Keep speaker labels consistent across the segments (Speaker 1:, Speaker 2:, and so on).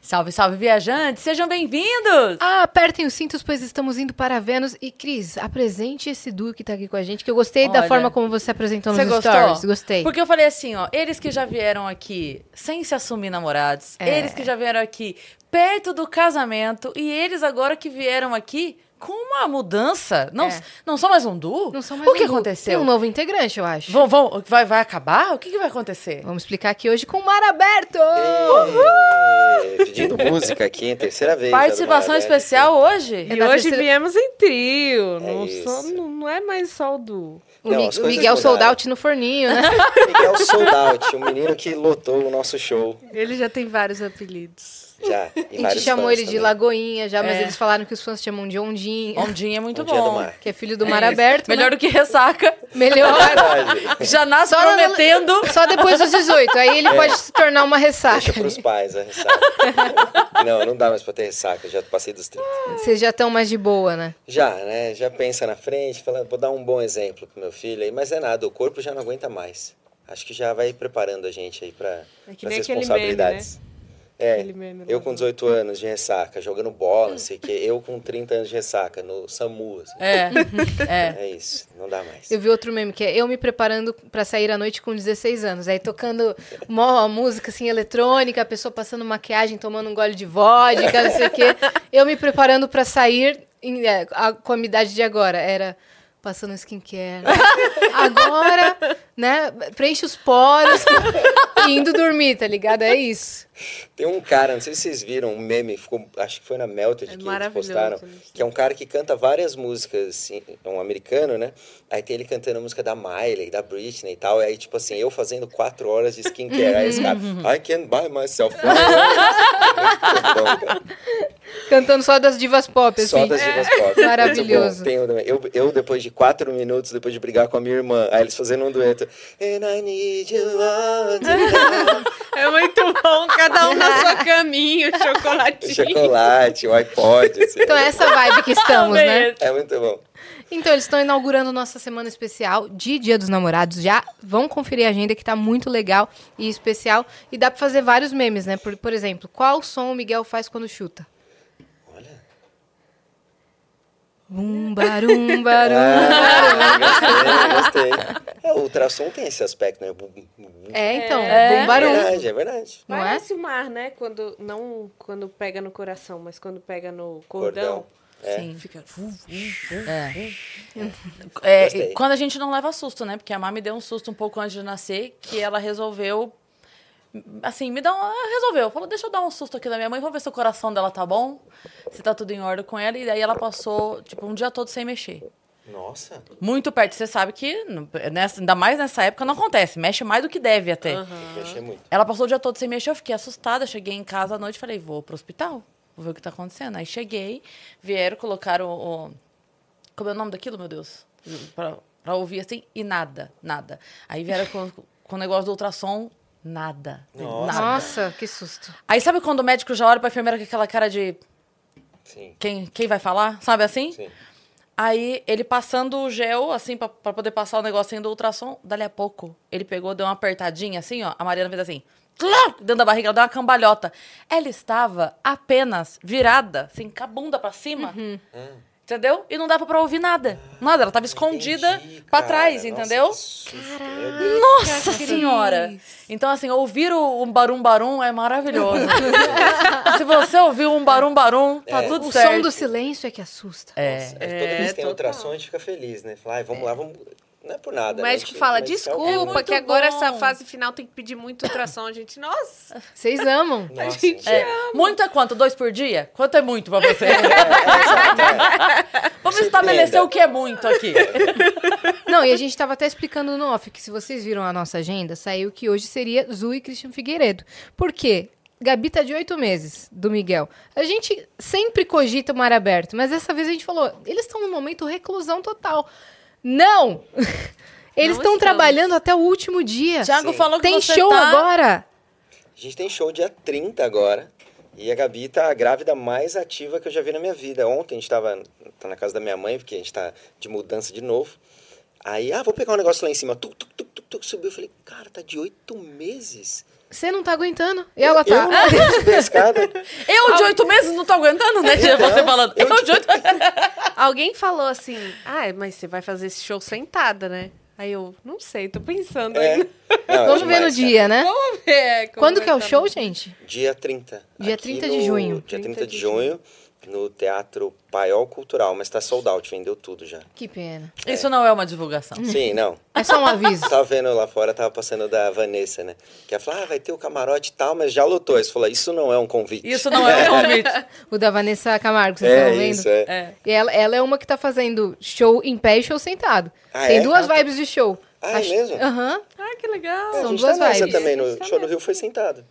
Speaker 1: Salve, salve, viajantes! Sejam bem-vindos!
Speaker 2: Ah, apertem os cintos, pois estamos indo para Vênus. E, Cris, apresente esse duo que tá aqui com a gente, que eu gostei da
Speaker 1: Olha,
Speaker 2: forma como você apresentou nos
Speaker 1: Você gostou?
Speaker 2: stories. Gostei.
Speaker 1: Porque eu falei assim, ó, eles que já vieram aqui sem se assumir namorados,
Speaker 2: É.
Speaker 1: eles que já vieram aqui perto do casamento e eles agora que vieram aqui com uma mudança. Não,
Speaker 2: É.
Speaker 1: não são mais um duo?
Speaker 2: Não são mais
Speaker 1: O que
Speaker 2: um duo.
Speaker 1: aconteceu?
Speaker 2: Tem um novo integrante, eu acho.
Speaker 1: Vão, vão, vai, vai acabar? O que, que vai acontecer?
Speaker 2: Vamos explicar aqui hoje com o Mar Aberto!
Speaker 3: Ê, Pedindo música aqui, terceira vez. já do
Speaker 1: Participação
Speaker 3: Maraberto.
Speaker 1: especial hoje?
Speaker 2: É
Speaker 4: E
Speaker 2: da
Speaker 4: hoje
Speaker 2: terceira-
Speaker 4: viemos em trio. não,
Speaker 3: É isso.
Speaker 4: só- não- não é mais só o duo.
Speaker 2: O,
Speaker 3: Não,
Speaker 2: Mi-
Speaker 3: as
Speaker 2: o
Speaker 3: coisas
Speaker 2: Miguel
Speaker 3: mudaram.
Speaker 2: sold out no forninho, né?
Speaker 3: Miguel Sold Out, o menino que lotou o nosso show
Speaker 4: Ele já tem vários apelidos.
Speaker 3: já.
Speaker 2: A gente chamou ele de Lagoinha já, mas
Speaker 1: É.
Speaker 2: eles falaram que os fãs chamam de Ondinha,
Speaker 1: Ondinha é muito
Speaker 3: Muito bom. Do
Speaker 1: bom.
Speaker 3: mar.
Speaker 2: que é filho do
Speaker 1: É
Speaker 2: Mar
Speaker 1: isso.
Speaker 2: Aberto.
Speaker 1: Melhor
Speaker 2: né?
Speaker 1: do que ressaca.
Speaker 2: Melhor.
Speaker 3: Verdade.
Speaker 1: Já nasce
Speaker 2: Só na-
Speaker 1: prometendo.
Speaker 2: Só depois dos 18. Aí
Speaker 1: É.
Speaker 2: ele pode se tornar uma
Speaker 3: Deixa
Speaker 2: ressaca.
Speaker 3: pros pais a ressaca. não, não dá mais pra ter ressaca, já passei dos 30.
Speaker 2: Vocês já estão mais de boa, né?
Speaker 3: Já, né? Já pensa na frente, fala, vou dar um bom exemplo pro meu filho aí, mas é nada, o corpo já não aguenta mais. Acho que já vai preparando a gente aí pra,
Speaker 4: É que
Speaker 3: pras
Speaker 4: nem aquele
Speaker 3: responsabilidades. É,
Speaker 4: Aquele meme lá
Speaker 3: eu com
Speaker 4: do-
Speaker 3: 18 anos de ressaca, jogando bola, não sei o quê. Eu com 30 anos de ressaca, no SAMU, assim.
Speaker 1: É, é.
Speaker 3: É isso, não dá mais.
Speaker 2: Eu vi outro meme que é eu me preparando pra sair à noite com 16 anos. Aí tocando mó música assim eletrônica, a pessoa passando maquiagem, tomando um gole de vodka, não sei o quê. Eu me preparando pra sair em- é, a- com a minha idade de agora. Era passando skincare. Agora, né, preenche os poros e indo dormir, tá ligado? É isso.
Speaker 3: Tem um cara, não sei se vocês viram, um meme, ficou, acho que foi na Melted
Speaker 4: É
Speaker 3: que eles
Speaker 4: maravilhoso.
Speaker 3: postaram, que é um cara que canta várias músicas, assim, é um americano, né? Aí tem ele cantando a música da Miley, da Britney e tal, e aí tipo assim, eu fazendo quatro horas de skincare, aí esse cara, I can buy myself flowers." Muito bom, cara.
Speaker 2: Cantando só das divas pop, assim.
Speaker 3: Só das
Speaker 1: É.
Speaker 3: divas pop. Muito bom.
Speaker 2: Maravilhoso.
Speaker 3: Tem um também. eu, eu, depois de quatro minutos, depois de brigar com a minha irmã, aí eles fazendo um dueto. And I need you all tonight."
Speaker 4: É muito bom, cada um na sua caminho, chocolatinho.
Speaker 3: Chocolate, o iPod, assim.
Speaker 2: Então é essa vibe que estamos, né?
Speaker 3: É muito bom.
Speaker 2: Então, eles estão inaugurando nossa semana especial de Dia dos Namorados. Já vão conferir a agenda que tá muito legal e especial. E dá pra fazer vários memes, né? Por, por exemplo, qual som o Miguel faz quando chuta?
Speaker 3: Olha.
Speaker 2: Bum, barum,
Speaker 1: É.
Speaker 2: barum.
Speaker 3: Ah, gostei, gostei. É, o ultrassom tem esse aspecto, né? Bu- bu- bu-
Speaker 2: É, então,
Speaker 1: É.
Speaker 2: bum, barum.
Speaker 3: verdade, é verdade.
Speaker 2: Não é?
Speaker 4: Parece o mar, né? Quando, não quando pega no coração, mas quando pega no cordão.
Speaker 3: Cordão. É.
Speaker 1: Sim. Fica. uh, É. É,
Speaker 3: Gostei.
Speaker 1: e quando a gente não leva susto, né? Porque a Má me deu um susto um pouco antes de nascer, que ela resolveu. Assim, me dá um. ela Resolveu. Falou, deixa eu dar um susto aqui da minha mãe, vamos ver se o coração dela tá bom, se tá tudo em ordem com ela. E daí ela passou, tipo, um dia todo sem mexer.
Speaker 3: Nossa.
Speaker 1: Muito perto. Você sabe que, no- nessa- ainda mais nessa época, não acontece. Mexe mais do que deve até.
Speaker 3: Mexer muito.
Speaker 1: Ela passou o dia todo sem mexer, eu fiquei assustada. Cheguei em casa à noite e falei, vou pro hospital, vou ver o que tá acontecendo. Aí cheguei, vieram, colocaram o. o- Como é o nome daquilo, meu Deus? Pra, pra ouvir assim, e nada, nada. Aí vieram com, com o negócio do ultrassom, nada.
Speaker 3: Nossa.
Speaker 1: Nada.
Speaker 2: Nossa, que susto.
Speaker 1: Aí sabe quando o médico já olha pra enfermeira com aquela cara de
Speaker 3: Sim,
Speaker 1: quem, quem vai falar? Sabe assim?
Speaker 3: sim.
Speaker 1: Aí ele passando o gel, assim, pra, pra poder passar o negocinho do ultrassom, dali a pouco, ele pegou, deu uma apertadinha, assim, ó. A Mariana fez assim, tlac, dentro da barriga, ela deu uma cambalhota. Ela estava apenas virada, assim, com a bunda pra cima.
Speaker 2: Uhum.
Speaker 1: Entendeu? E não dava pra ouvir nada. Nada, ela tava escondida
Speaker 3: Ah, Entendi,
Speaker 1: pra
Speaker 3: cara.
Speaker 1: trás,
Speaker 3: Nossa,
Speaker 1: entendeu?
Speaker 3: que susto, meu Deus.
Speaker 1: Nossa
Speaker 2: é
Speaker 1: senhora! Então, assim, ouvir o, o barum barum é maravilhoso. Se você ouviu um barum barum, tá
Speaker 3: É.
Speaker 1: tudo
Speaker 2: O
Speaker 1: certo.
Speaker 2: som do silêncio é que assusta.
Speaker 1: É.
Speaker 3: Mas toda vez que tem
Speaker 4: total.
Speaker 3: ultrassom, a gente fica feliz, né? Fala, ai, vamos lá, vamos... Não é por nada.
Speaker 4: O
Speaker 3: né?
Speaker 4: médico
Speaker 3: Tipo,
Speaker 4: fala,
Speaker 3: mas isso é
Speaker 4: desculpa,
Speaker 3: horrível.
Speaker 4: que agora
Speaker 1: bom."
Speaker 4: essa fase final tem que pedir muito ultrassom. A gente, nossa,
Speaker 2: Vocês amam.
Speaker 3: Nossa,
Speaker 4: gente
Speaker 3: é.
Speaker 1: Muito é quanto? Dois por dia? Quanto é muito pra você?
Speaker 3: é.
Speaker 1: Vamos estabelecer o que é muito aqui.
Speaker 2: Não, e a gente tava até explicando no off que se vocês viram a nossa agenda, saiu que hoje seria Zu e Christian Figueiredo. Por quê? Gabi tá de oito meses, do Miguel. A gente sempre cogita o mar aberto, mas dessa vez a gente falou, eles estão num momento reclusão total. Não! Eles estão
Speaker 4: Não estamos.
Speaker 2: trabalhando até o último dia.
Speaker 1: Thiago
Speaker 3: Sim.
Speaker 1: falou que
Speaker 2: Tem
Speaker 1: você
Speaker 2: show
Speaker 1: tá...
Speaker 2: agora?
Speaker 3: A gente tem show dia 30 agora. E a Gabi tá a grávida mais ativa que eu já vi na minha vida. Ontem a gente tava tá na casa da minha mãe, porque a gente tá de mudança de novo. Aí, ah, vou pegar um negócio lá em cima. Tuc, tuc, tuc, tuc, tuc, subiu. Eu falei, cara, tá de oito meses.
Speaker 2: Você não tá aguentando. E ela
Speaker 3: Eu
Speaker 2: tá.
Speaker 3: não queria subir a escada.
Speaker 1: Eu de oito meses não tô aguentando, né, tia? Você falando. Eu, de oito
Speaker 4: Alguém falou assim, ah, mas você vai fazer esse show sentada, né? Aí eu, não sei, tô pensando
Speaker 3: É.
Speaker 4: ainda.
Speaker 3: Não, é
Speaker 2: Vamos ver no
Speaker 3: demais, cara.
Speaker 2: dia, né?
Speaker 4: É, como
Speaker 2: Quando
Speaker 4: vai
Speaker 2: que é o
Speaker 4: tá
Speaker 2: show, gente?
Speaker 3: Dia 30.
Speaker 2: Dia
Speaker 3: aqui
Speaker 2: 30 de
Speaker 3: no-
Speaker 2: junho.
Speaker 3: Dia 30 de junho, no Teatro Paiol Cultural. Mas tá sold out, vendeu tudo já.
Speaker 2: Que pena.
Speaker 1: Isso não é uma divulgação.
Speaker 3: Sim, não.
Speaker 2: É só um aviso.
Speaker 3: Tava vendo lá fora, tava passando da Vanessa, né? Que ela falou, ah, vai ter o camarote e tal, mas já lotou. Aí você falou, isso não é um convite.
Speaker 1: Isso não é um convite.
Speaker 2: O da Vanessa Camargo, vocês
Speaker 3: é
Speaker 2: estão vendo?
Speaker 3: isso, é.
Speaker 1: É.
Speaker 2: E ela, ela é uma que tá fazendo show em pé e show sentado.
Speaker 3: Ah,
Speaker 2: Tem
Speaker 3: é?
Speaker 2: duas
Speaker 3: Ah, tá.
Speaker 2: vibes de show.
Speaker 3: Ah, é mesmo?
Speaker 2: Aham.
Speaker 4: Ah, que legal.
Speaker 3: É, a
Speaker 2: São
Speaker 3: gente
Speaker 2: duas
Speaker 3: tá nessa
Speaker 2: vibes.
Speaker 3: também.
Speaker 4: A gente
Speaker 3: No
Speaker 4: tá
Speaker 3: show no
Speaker 4: nessa.
Speaker 3: Rio foi sentado.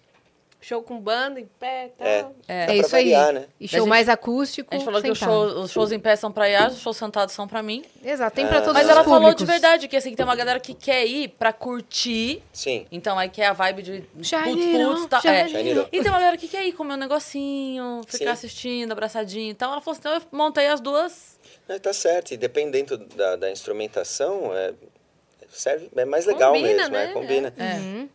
Speaker 4: Show com banda em pé e tal.
Speaker 3: É. Dá
Speaker 2: É
Speaker 3: pra
Speaker 2: isso
Speaker 3: variar,
Speaker 2: aí.
Speaker 3: né?
Speaker 2: E show
Speaker 1: A gente-
Speaker 2: mais acústico.
Speaker 1: A gente falou que o
Speaker 2: sentado.
Speaker 1: show- os shows em pé são pra Yas, os shows sentados são pra mim.
Speaker 2: Exato,
Speaker 3: Ah.
Speaker 2: tem pra todos
Speaker 1: Mas
Speaker 2: os
Speaker 1: ela
Speaker 2: públicos.
Speaker 1: falou de verdade que assim, tem uma galera que quer ir pra curtir.
Speaker 3: Sim.
Speaker 1: Então aí quer a vibe de putz,
Speaker 2: Janeiro,
Speaker 1: putz, tá- é.
Speaker 2: janeiro.
Speaker 3: Janeiro.
Speaker 1: E tem uma galera que quer ir comer um negocinho, ficar
Speaker 3: Sim.
Speaker 1: assistindo, abraçadinho. Então ela falou assim: então eu montei as duas.
Speaker 3: Não, tá certo. E dependendo da, da instrumentação, é, serve, é mais legal
Speaker 4: Combina,
Speaker 3: mesmo.
Speaker 4: né?
Speaker 3: É, combina.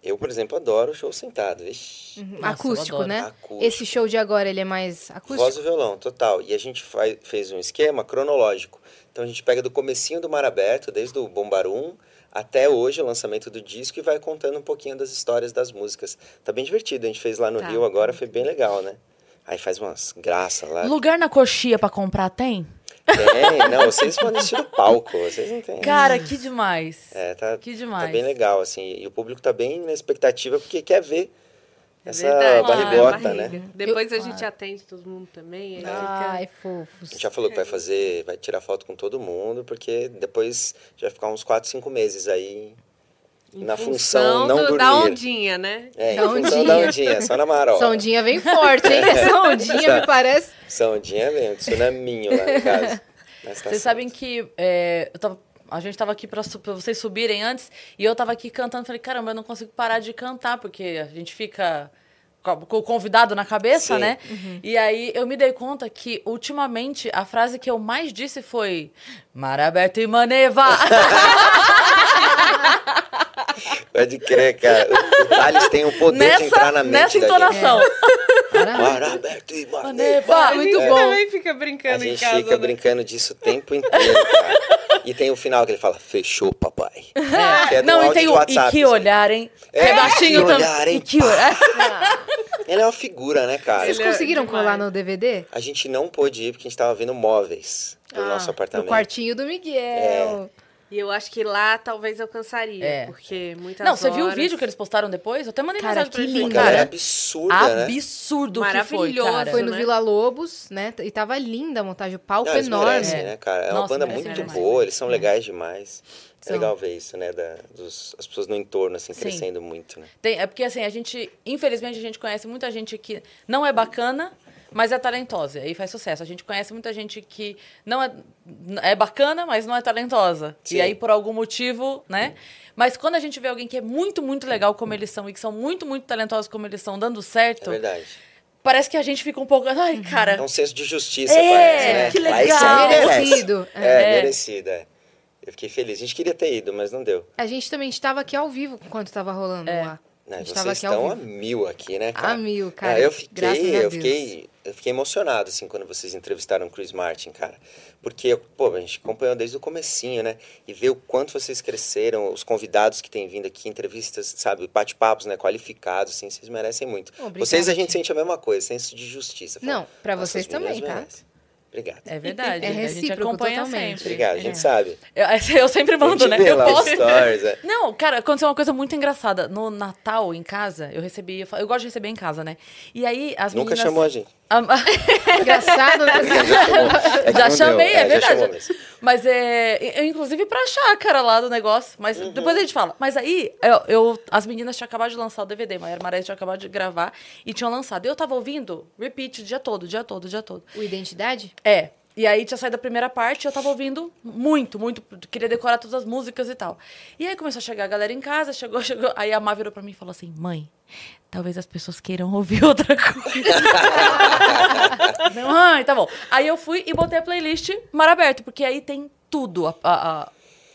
Speaker 3: Eu, por exemplo, adoro show sentado. Vixe.
Speaker 2: Uhum.
Speaker 1: Nossa, eu
Speaker 2: acústico,
Speaker 1: adoro.
Speaker 2: né?
Speaker 3: Acústico.
Speaker 2: Esse show de agora, ele é mais acústico?
Speaker 3: Voz e violão, total. E a gente faz- fez um esquema cronológico. Então a gente pega do comecinho do Mar Aberto, desde o Bombarum até hoje o lançamento do disco e vai contando um pouquinho das histórias das músicas. Tá bem divertido, a gente fez lá no
Speaker 4: Tá,
Speaker 3: Rio
Speaker 4: tá
Speaker 3: agora, foi bem legal, né? Aí faz umas graças lá.
Speaker 1: Hum. Lugar na coxia pra comprar tem?
Speaker 3: Tem, não, vocês podem assistir no palco, vocês não têm.
Speaker 1: Cara, que demais.
Speaker 3: É, tá,
Speaker 1: que
Speaker 3: tá
Speaker 1: demais.
Speaker 3: bem legal, assim. E o público tá bem na expectativa porque quer ver essa
Speaker 4: É Verdade.
Speaker 3: barrigota,
Speaker 4: Ah,
Speaker 3: né?
Speaker 4: barriga. Depois a gente atende todo mundo também. aí fica-
Speaker 2: Ai,
Speaker 3: A
Speaker 2: fofos.
Speaker 3: gente já falou que vai fazer, vai tirar foto com todo mundo, porque depois já vai ficar uns 4, 5 meses aí
Speaker 4: Em
Speaker 3: na função, não
Speaker 4: do-
Speaker 3: dormir.
Speaker 4: da ondinha, né?
Speaker 3: É, em
Speaker 2: Da
Speaker 3: função da
Speaker 2: ondinha.
Speaker 3: ondinha, só na marola.
Speaker 2: Essa ondinha vem forte, hein? Essa ondinha me parece...
Speaker 3: Essa ondinha um mesmo, tsunaminho lá no caso. Mas tá
Speaker 1: Vocês
Speaker 3: certo.
Speaker 1: sabem que é, eu tava- a gente tava aqui pra, su- pra vocês subirem antes e eu tava aqui cantando. Falei, caramba, eu não consigo parar de cantar, porque a gente fica co- com o convidado na cabeça,
Speaker 3: Sim. Uhum.
Speaker 1: né? E aí eu me dei conta que, ultimamente, a frase que eu mais disse foi: Mar aberto e maneva!
Speaker 3: Pode crer, cara. O, o Thales tem o poder de entrar na
Speaker 1: nessa, nessa
Speaker 3: mente da
Speaker 1: entonação.
Speaker 3: gente.
Speaker 2: Caralho.
Speaker 3: Mar aberto e maneva.
Speaker 1: Maneva!
Speaker 2: Ah, muito
Speaker 4: A gente
Speaker 2: bom.
Speaker 4: também fica brincando
Speaker 3: A
Speaker 4: em
Speaker 3: gente
Speaker 4: casa,
Speaker 3: fica
Speaker 4: né?
Speaker 3: brincando disso o tempo inteiro, cara. E tem o final que ele fala, fechou, papai. Que é do
Speaker 1: Não, e
Speaker 3: áudio
Speaker 1: tem
Speaker 3: de
Speaker 1: o. e
Speaker 3: WhatsApp,
Speaker 1: que
Speaker 3: assim.
Speaker 1: olhar, hein?
Speaker 3: É,
Speaker 1: É, baixinho
Speaker 3: que
Speaker 1: também.
Speaker 3: olhar, hein?
Speaker 1: E que olhar.
Speaker 3: Ele é uma figura, né, cara?
Speaker 2: Vocês
Speaker 4: Ele é
Speaker 2: conseguiram
Speaker 4: demais.
Speaker 2: colar no DVD?
Speaker 3: A gente não pôde ir porque a gente tava vendo móveis pro nosso apartamento.
Speaker 2: Ah,
Speaker 3: É.
Speaker 2: No quartinho do Miguel.
Speaker 4: E eu acho que lá talvez eu cansaria,
Speaker 1: É.
Speaker 4: porque muitas
Speaker 1: Não, você viu o
Speaker 4: horas-
Speaker 1: vídeo que eles postaram depois? Eu até mandei
Speaker 2: Cara,
Speaker 1: mensagem pra
Speaker 2: que
Speaker 1: eles.
Speaker 3: Uma
Speaker 1: falei,
Speaker 2: lindo,
Speaker 3: galera
Speaker 2: né?
Speaker 1: Cara,
Speaker 3: é absurda, né?
Speaker 1: absurdo é que foi,
Speaker 4: Maravilhoso.
Speaker 1: cara.
Speaker 2: Foi no
Speaker 4: né?
Speaker 2: Vila Lobos, né? E tava linda a montagem, o palco
Speaker 3: Não, eles
Speaker 2: enorme.
Speaker 3: merecem, né, cara? É uma
Speaker 1: Nossa,
Speaker 3: banda
Speaker 1: merece
Speaker 3: muito
Speaker 1: demais.
Speaker 3: boa, eles são legais demais. É
Speaker 2: São.
Speaker 3: legal ver isso, né? Da, dos, as pessoas no entorno, assim,
Speaker 1: Sim.
Speaker 3: crescendo muito, né?
Speaker 1: Tem- é porque, assim, a gente... Infelizmente, a gente conhece muita gente que não é bacana, mas é talentosa e faz sucesso. A gente conhece muita gente que não é, é bacana, mas não é talentosa.
Speaker 3: Sim.
Speaker 1: E aí, por algum motivo, né? Mas quando a gente vê alguém que é muito, muito legal como eles são e que são muito, muito talentosos como eles são, dando
Speaker 3: É
Speaker 1: certo,
Speaker 3: verdade.
Speaker 1: parece que a gente fica um pouco... Ai, cara...
Speaker 3: É um senso de justiça,
Speaker 1: É,
Speaker 3: parece, né?
Speaker 1: que legal.
Speaker 3: Aí sim, aí merece.
Speaker 2: Merecido,
Speaker 3: É,
Speaker 2: é.
Speaker 3: é, merecido, é. Eu fiquei feliz. A gente queria ter ido, mas não deu.
Speaker 2: A gente também estava aqui ao vivo enquanto tava rolando
Speaker 4: É.
Speaker 2: lá.
Speaker 3: Né,
Speaker 2: A gente tava
Speaker 3: vocês
Speaker 2: aqui ao
Speaker 3: estão a
Speaker 2: vivo.
Speaker 3: mil aqui, né,
Speaker 2: A
Speaker 3: cara?
Speaker 2: mil,
Speaker 3: Não,
Speaker 2: cara.
Speaker 3: eu
Speaker 2: Graças a
Speaker 3: fiquei, eu
Speaker 2: Deus.
Speaker 3: fiquei, eu fiquei emocionado assim quando vocês entrevistaram o Chris Martin, cara, porque pô, a gente acompanhou desde o comecinho, né? E ver o quanto vocês cresceram, os convidados que têm vindo aqui, entrevistas, sabe, bate-papos, né, qualificados, assim, vocês merecem muito.
Speaker 2: Obrigada,
Speaker 3: vocês a gente
Speaker 2: tia.
Speaker 3: sente a mesma coisa, senso de justiça. Fala,
Speaker 2: Não, pra
Speaker 3: "Nossa,
Speaker 2: vocês
Speaker 3: as meninas
Speaker 2: também, tá?
Speaker 3: merecem." Obrigado.
Speaker 1: É verdade.
Speaker 2: É
Speaker 1: a gente
Speaker 2: recíproco,
Speaker 1: acompanha
Speaker 2: totalmente.
Speaker 1: sempre.
Speaker 3: Obrigado, a gente sabe.
Speaker 1: Eu, eu sempre
Speaker 3: A
Speaker 1: mando,
Speaker 3: gente
Speaker 1: né?
Speaker 3: vê
Speaker 1: Eu
Speaker 3: lá os
Speaker 1: posto.
Speaker 3: stories, é.
Speaker 1: Não, cara, aconteceu uma coisa muito engraçada. No Natal, em casa, eu recebi. Eu, fa- eu gosto de receber em casa, né? E aí, as
Speaker 3: Nunca
Speaker 1: meninas-
Speaker 3: chamou a gente.
Speaker 1: A-
Speaker 2: Engraçado, né?
Speaker 3: Já, chamou. É que
Speaker 1: já
Speaker 3: não deu.
Speaker 1: chamei, é,
Speaker 3: já
Speaker 1: verdade.
Speaker 3: chamou mesmo.
Speaker 1: mas é. Eu, inclusive, pra achar a cara lá do negócio. Mas
Speaker 3: Uhum.
Speaker 1: depois a gente fala. Mas aí, eu, eu- as meninas tinham acabado de lançar o DVD. Maior Marés tinha acabado de gravar e tinham lançado. E eu tava ouvindo repeat o dia todo, o dia todo, o dia todo.
Speaker 2: O Identidade?
Speaker 1: É. E aí tinha saído a primeira parte, eu tava ouvindo muito, muito, queria decorar todas as músicas e tal. E aí começou a chegar a galera em casa, chegou, chegou. Aí a Má virou pra mim e falou assim: mãe, talvez as pessoas queiram ouvir outra coisa. Falei, mãe, tá bom. Aí eu fui e botei a playlist Mar Aberto, porque aí tem tudo. A, a- a-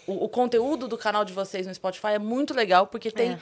Speaker 1: o, o conteúdo do canal de vocês no Spotify é muito legal, porque tem
Speaker 2: É.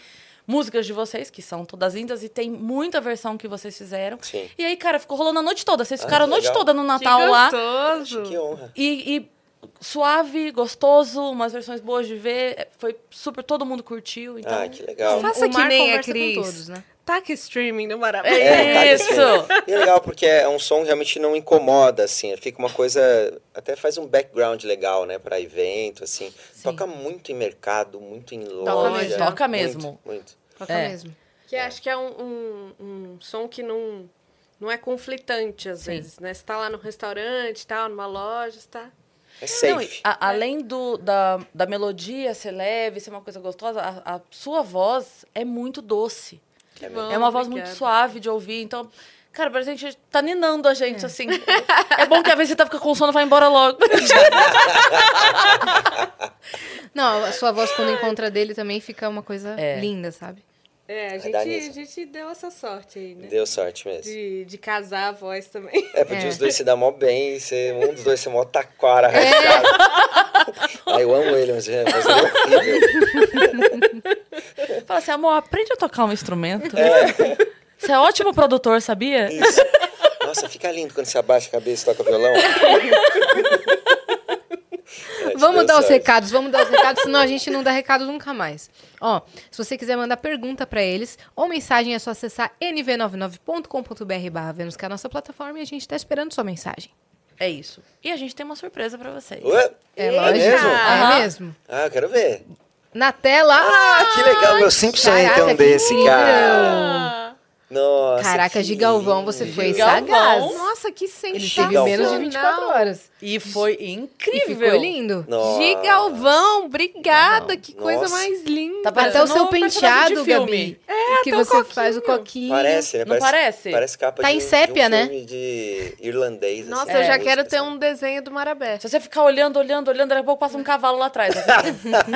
Speaker 1: músicas de vocês, que são todas lindas, e tem muita versão que vocês fizeram.
Speaker 3: Sim.
Speaker 1: E aí, cara, ficou rolando a noite toda. Vocês
Speaker 3: Ah,
Speaker 1: ficaram a
Speaker 3: que
Speaker 1: noite
Speaker 3: legal.
Speaker 1: toda no
Speaker 4: Que
Speaker 1: Natal tá lá.
Speaker 4: gostoso.
Speaker 3: Que honra.
Speaker 1: E, e suave, gostoso, umas versões boas de ver. É, Foi super, todo mundo curtiu. Então...
Speaker 3: Ah, que legal.
Speaker 2: O
Speaker 4: Faça que
Speaker 2: Mar
Speaker 4: nem a
Speaker 2: conversa com
Speaker 4: Cris.
Speaker 2: todos, né?
Speaker 4: Tá que streaming no
Speaker 1: É,
Speaker 4: Maravilha.
Speaker 3: É,
Speaker 1: isso!
Speaker 3: tá E é legal porque é um som que realmente não incomoda, assim. Fica uma coisa. Até faz um background legal, né? Pra evento, assim. Toca muito em mercado, muito em loja.
Speaker 2: mesmo.
Speaker 1: Toca mesmo.
Speaker 3: Muito, muito.
Speaker 2: Toca
Speaker 1: É.
Speaker 2: mesmo.
Speaker 4: Que acho que é um, um, um som que não, não é conflitante, às
Speaker 1: Sim.
Speaker 4: vezes, né? Você tá lá no restaurante, tá, numa loja, você tá...
Speaker 3: É
Speaker 1: Não,
Speaker 3: safe.
Speaker 1: e a- além do, da, da melodia ser leve, ser uma coisa gostosa, a, a sua voz é muito doce.
Speaker 4: Que
Speaker 3: mesmo.
Speaker 4: bom,
Speaker 1: é uma voz
Speaker 4: Oh, obrigada.
Speaker 1: muito suave de ouvir. Então, cara, parece que a gente tá ninando a gente, assim. É bom que a vez você tá ficando com sono vai embora logo.
Speaker 2: Não, a sua voz quando encontra dele também fica uma coisa
Speaker 1: É.
Speaker 2: linda, sabe?
Speaker 4: É, a
Speaker 3: Vai dar
Speaker 4: gente,
Speaker 3: nisso.
Speaker 4: a gente deu essa sorte aí, né?
Speaker 3: Deu sorte mesmo.
Speaker 4: De, de casar a voz também.
Speaker 3: É, porque
Speaker 2: É.
Speaker 3: os dois se dão mó bem, ser, um dos dois ser mó taquara,
Speaker 2: É.
Speaker 3: rachado. Ai, eu amo ele, mas é mas ele é horrível.
Speaker 1: Fala assim, amor, aprende a tocar um instrumento. Você é ótimo produtor, sabia?
Speaker 3: Isso. Nossa, fica lindo quando você abaixa a cabeça e toca violão. É,
Speaker 2: Vamos
Speaker 3: deu
Speaker 2: dar os
Speaker 3: sorte.
Speaker 2: recados, vamos dar os recados, senão a gente não dá recado nunca mais. Ó, se você quiser mandar pergunta pra eles ou mensagem, é só acessar nv99.com.br barra Vênus, que é a nossa plataforma, e a gente tá esperando sua mensagem.
Speaker 1: É isso. E a gente tem uma surpresa pra vocês.
Speaker 3: Ué?
Speaker 2: É lógico.
Speaker 3: mesmo?
Speaker 2: É
Speaker 1: Aham.
Speaker 2: mesmo.
Speaker 3: Ah, eu quero ver.
Speaker 2: Na tela.
Speaker 3: Ah, que legal, meu sempre sonhei ter
Speaker 2: Caraca,
Speaker 3: um
Speaker 2: que
Speaker 3: desse, cara.
Speaker 2: incrível.
Speaker 3: Nossa,
Speaker 2: Caraca,
Speaker 3: que
Speaker 2: de Galvão, você
Speaker 3: lindo.
Speaker 2: foi
Speaker 1: Galvão.
Speaker 2: sagaz.
Speaker 4: Nossa, que sensacional.
Speaker 2: Ele
Speaker 3: teve
Speaker 2: teve
Speaker 3: Galvão.
Speaker 2: menos de 24 horas.
Speaker 1: E foi
Speaker 2: E
Speaker 1: incrível.
Speaker 2: ficou lindo.
Speaker 3: Nossa.
Speaker 4: De Galvão, obrigada, que coisa
Speaker 3: Nossa.
Speaker 4: mais linda.
Speaker 1: Tá parecendo
Speaker 2: Até o seu
Speaker 1: um personagem
Speaker 2: penteado,
Speaker 1: de filme.
Speaker 2: Gabi. É, que
Speaker 4: até o
Speaker 2: você faz o
Speaker 4: coquinho.
Speaker 2: coquinho.
Speaker 3: Parece, né?
Speaker 1: Não parece?
Speaker 3: Parece capa
Speaker 2: Tá
Speaker 3: de,
Speaker 2: em
Speaker 3: um- de
Speaker 2: sépia,
Speaker 3: um
Speaker 2: né?
Speaker 3: filme de irlandês.
Speaker 4: Nossa,
Speaker 1: É,
Speaker 3: assim,
Speaker 4: eu já
Speaker 3: né?
Speaker 4: quero ter um desenho do Marabé.
Speaker 1: Se você ficar olhando, olhando, olhando, daqui a pouco passa um cavalo lá atrás. assim.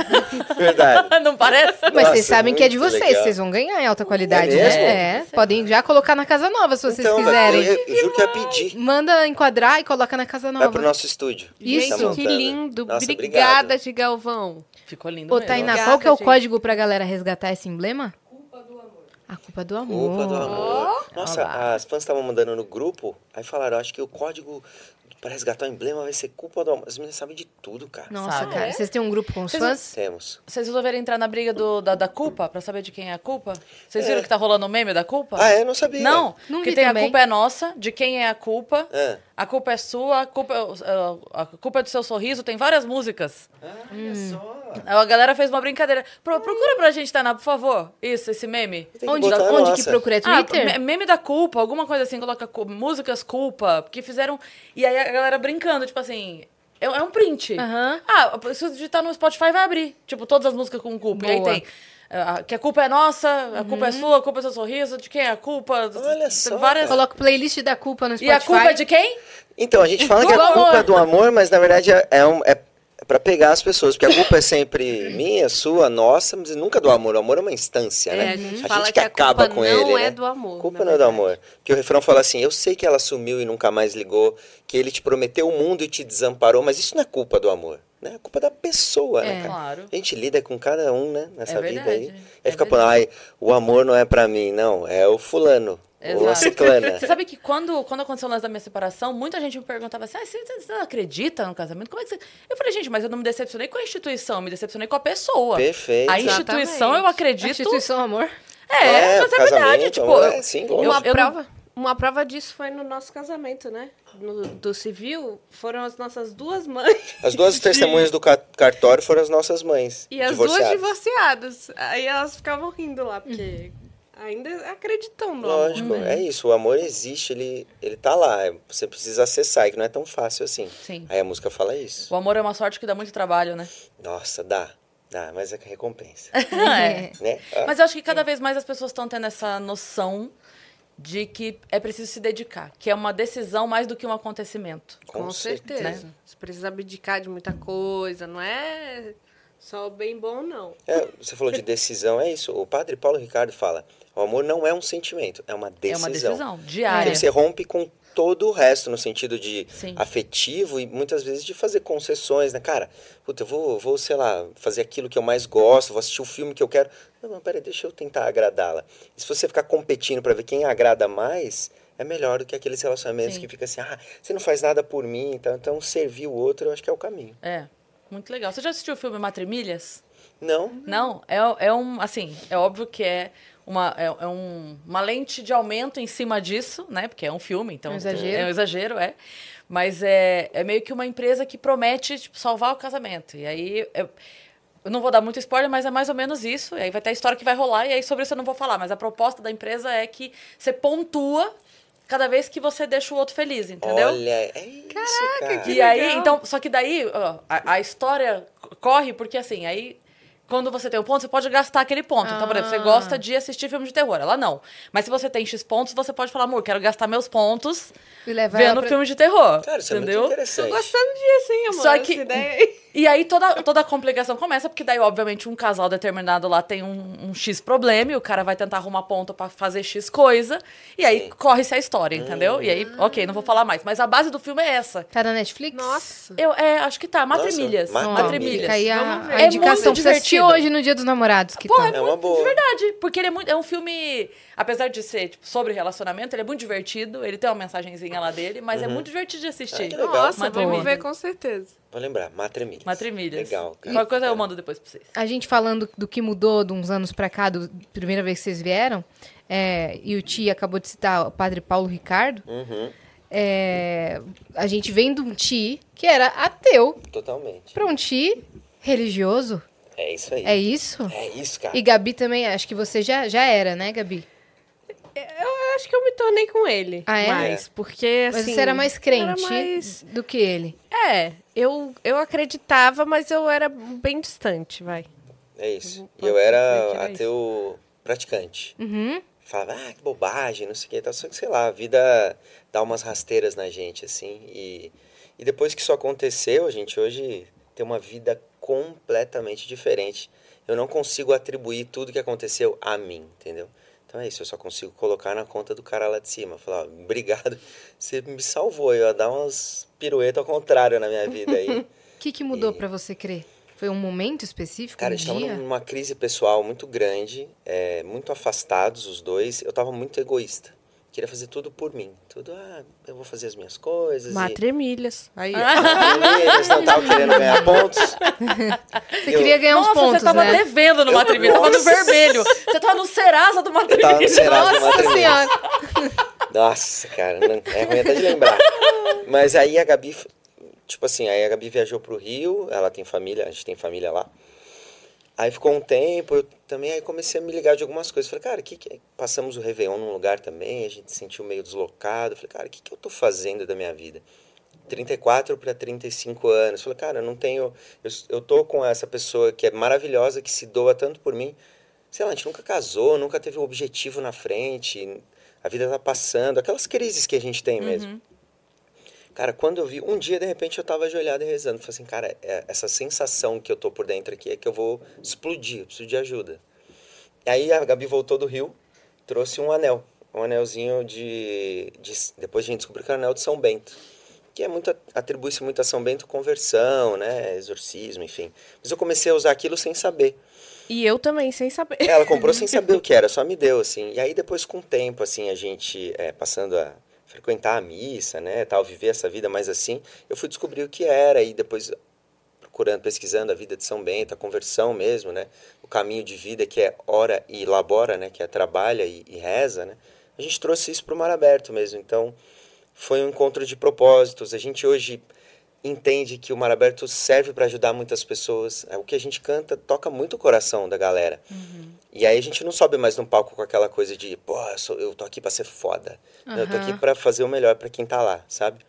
Speaker 3: Verdade.
Speaker 1: Não parece?
Speaker 2: um- Mas
Speaker 3: Nossa,
Speaker 2: vocês sabem que é de
Speaker 3: muito
Speaker 2: vocês,
Speaker 3: legal.
Speaker 2: vocês vão ganhar em alta qualidade,
Speaker 3: É mesmo?
Speaker 2: né? É, podem já colocar na casa nova se vocês
Speaker 3: então, vai-
Speaker 2: quiserem.
Speaker 3: Eu, eu juro que eu ia pedir.
Speaker 2: Manda enquadrar e coloca na casa
Speaker 3: Vai pro
Speaker 2: nova.
Speaker 3: nosso estúdio.
Speaker 2: Isso.
Speaker 3: Tá
Speaker 4: Gente, que
Speaker 3: montando.
Speaker 4: lindo.
Speaker 3: Nossa,
Speaker 4: obrigada,
Speaker 3: obrigado.
Speaker 4: de Galvão.
Speaker 1: Ficou lindo
Speaker 2: Ô,
Speaker 1: mesmo.
Speaker 2: Tainá,
Speaker 4: Obrigada,
Speaker 2: qual que é o
Speaker 4: gente.
Speaker 2: código pra galera resgatar esse emblema? Culpa do amor.
Speaker 3: Opa, do amor. Nossa,
Speaker 2: Olha lá.
Speaker 3: as fãs estavam mandando no grupo, aí falaram, acho que o código para resgatar o emblema vai ser culpa do amor. As meninas sabem de tudo, cara.
Speaker 2: Nossa,
Speaker 1: Sabe?
Speaker 2: cara, vocês têm um grupo com os
Speaker 1: Vocês-
Speaker 2: fãs?
Speaker 3: Temos.
Speaker 1: Vocês resolveram entrar na briga do- da, da culpa pra saber de quem é a culpa? Vocês viram que tá rolando o meme da culpa?
Speaker 3: Ah, é? Não sabia.
Speaker 1: Não,
Speaker 2: Não
Speaker 1: que
Speaker 2: vi
Speaker 1: tem
Speaker 2: também.
Speaker 1: a culpa é nossa, de quem é a culpa.
Speaker 3: Ah,
Speaker 1: A culpa é sua, a culpa é, uh, a culpa é do seu sorriso, tem várias músicas.
Speaker 3: Ah, olha
Speaker 2: Hum.
Speaker 3: só.
Speaker 1: A galera fez uma brincadeira. Pro- procura pra gente, Tainá, por favor. Isso, esse meme.
Speaker 3: Tem que
Speaker 2: Onde,
Speaker 3: botar a
Speaker 2: onde que
Speaker 3: nossa.
Speaker 2: procura? É
Speaker 1: Ah,
Speaker 2: Twitter?
Speaker 1: me- meme da culpa, alguma coisa assim, coloca cu- músicas culpa, porque fizeram. E aí a galera brincando, tipo assim. É, é um print.
Speaker 2: Aham.
Speaker 1: Ah, se você digitar no Spotify, vai abrir. Tipo, todas as músicas com culpa. E aí
Speaker 2: Boa. Uhum.
Speaker 1: tem. ah, que a culpa é nossa, a culpa é sua, a culpa é seu sorriso, de quem é a culpa?
Speaker 3: Olha
Speaker 1: Tem
Speaker 3: só,
Speaker 1: Várias...
Speaker 2: Coloca playlist da culpa no
Speaker 1: E
Speaker 2: Spotify.
Speaker 1: a culpa é de quem?
Speaker 3: Então, a gente fala que
Speaker 1: Do
Speaker 3: a culpa
Speaker 1: amor.
Speaker 3: é do amor, mas na verdade é, é, um- é é pra pegar as pessoas, porque a culpa é sempre minha, sua, nossa, mas nunca do amor. O amor é uma instância, né?
Speaker 4: É, a gente fala que a
Speaker 3: acaba
Speaker 4: culpa
Speaker 3: com
Speaker 4: não
Speaker 3: ele.
Speaker 4: é
Speaker 3: né?
Speaker 4: do amor,
Speaker 3: Culpa
Speaker 4: na
Speaker 3: não é do
Speaker 4: verdade.
Speaker 3: amor. Porque o refrão fala assim: eu sei que ela sumiu e nunca mais ligou, que ele te prometeu o mundo e te desamparou, mas isso não é culpa do amor. Né? É culpa da pessoa,
Speaker 2: É.
Speaker 3: né, cara?
Speaker 1: Claro.
Speaker 3: A gente lida com cada um, né? Nessa
Speaker 1: É
Speaker 3: vida
Speaker 1: verdade,
Speaker 3: aí.
Speaker 1: é
Speaker 3: Aí fica falando, ai, o amor não é pra mim, não. É o fulano. Ou a
Speaker 1: Exato.
Speaker 3: ciclana.
Speaker 1: Você sabe que quando, quando aconteceu o lance da minha separação, muita gente me perguntava assim: ah, você, você- você acredita no casamento? Como é que você. Eu falei, gente, mas eu não me decepcionei com a instituição, eu me decepcionei com a pessoa.
Speaker 3: Perfeito.
Speaker 1: A instituição
Speaker 4: Exatamente.
Speaker 1: eu acredito.
Speaker 2: Instituição Amor.
Speaker 1: É,
Speaker 3: É,
Speaker 1: mas
Speaker 3: o
Speaker 1: é verdade.
Speaker 3: casamento,
Speaker 1: Tipo,
Speaker 3: amor,
Speaker 1: eu-
Speaker 3: é, sim,
Speaker 1: eu-
Speaker 4: Uma
Speaker 1: eu não-
Speaker 4: prova, uma prova disso foi no nosso casamento, né? No- do civil, foram as nossas duas mães
Speaker 3: As duas testemunhas do ca- cartório foram as nossas mães.
Speaker 4: e as duas
Speaker 3: divorciadas.
Speaker 4: divorciadas. Aí elas ficavam rindo lá, porque ainda acreditam no amor.
Speaker 3: Lógico, é isso. O amor existe, ele, ele tá lá. é- Você precisa acessar, e que não é tão fácil assim.
Speaker 1: Sim.
Speaker 3: Aí a música fala isso.
Speaker 1: O amor é uma sorte que dá muito trabalho, né?
Speaker 3: Nossa, dá. Dá, mas é que recompensa.
Speaker 1: É.
Speaker 3: né? Ah,
Speaker 1: Mas eu acho que cada vez mais as pessoas estão tendo essa noção de que é preciso se dedicar, que é uma decisão mais do que um acontecimento.
Speaker 4: Com, certeza. Né? Você precisa abdicar de muita coisa, não é só o bem bom, não.
Speaker 3: É, você falou de decisão, é isso. O padre Paulo Ricardo fala: o amor não é um sentimento, é uma decisão.
Speaker 1: É uma decisão
Speaker 3: Porque
Speaker 1: diária.
Speaker 3: você rompe com todo o resto, no sentido de
Speaker 1: Sim.
Speaker 3: afetivo e muitas vezes de fazer concessões, né? Cara, puta, eu vou, vou, sei lá, fazer aquilo que eu mais gosto, vou assistir o filme que eu quero. Não, não, peraí, deixa eu tentar agradá-la. E se você ficar competindo pra ver quem agrada mais, é melhor do que aqueles relacionamentos
Speaker 1: Sim.
Speaker 3: que fica assim, ah, você não faz nada por mim, então, então servir o outro eu acho que é o caminho.
Speaker 1: É, muito legal. Você já assistiu o filme Matrimilhas?
Speaker 2: Uhum.
Speaker 3: Não,
Speaker 1: Não, é, é um. Assim, é óbvio que é. Uma, é, é um- uma lente de aumento em cima disso, né? Porque é um filme, então.
Speaker 2: É um exagero.
Speaker 1: É um exagero, é. Mas é, é meio que uma empresa que promete tipo, salvar o casamento. E aí. é- eu não vou dar muito spoiler, mas é mais ou menos isso. E aí vai ter a história que vai rolar, e aí sobre isso eu não vou falar. Mas a proposta da empresa é que você pontua cada vez que você deixa o outro feliz, entendeu?
Speaker 3: olha, é isso, cara.
Speaker 1: E aí, então, só que daí, ó, a, a história c- corre porque assim, aí quando você tem um ponto, você pode gastar aquele ponto. Então, por exemplo, você
Speaker 2: Ah.
Speaker 1: gosta de assistir filme de terror, ela não. Mas se você tem X pontos, você pode falar, amor, quero gastar meus pontos
Speaker 2: E levar ela
Speaker 1: vendo
Speaker 2: pra-
Speaker 1: filme de terror.
Speaker 3: Cara, isso é
Speaker 1: entendeu?
Speaker 3: muito interessante.
Speaker 4: Gostando disso, hein, amor?
Speaker 1: Só que-
Speaker 4: Essa ideia.
Speaker 1: E aí toda, toda a complicação começa, porque daí, obviamente, um casal determinado lá tem um, um X problema, e o cara vai tentar arrumar ponto pra fazer X coisa, e aí
Speaker 3: Sim.
Speaker 1: corre-se a história, entendeu? E aí,
Speaker 2: Ah.
Speaker 1: ok, não vou falar mais. Mas a base do filme é essa.
Speaker 2: Tá na Netflix?
Speaker 4: Nossa.
Speaker 1: Eu, é, acho que tá, Matrimilhas.
Speaker 3: Nossa,
Speaker 2: Olha,
Speaker 3: Matrimilhas.
Speaker 2: Fica aí a,
Speaker 4: Vamos ver.
Speaker 2: a
Speaker 4: É
Speaker 2: indicação.
Speaker 1: muito
Speaker 2: Precisa assistir
Speaker 1: divertido.
Speaker 2: hoje no Dia dos Namorados. Que tá.
Speaker 1: Pô,
Speaker 2: tal?
Speaker 1: é
Speaker 3: É uma
Speaker 1: muito
Speaker 3: boa.
Speaker 1: de verdade, porque ele é muito, é um filme, apesar de ser tipo, sobre relacionamento, ele é muito divertido, ele tem uma mensagenzinha lá dele, mas é muito divertido de
Speaker 3: Ah,
Speaker 1: assistir.
Speaker 3: que legal.
Speaker 4: Nossa,
Speaker 1: Matrimilhas.
Speaker 4: vamos ver com certeza.
Speaker 3: Vou lembrar, Matremilhas.
Speaker 1: Matrimilhas.
Speaker 3: Legal, cara.
Speaker 1: Qualquer coisa é eu mando depois pra vocês.
Speaker 2: A gente falando do que mudou de uns anos pra cá, do primeira vez que vocês vieram, é, e o Ti acabou de citar o padre Paulo Ricardo,
Speaker 3: Uhum,
Speaker 2: é, a gente vem de um Ti que era ateu
Speaker 3: totalmente.
Speaker 2: pra um Ti religioso.
Speaker 3: É isso aí.
Speaker 2: É isso?
Speaker 3: É isso, cara.
Speaker 2: E Gabi também, acho que você já, já era, né, Gabi?
Speaker 4: Eu acho que eu me tornei com ele.
Speaker 2: Ah, é?
Speaker 4: Mais, porque assim...
Speaker 2: Mas você era mais crente
Speaker 4: era mais-
Speaker 2: do que ele.
Speaker 4: É, eu, eu acreditava, mas eu era bem distante, vai.
Speaker 3: É isso. E
Speaker 4: Pode
Speaker 3: eu
Speaker 4: ser
Speaker 3: era
Speaker 2: é
Speaker 4: que era
Speaker 3: ateu praticante.
Speaker 2: Uhum.
Speaker 3: Falava, ah, que bobagem, não sei o que. e tal. Só que, sei lá, a vida dá umas rasteiras na gente, assim. E, e depois que isso aconteceu, a gente hoje tem uma vida completamente diferente. Eu não consigo atribuir tudo que aconteceu a mim, entendeu? Então é isso, eu só consigo colocar na conta do cara lá de cima. Falar, ó, obrigado, você me salvou. Eu ia dar umas piruetas ao contrário na minha vida aí.
Speaker 2: O que, que mudou
Speaker 3: E-
Speaker 2: pra você crer? Foi um momento específico, um
Speaker 3: Cara, a gente
Speaker 2: dia?
Speaker 3: tava numa crise pessoal muito grande, é, muito afastados os dois. Eu tava muito egoísta. Queria fazer tudo por mim. Tudo, ah, eu vou fazer as minhas coisas. E...
Speaker 4: Matremilhas.
Speaker 1: É.
Speaker 4: Aí,
Speaker 3: Eles não estavam querendo ganhar pontos.
Speaker 2: Você
Speaker 3: Eu-
Speaker 2: queria ganhar
Speaker 1: Nossa,
Speaker 2: uns pontos,
Speaker 1: você tava
Speaker 2: né?
Speaker 1: devendo no Matrimilhas, tava no vermelho. Você tava no Serasa do
Speaker 3: Eu tava no
Speaker 1: Matrimilhas.
Speaker 3: Serasa do
Speaker 2: Nossa
Speaker 3: Matrimônio.
Speaker 2: senhora!
Speaker 3: Nossa, cara, não, é ruim até de lembrar. Mas aí a Gabi, f- tipo assim, aí a Gabi viajou pro Rio, ela tem família, a gente tem família lá. Aí ficou um tempo, eu também aí comecei a me ligar de algumas coisas. Falei, cara, que que é? passamos o Réveillon num lugar também, a gente se sentiu meio deslocado. Falei, cara, o que, que eu tô fazendo da minha vida? 34 para 35 anos. Falei, cara, eu não tenho. Eu, s- eu tô com essa pessoa que é maravilhosa, que se doa tanto por mim. Sei lá, a gente nunca casou, nunca teve um objetivo na frente, a vida tá passando, aquelas crises que a gente tem mesmo.
Speaker 1: Uhum.
Speaker 3: Cara, quando eu vi, um dia de repente eu tava ajoelhado e rezando. Falei assim, cara, é- essa sensação que eu tô por dentro aqui é que eu vou explodir, eu preciso de ajuda. Aí a Gabi voltou do Rio, trouxe um anel. Um anelzinho de. de- depois a gente descobriu que era um anel de São Bento. Que é muito, atribui-se muito a São Bento conversão, né? Exorcismo, enfim. Mas eu comecei a usar aquilo sem saber.
Speaker 4: e eu também, sem saber.
Speaker 3: Ela comprou sem saber o que era, só me deu, assim. E aí depois, com o tempo, assim, a gente é, passando a frequentar a missa, né, tal, viver essa vida mais assim, eu fui descobrir o que era e depois procurando, pesquisando a vida de São Bento, a conversão mesmo, né, o caminho de vida que é ora e labora, né, que é trabalha e, e reza, né, a gente trouxe isso para o mar aberto mesmo, então foi um encontro de propósitos, a gente hoje entende que o mar aberto serve para ajudar muitas pessoas, é o que a gente canta toca muito o coração da galera,
Speaker 2: Uhum.
Speaker 3: e aí a gente não sobe mais num palco com aquela coisa de, pô, eu, sou- eu tô aqui pra ser foda. Não, eu tô aqui
Speaker 2: Aham.
Speaker 3: pra fazer o melhor pra quem tá lá, sabe?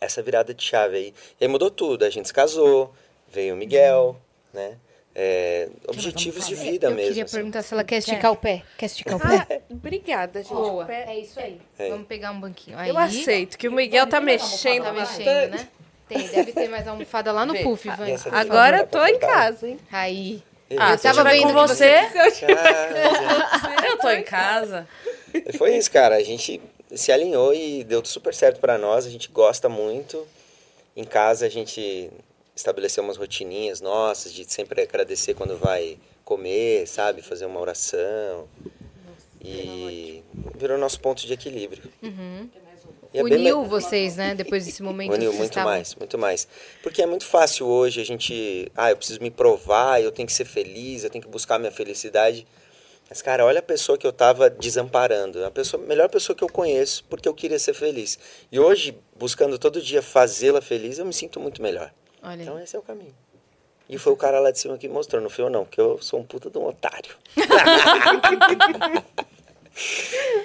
Speaker 3: Essa virada de chave aí. E aí mudou tudo. A gente se casou, veio o Miguel,
Speaker 2: Uhum.
Speaker 3: né? É, objetivos de vida
Speaker 2: eu
Speaker 3: mesmo.
Speaker 2: queria
Speaker 3: assim.
Speaker 2: perguntar se ela quer esticar o pé. Quer esticar o pé?
Speaker 4: Ah, obrigada, gente.
Speaker 2: Boa.
Speaker 4: Pé-
Speaker 2: É isso aí.
Speaker 3: É.
Speaker 2: Vamos pegar um banquinho. Aí,
Speaker 4: Eu aceito que o Miguel tá mexendo.
Speaker 2: Tá
Speaker 4: lá.
Speaker 2: mexendo,
Speaker 3: Então,
Speaker 2: né? Tem, deve ter mais almofada lá no
Speaker 4: Vê.
Speaker 2: puff, Vani.
Speaker 3: essa aqui.
Speaker 4: Agora eu tô em
Speaker 3: Confortável.
Speaker 4: casa, hein?
Speaker 2: Aí.
Speaker 1: Ah,
Speaker 3: Eu
Speaker 1: se eu
Speaker 2: tava
Speaker 1: tiver
Speaker 2: vendo
Speaker 1: com
Speaker 2: que
Speaker 1: você,
Speaker 3: Tchau.
Speaker 1: eu tô em casa.
Speaker 3: Foi isso, cara. A gente se alinhou e deu super certo pra nós. A gente gosta muito. Em casa a gente estabeleceu umas rotininhas nossas de sempre agradecer quando vai comer, sabe? Fazer uma oração. E virou nosso ponto de equilíbrio. E é bem le-
Speaker 2: Uniu vocês, né? Depois desse momento. que
Speaker 3: Vanil,
Speaker 2: vocês
Speaker 3: muito
Speaker 2: estavam-
Speaker 3: mais, muito mais. Porque é muito fácil hoje a gente. Ah, eu preciso me provar, eu tenho que ser feliz, eu tenho que buscar a minha felicidade. Mas, cara, olha a pessoa que eu tava desamparando. A pessoa, melhor pessoa que eu conheço, porque eu queria ser feliz. E hoje, buscando todo dia fazê-la feliz, eu me sinto muito melhor.
Speaker 2: Olha aí.
Speaker 3: Então, esse é o caminho. E foi o cara lá de cima que mostrou, não foi eu não, que eu sou um puta de um otário.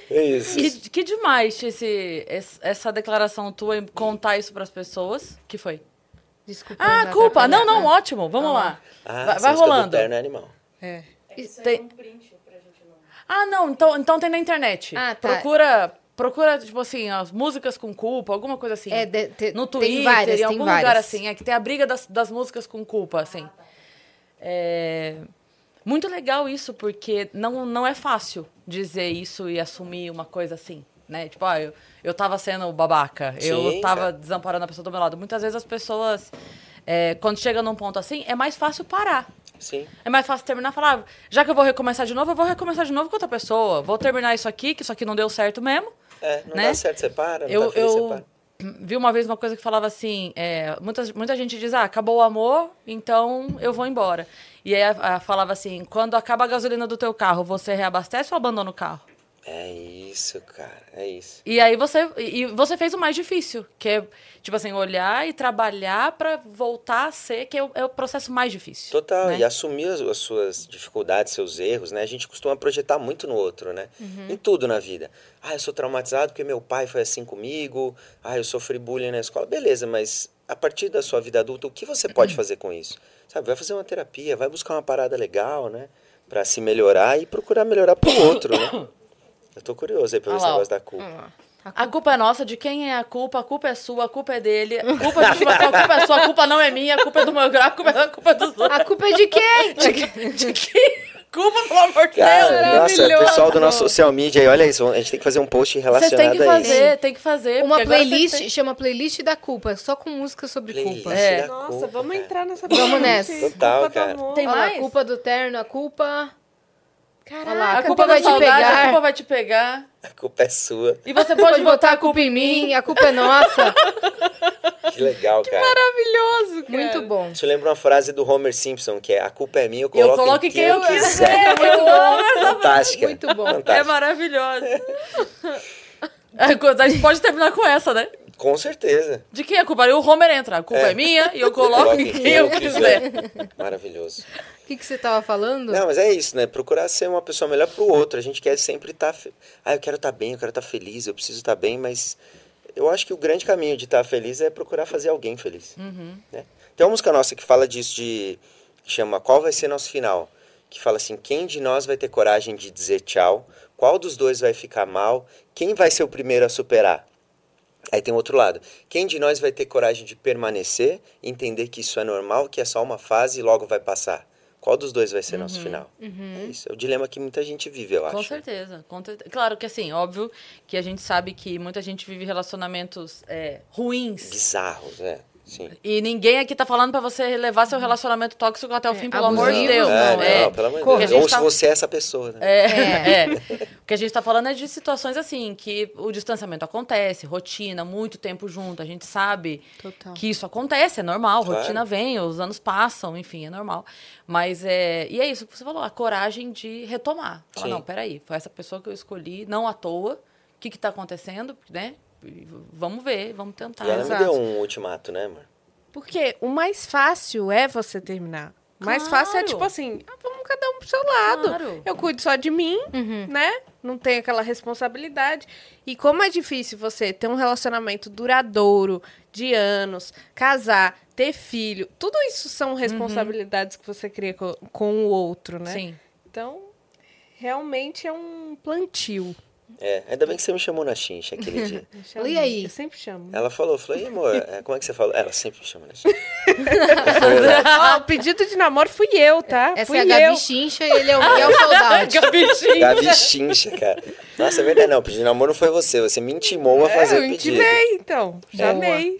Speaker 3: é isso.
Speaker 1: Que, que demais esse, es- essa declaração tua em contar isso pras pessoas. que foi?
Speaker 2: Desculpa.
Speaker 1: Ah,
Speaker 2: ainda
Speaker 1: culpa! Não,
Speaker 2: atrapalhar.
Speaker 1: não, ótimo. Vamos lá.
Speaker 3: Ah,
Speaker 1: vai
Speaker 3: essa
Speaker 1: vai
Speaker 3: música do
Speaker 1: rolando.
Speaker 3: Terno é animal.
Speaker 1: Tem- Ah, não. Então, então tem na internet.
Speaker 2: Ah, tá.
Speaker 1: Procura, procura, tipo assim, as músicas com culpa, alguma coisa assim.
Speaker 2: É, de- te-
Speaker 1: no
Speaker 2: tem
Speaker 1: Twitter,
Speaker 2: várias,
Speaker 1: em
Speaker 2: tem
Speaker 1: algum lugar
Speaker 2: várias.
Speaker 1: assim. É que tem a briga das, das músicas com culpa, assim. É... Muito legal isso, porque não, não é fácil dizer isso e assumir uma coisa assim, né? Tipo, ah, eu, eu tava sendo babaca, eu
Speaker 3: Sim,
Speaker 1: tava
Speaker 3: cara.
Speaker 1: desamparando a pessoa do meu lado. Muitas vezes as pessoas, é, quando chegam num ponto assim, é mais fácil parar.
Speaker 3: Sim.
Speaker 1: É mais fácil terminar e falar, ah, já que eu vou recomeçar de novo, eu vou recomeçar de novo com outra pessoa. Vou terminar isso aqui, que isso aqui não deu certo mesmo.
Speaker 3: É, não
Speaker 1: Né?
Speaker 3: dá certo, você para, não
Speaker 1: eu
Speaker 3: dá feliz, você tá?
Speaker 1: eu
Speaker 3: para.
Speaker 1: vi uma vez uma coisa que falava assim, é, muitas, muita gente diz, ah, acabou o amor, então eu vou embora. E aí a- a- falava assim, quando acaba a gasolina do teu carro, você reabastece ou abandona o carro?
Speaker 3: É isso, cara, é isso.
Speaker 1: E aí você, e e você fez o mais difícil, que é, tipo assim, olhar e trabalhar pra voltar a ser, que é o, é o processo mais difícil.
Speaker 3: Total,
Speaker 1: né?
Speaker 3: e assumir as, as suas dificuldades, seus erros, né? A gente costuma projetar muito no outro, né?
Speaker 1: Uhum.
Speaker 3: Em tudo na vida. Ah, eu sou traumatizado porque meu pai foi assim comigo. Ah, eu sofri bullying na escola. Beleza, mas a partir da sua vida adulta, o que você
Speaker 1: Uhum.
Speaker 3: pode fazer com isso? Sabe, vai fazer uma terapia, vai buscar uma parada legal, né? Pra se melhorar e procurar melhorar pro outro, né? Eu tô curioso aí pra ver
Speaker 1: Ah
Speaker 3: esse
Speaker 1: lá, ó.
Speaker 3: negócio da culpa.
Speaker 2: Vamos lá.
Speaker 1: A culpa é nossa, de quem é a culpa? A culpa é sua, a culpa é dele. A culpa é de Chimatel, a culpa é sua, a culpa não é minha, a culpa é do meu grau, a culpa é a culpa é dos outros.
Speaker 2: A culpa é de quem?
Speaker 1: De, que- de que culpa, pelo amor de Deus?
Speaker 4: É
Speaker 3: Cara, nossa, é
Speaker 2: maravilhoso.
Speaker 3: pessoal do nosso social media aí, olha isso, a gente tem que fazer um post
Speaker 1: Vocês
Speaker 3: relacionado
Speaker 1: têm que
Speaker 3: a isso.
Speaker 1: fazer, tem que fazer.
Speaker 2: Uma
Speaker 1: porque agora vocês
Speaker 2: playlist,
Speaker 1: têm-
Speaker 2: chama Playlist da Culpa, só com música sobre
Speaker 3: Playlist
Speaker 2: culpa.
Speaker 1: É.
Speaker 3: da
Speaker 4: Nossa,
Speaker 3: culpa,
Speaker 4: vamos
Speaker 3: cara.
Speaker 4: entrar nessa
Speaker 2: Vamos nessa.
Speaker 3: Total,
Speaker 4: Culpa do
Speaker 3: cara.
Speaker 4: amor.
Speaker 1: Tem
Speaker 2: Olha lá,
Speaker 1: mais?
Speaker 2: a culpa do terno, a culpa.
Speaker 4: Caraca,
Speaker 2: Olha lá,
Speaker 1: A culpa
Speaker 2: a culpa
Speaker 1: vai
Speaker 2: vai te
Speaker 1: saudade,
Speaker 2: pegar.
Speaker 1: a culpa vai te pegar.
Speaker 3: A culpa é sua.
Speaker 1: E você
Speaker 2: Pode
Speaker 1: pode
Speaker 2: botar a culpa em mim, a culpa é nossa.
Speaker 3: Que legal, cara.
Speaker 1: maravilhoso,
Speaker 2: Muito bom.
Speaker 3: Isso lembra uma frase do Homer Simpson, que é a culpa é minha, eu
Speaker 1: E eu É,
Speaker 3: coloco,
Speaker 1: coloco
Speaker 3: em quem eu quiser.
Speaker 1: Muito bom.
Speaker 3: Fantástica.
Speaker 2: Muito bom.
Speaker 1: É
Speaker 3: Fantástica.
Speaker 1: maravilhosa. A coisa- A gente pode terminar com essa, né?
Speaker 3: Com certeza.
Speaker 1: De quem é a culpa? Aí o Homer entra. A culpa é, minha e eu coloco em quem eu quiser.
Speaker 3: Maravilhoso.
Speaker 2: O que, que você tava falando?
Speaker 3: Não, mas é isso, né? Procurar ser uma pessoa melhor pro outro. A gente quer sempre estar. Fe... Ah, eu quero estar bem, eu quero estar feliz, eu preciso estar bem, mas eu acho que o grande caminho de estar feliz é procurar fazer alguém feliz. né? Tem uma música nossa que fala disso, de. que chama Qual vai ser nosso final? Que fala assim: quem de nós vai ter coragem de dizer tchau? Qual dos dois vai ficar mal? Quem vai ser o primeiro a superar? Aí tem o outro lado. Quem de nós vai ter coragem de permanecer, entender que isso é normal, que é só uma fase e logo vai passar? Qual dos dois vai ser nosso final? É isso. É o dilema que muita gente vive, eu acho.
Speaker 1: Uhum. Com certeza, com certeza. Claro que assim, óbvio que a gente sabe que muita gente vive relacionamentos é, ruins.
Speaker 3: Bizarros, né? Sim.
Speaker 1: E ninguém aqui tá falando pra você levar seu relacionamento tóxico até o fim, pelo amor de
Speaker 2: abusivo,
Speaker 1: Deus.
Speaker 3: é,
Speaker 1: não, é.
Speaker 3: não, pelo amor de
Speaker 1: Porque a
Speaker 3: Deus.
Speaker 1: gente
Speaker 3: Ou
Speaker 1: tá-
Speaker 3: se você é essa pessoa, né?
Speaker 1: É,
Speaker 2: É.
Speaker 1: é. O que a gente tá falando é de situações assim, que o distanciamento acontece, rotina, muito tempo junto, a gente sabe
Speaker 4: Total.
Speaker 1: que isso acontece, é normal,
Speaker 3: Claro.
Speaker 1: rotina vem, os anos passam, enfim, é normal. Mas é. E é isso que você falou, a coragem de retomar. Falar,
Speaker 3: Sim.
Speaker 1: não, peraí, foi essa pessoa que eu escolhi, não à toa. O que, que tá acontecendo, né? E Vamos ver, vamos tentar.
Speaker 3: E ela me
Speaker 4: Exato.
Speaker 3: deu um ultimato, né, amor?
Speaker 4: Porque o mais fácil é você terminar. O mais
Speaker 1: Claro.
Speaker 4: fácil é tipo assim, ah, vamos cada um pro seu lado.
Speaker 1: Claro.
Speaker 4: Eu cuido só de mim,
Speaker 2: Uhum.
Speaker 4: né? Não tenho aquela responsabilidade. E como é difícil você ter um relacionamento duradouro, de anos, casar, ter filho, tudo isso são
Speaker 2: Uhum.
Speaker 4: responsabilidades que você cria co- com, o outro, né?
Speaker 1: Sim.
Speaker 4: Então, realmente é um plantio.
Speaker 3: É, ainda bem que você me chamou na chincha aquele dia.
Speaker 4: Eu chamo.
Speaker 2: E aí?
Speaker 4: Eu sempre chamo.
Speaker 3: Ela falou, eu falei, "Ih, amor, é, como é que você falou? Ela sempre me chama na É chincha.
Speaker 4: Ó, o pedido de namoro fui eu, tá?
Speaker 2: Essa
Speaker 4: fui
Speaker 2: é a Gabi
Speaker 4: eu.
Speaker 2: Chincha e ele é o Miguel Soldado.
Speaker 3: Gabi chincha, cara. Nossa, é verdade, não. Pedido de namoro não foi você. Você me intimou a fazer
Speaker 4: É, eu
Speaker 3: o pedido.
Speaker 4: intimei, então. Chamei,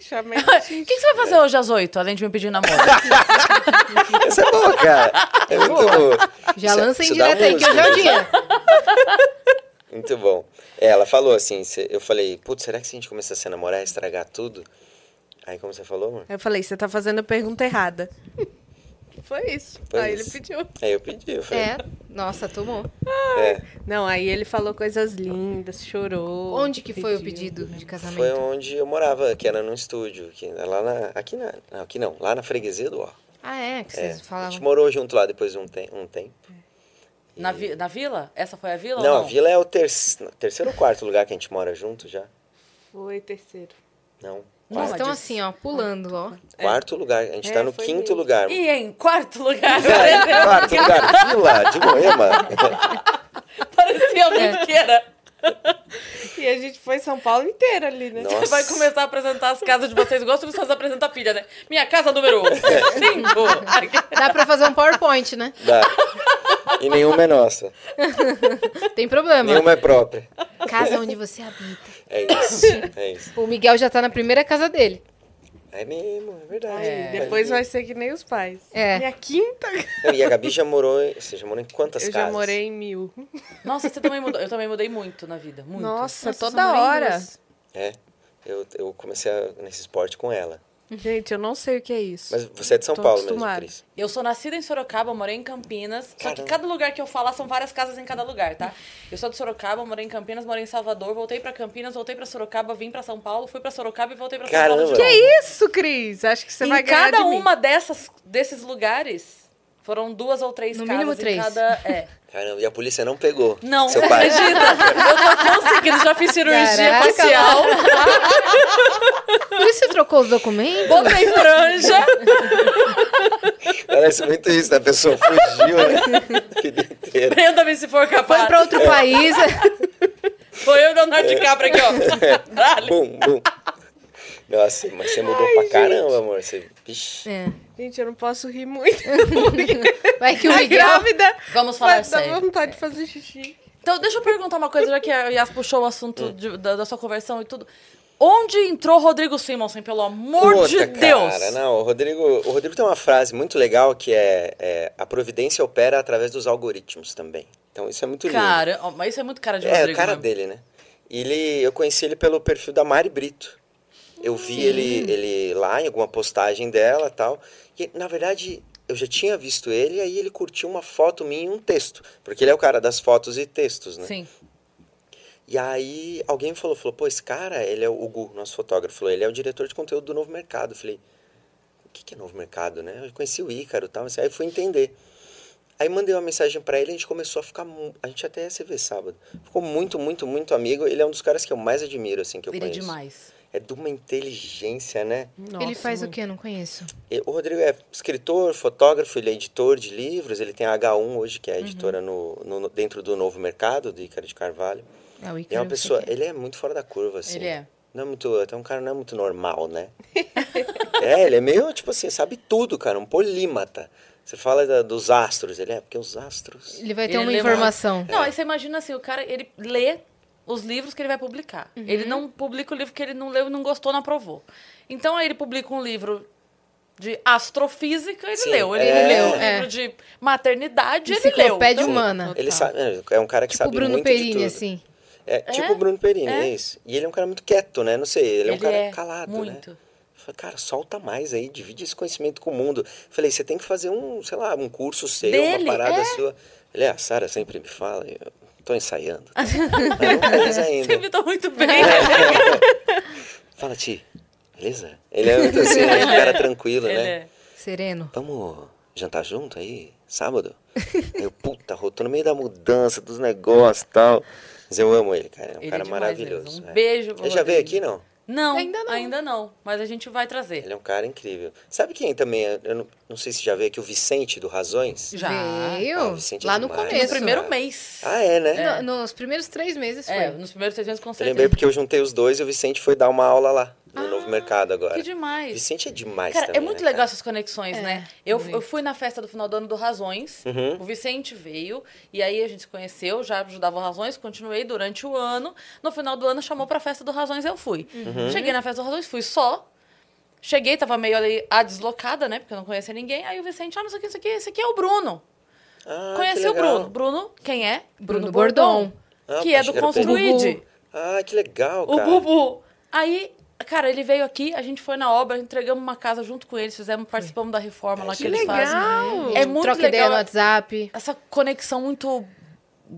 Speaker 4: chamei.
Speaker 1: O que, que você vai
Speaker 3: É.
Speaker 1: fazer hoje às oito, além de me pedir namoro?
Speaker 3: Essa é boa, cara. É muito boa.
Speaker 2: Já
Speaker 3: Isso-
Speaker 2: lança em
Speaker 3: isso dá
Speaker 2: direto aí, que eu
Speaker 3: música,
Speaker 2: já é o
Speaker 3: né?
Speaker 2: dinheiro.
Speaker 3: Muito bom. É, ela falou assim, cê- eu falei, putz, será que se a gente começar a se namorar, ia estragar tudo? Aí como você falou, amor?
Speaker 4: Eu falei, você tá fazendo a pergunta errada. Foi isso.
Speaker 3: Foi
Speaker 4: aí
Speaker 3: isso.
Speaker 4: ele pediu.
Speaker 3: Aí eu pedi, eu falei,
Speaker 2: É, nossa, tomou.
Speaker 3: é,
Speaker 4: Não, aí ele falou coisas lindas, chorou.
Speaker 2: Onde que foi o pedido de
Speaker 4: É,
Speaker 3: foi um-
Speaker 2: casamento?
Speaker 3: onde eu morava, que era num estúdio, que era lá na, aqui na, não, aqui não, lá na freguesia do Ó.
Speaker 2: Ah, é, que
Speaker 3: É,
Speaker 2: vocês
Speaker 3: a gente
Speaker 2: falavam.
Speaker 3: morou junto lá depois de um, tem, um tempo.
Speaker 1: Na, vi- na vila? Essa foi a vila? ou
Speaker 3: Não, a vila é o ter- terceiro ou quarto lugar que a gente mora junto já.
Speaker 4: Foi terceiro.
Speaker 3: Não,
Speaker 2: Eles
Speaker 1: Pode.
Speaker 2: estão assim, ó, pulando, ó.
Speaker 3: quarto lugar, a gente
Speaker 4: É,
Speaker 3: tá no
Speaker 4: foi
Speaker 3: quinto
Speaker 4: mesmo.
Speaker 3: lugar.
Speaker 1: E em quarto lugar,
Speaker 3: quarto lugar, vila de Moema.
Speaker 1: parecia muito que era.
Speaker 4: E a gente foi São Paulo inteira ali, né?
Speaker 3: Nossa.
Speaker 1: Vai começar a apresentar as casas de vocês. Gosto de vocês apresentar pilha, né? Minha casa número
Speaker 3: É.
Speaker 1: um. Cinco.
Speaker 2: Dá pra fazer um PowerPoint, né?
Speaker 3: Dá. E nenhuma é nossa,
Speaker 2: Tem problema.
Speaker 3: nenhuma é própria.
Speaker 2: Casa onde você habita.
Speaker 3: É isso, é isso.
Speaker 2: O Miguel já tá na primeira casa dele.
Speaker 3: É mesmo, é verdade.
Speaker 4: Aí, depois vai ser que nem os pais.
Speaker 2: É.
Speaker 4: Minha quinta.
Speaker 3: Não, E a Gabi já morou em. Você já morou em quantas
Speaker 4: eu
Speaker 3: casas?
Speaker 4: já morei em mil.
Speaker 1: Nossa, você também mudou. Eu também mudei muito na vida. Muito.
Speaker 4: Nossa,
Speaker 2: Nossa, só
Speaker 4: toda
Speaker 2: morei em
Speaker 4: hora.
Speaker 2: duas.
Speaker 3: É. Eu, eu comecei a- nesse esporte com ela.
Speaker 4: Gente, eu não sei o que é isso.
Speaker 3: Mas você é de São
Speaker 4: Tô
Speaker 3: Paulo
Speaker 4: acostumada.
Speaker 3: mesmo, Cris.
Speaker 1: Eu sou nascida em Sorocaba, morei em Campinas. Só que
Speaker 3: Caramba.
Speaker 1: cada lugar que eu falar são várias casas em cada lugar, tá? Eu sou de Sorocaba, morei em Campinas, morei em Salvador, voltei pra Campinas, voltei pra Sorocaba, vim pra São Paulo, fui pra Sorocaba e voltei pra São Paulo. de
Speaker 3: Caramba.
Speaker 1: novo.
Speaker 3: Que
Speaker 4: é Isso, Cris. Acho que você
Speaker 1: em
Speaker 4: vai ganhar
Speaker 1: cada
Speaker 4: de mim.
Speaker 1: uma dessas desses lugares foram duas ou três
Speaker 2: No
Speaker 1: casas
Speaker 2: mínimo
Speaker 1: em
Speaker 2: três.
Speaker 1: cada é.
Speaker 3: Caramba, e a polícia não pegou.
Speaker 1: Não,
Speaker 3: Seu
Speaker 1: você
Speaker 3: pai.
Speaker 1: acredita? Eu tô conseguindo, já fiz cirurgia
Speaker 2: Caraca,
Speaker 1: facial,
Speaker 2: Por isso você trocou os documentos?
Speaker 1: botei franja.
Speaker 3: Parece muito isso, né? A pessoa fugiu, né? A vida inteira.
Speaker 1: Prenda-me se for capaz.
Speaker 2: Foi pra outro país.
Speaker 1: Foi eu e o Leonardo DiCaprio aqui,
Speaker 3: É.
Speaker 1: ó. Dale.
Speaker 3: Bum, bum. Nossa, mas você mudou pra caramba, amor. Você. Vixe.
Speaker 2: É.
Speaker 4: Gente, eu não posso rir muito.
Speaker 2: Vai que o
Speaker 4: Tá
Speaker 2: Miguel.
Speaker 4: grávida.
Speaker 1: Vamos falar
Speaker 4: Mas dá
Speaker 1: sério.
Speaker 4: vontade de fazer xixi.
Speaker 1: Então, deixa eu perguntar uma coisa, já que a Yas puxou o assunto de- da, da sua conversão e tudo. Onde entrou Rodrigo Simonsen, pelo amor de
Speaker 3: Puta,
Speaker 1: Deus?
Speaker 3: Cara, né? não, o Rodrigo, o Rodrigo tem uma frase muito legal que é, é, a providência opera através dos algoritmos também. Então isso é muito lindo.
Speaker 1: Cara, ó, mas isso é muito cara de
Speaker 3: É,
Speaker 1: Rodrigo.
Speaker 3: o cara
Speaker 1: né?
Speaker 3: dele, né? Ele, eu conheci ele pelo perfil da Mari Brito. Eu vi ele, ele lá em alguma postagem dela tal. E, na verdade, eu já tinha visto ele, aí ele curtiu uma foto minha e um texto. Porque ele é o cara das fotos e textos, né?
Speaker 1: Sim.
Speaker 3: E aí alguém me falou, falou, pô, esse cara, ele é o Hugo, nosso fotógrafo, falou, ele é o diretor de conteúdo do Novo Mercado. Eu falei, o que que é Novo Mercado, né? Eu conheci o Ícaro e tal, assim, aí fui entender. Aí mandei uma mensagem pra ele, a gente começou a ficar, mu- a gente até ia se ver sábado. Ficou muito, muito, muito amigo, ele é um dos caras que eu mais admiro, assim, que eu
Speaker 1: Ele é
Speaker 3: conheço.
Speaker 1: demais.
Speaker 3: É de uma inteligência, né?
Speaker 2: Ele faz o que? Eu não conheço.
Speaker 3: E O Rodrigo é escritor, fotógrafo, ele é editor de livros, ele tem a H1 hoje,
Speaker 1: Uhum.
Speaker 3: que é a editora no, no- no- dentro do Novo Mercado, do Ícaro de Carvalho.
Speaker 2: É o
Speaker 3: E é
Speaker 2: Ícaro,
Speaker 3: uma
Speaker 2: não sei
Speaker 3: pessoa,
Speaker 2: quem
Speaker 3: ele é muito fora da curva, assim.
Speaker 1: Ele é.
Speaker 3: Não é muito, até um cara não é muito normal, né? é, ele é meio, tipo assim, sabe tudo, cara, um polímata. Você fala da- dos astros, ele é, porque os astros...
Speaker 2: Ele vai ter
Speaker 1: Ele é
Speaker 2: uma
Speaker 1: lembra-
Speaker 2: informação.
Speaker 1: Não, aí você imagina assim, o cara, ele lê os livros que ele vai publicar.
Speaker 2: Uhum.
Speaker 1: Ele não publica o livro que ele não leu, não gostou, não aprovou. Então aí ele publica um livro de astrofísica, ele
Speaker 3: Sim,
Speaker 1: leu. Ele
Speaker 3: é.
Speaker 1: leu um
Speaker 2: É.
Speaker 1: livro de maternidade, ele leu.
Speaker 2: Enciclopédia
Speaker 1: Então,
Speaker 2: é humana.
Speaker 3: Ele sabe, é um cara que
Speaker 2: Tipo o
Speaker 3: sabe
Speaker 2: Bruno
Speaker 3: muito de
Speaker 2: Perini,
Speaker 3: tudo.
Speaker 2: assim.
Speaker 3: É, tipo o Bruno Perini, é. isso. E ele é um cara muito quieto, né? Não sei, ele, é um
Speaker 1: Ele
Speaker 3: cara
Speaker 1: é,
Speaker 3: calado,
Speaker 1: muito.
Speaker 3: né? Eu Falei, cara, solta mais aí, divide esse conhecimento com o mundo. Eu Falei, você tem que fazer um, sei lá, um curso seu,
Speaker 1: Dele,
Speaker 3: uma parada
Speaker 1: é.
Speaker 3: sua. Ele, ah, a Sara sempre me fala, eu tô ensaiando. Mas não fez ainda.
Speaker 1: Sempre tô
Speaker 2: É.
Speaker 1: muito
Speaker 3: é
Speaker 1: bem.
Speaker 3: Fala, Ti. Beleza? Ele é muito assim, né? um cara tranquilo,
Speaker 1: Ele
Speaker 3: né?
Speaker 1: é.
Speaker 2: Sereno.
Speaker 3: Vamos jantar junto aí? Sábado? Aí Eu, puta, Rô, tô no meio da mudança, dos negócios e tal. Mas eu amo ele, cara. É um
Speaker 1: Ele é
Speaker 3: cara
Speaker 1: demais
Speaker 3: maravilhoso.
Speaker 1: mesmo. Um
Speaker 3: é.
Speaker 1: beijo pro
Speaker 3: Ele já veio
Speaker 1: Rodrigo.
Speaker 3: aqui, não?
Speaker 1: Não,
Speaker 2: Ainda
Speaker 1: ainda
Speaker 2: não.
Speaker 1: não. Mas a gente vai trazer.
Speaker 3: Ele é um cara incrível. Sabe quem também? é- Eu não, não sei se já veio aqui, o Vicente do Razões.
Speaker 1: Já.
Speaker 2: Veio.
Speaker 3: Ah, o Vicente é
Speaker 2: Lá no
Speaker 3: demais.
Speaker 1: No
Speaker 2: começo.
Speaker 1: primeiro mês.
Speaker 3: Ah, é, né?
Speaker 2: No- nos primeiros três meses foi.
Speaker 1: É, nos primeiros seis meses com
Speaker 3: Eu
Speaker 1: certeza.
Speaker 3: lembrei porque eu juntei os dois e o Vicente foi dar uma aula lá, no
Speaker 1: Ah,
Speaker 3: Novo Mercado agora.
Speaker 1: Que demais.
Speaker 3: Vicente é demais
Speaker 1: Cara,
Speaker 3: também,
Speaker 1: é muito
Speaker 3: né,
Speaker 1: legal
Speaker 3: cara?
Speaker 1: essas conexões,
Speaker 2: É,
Speaker 1: né? Eu,
Speaker 2: muito.
Speaker 1: eu fui na festa do final do ano do Razões,
Speaker 3: Uhum.
Speaker 1: o Vicente veio, e aí a gente se conheceu, já ajudava o Razões, continuei durante o ano. No final do ano chamou pra festa do Razões, eu fui.
Speaker 3: Uhum.
Speaker 1: Cheguei na festa do Razões, fui só. Cheguei, tava meio ali a deslocada, né? Porque eu não conhecia ninguém. Aí o Vicente, ah, não sei o que, isso aqui, esse aqui é o Bruno.
Speaker 3: Ah, que
Speaker 1: Conheci o
Speaker 3: legal.
Speaker 1: Bruno. Bruno, quem é?
Speaker 2: Bruno Bordon.
Speaker 3: Ah,
Speaker 1: que é
Speaker 3: achei
Speaker 1: do
Speaker 3: que era o Pedro.
Speaker 1: Construid.
Speaker 3: Ah, que legal,
Speaker 1: O
Speaker 3: cara.
Speaker 1: Bubu. Aí, cara, ele veio aqui, a gente foi na obra, entregamos uma casa junto com eles, fizemos, participamos da reforma lá que,
Speaker 4: Que
Speaker 1: eles fazem.
Speaker 4: legal.
Speaker 1: É muito
Speaker 2: Troca ideia
Speaker 1: legal.
Speaker 2: no WhatsApp.
Speaker 1: Essa conexão muito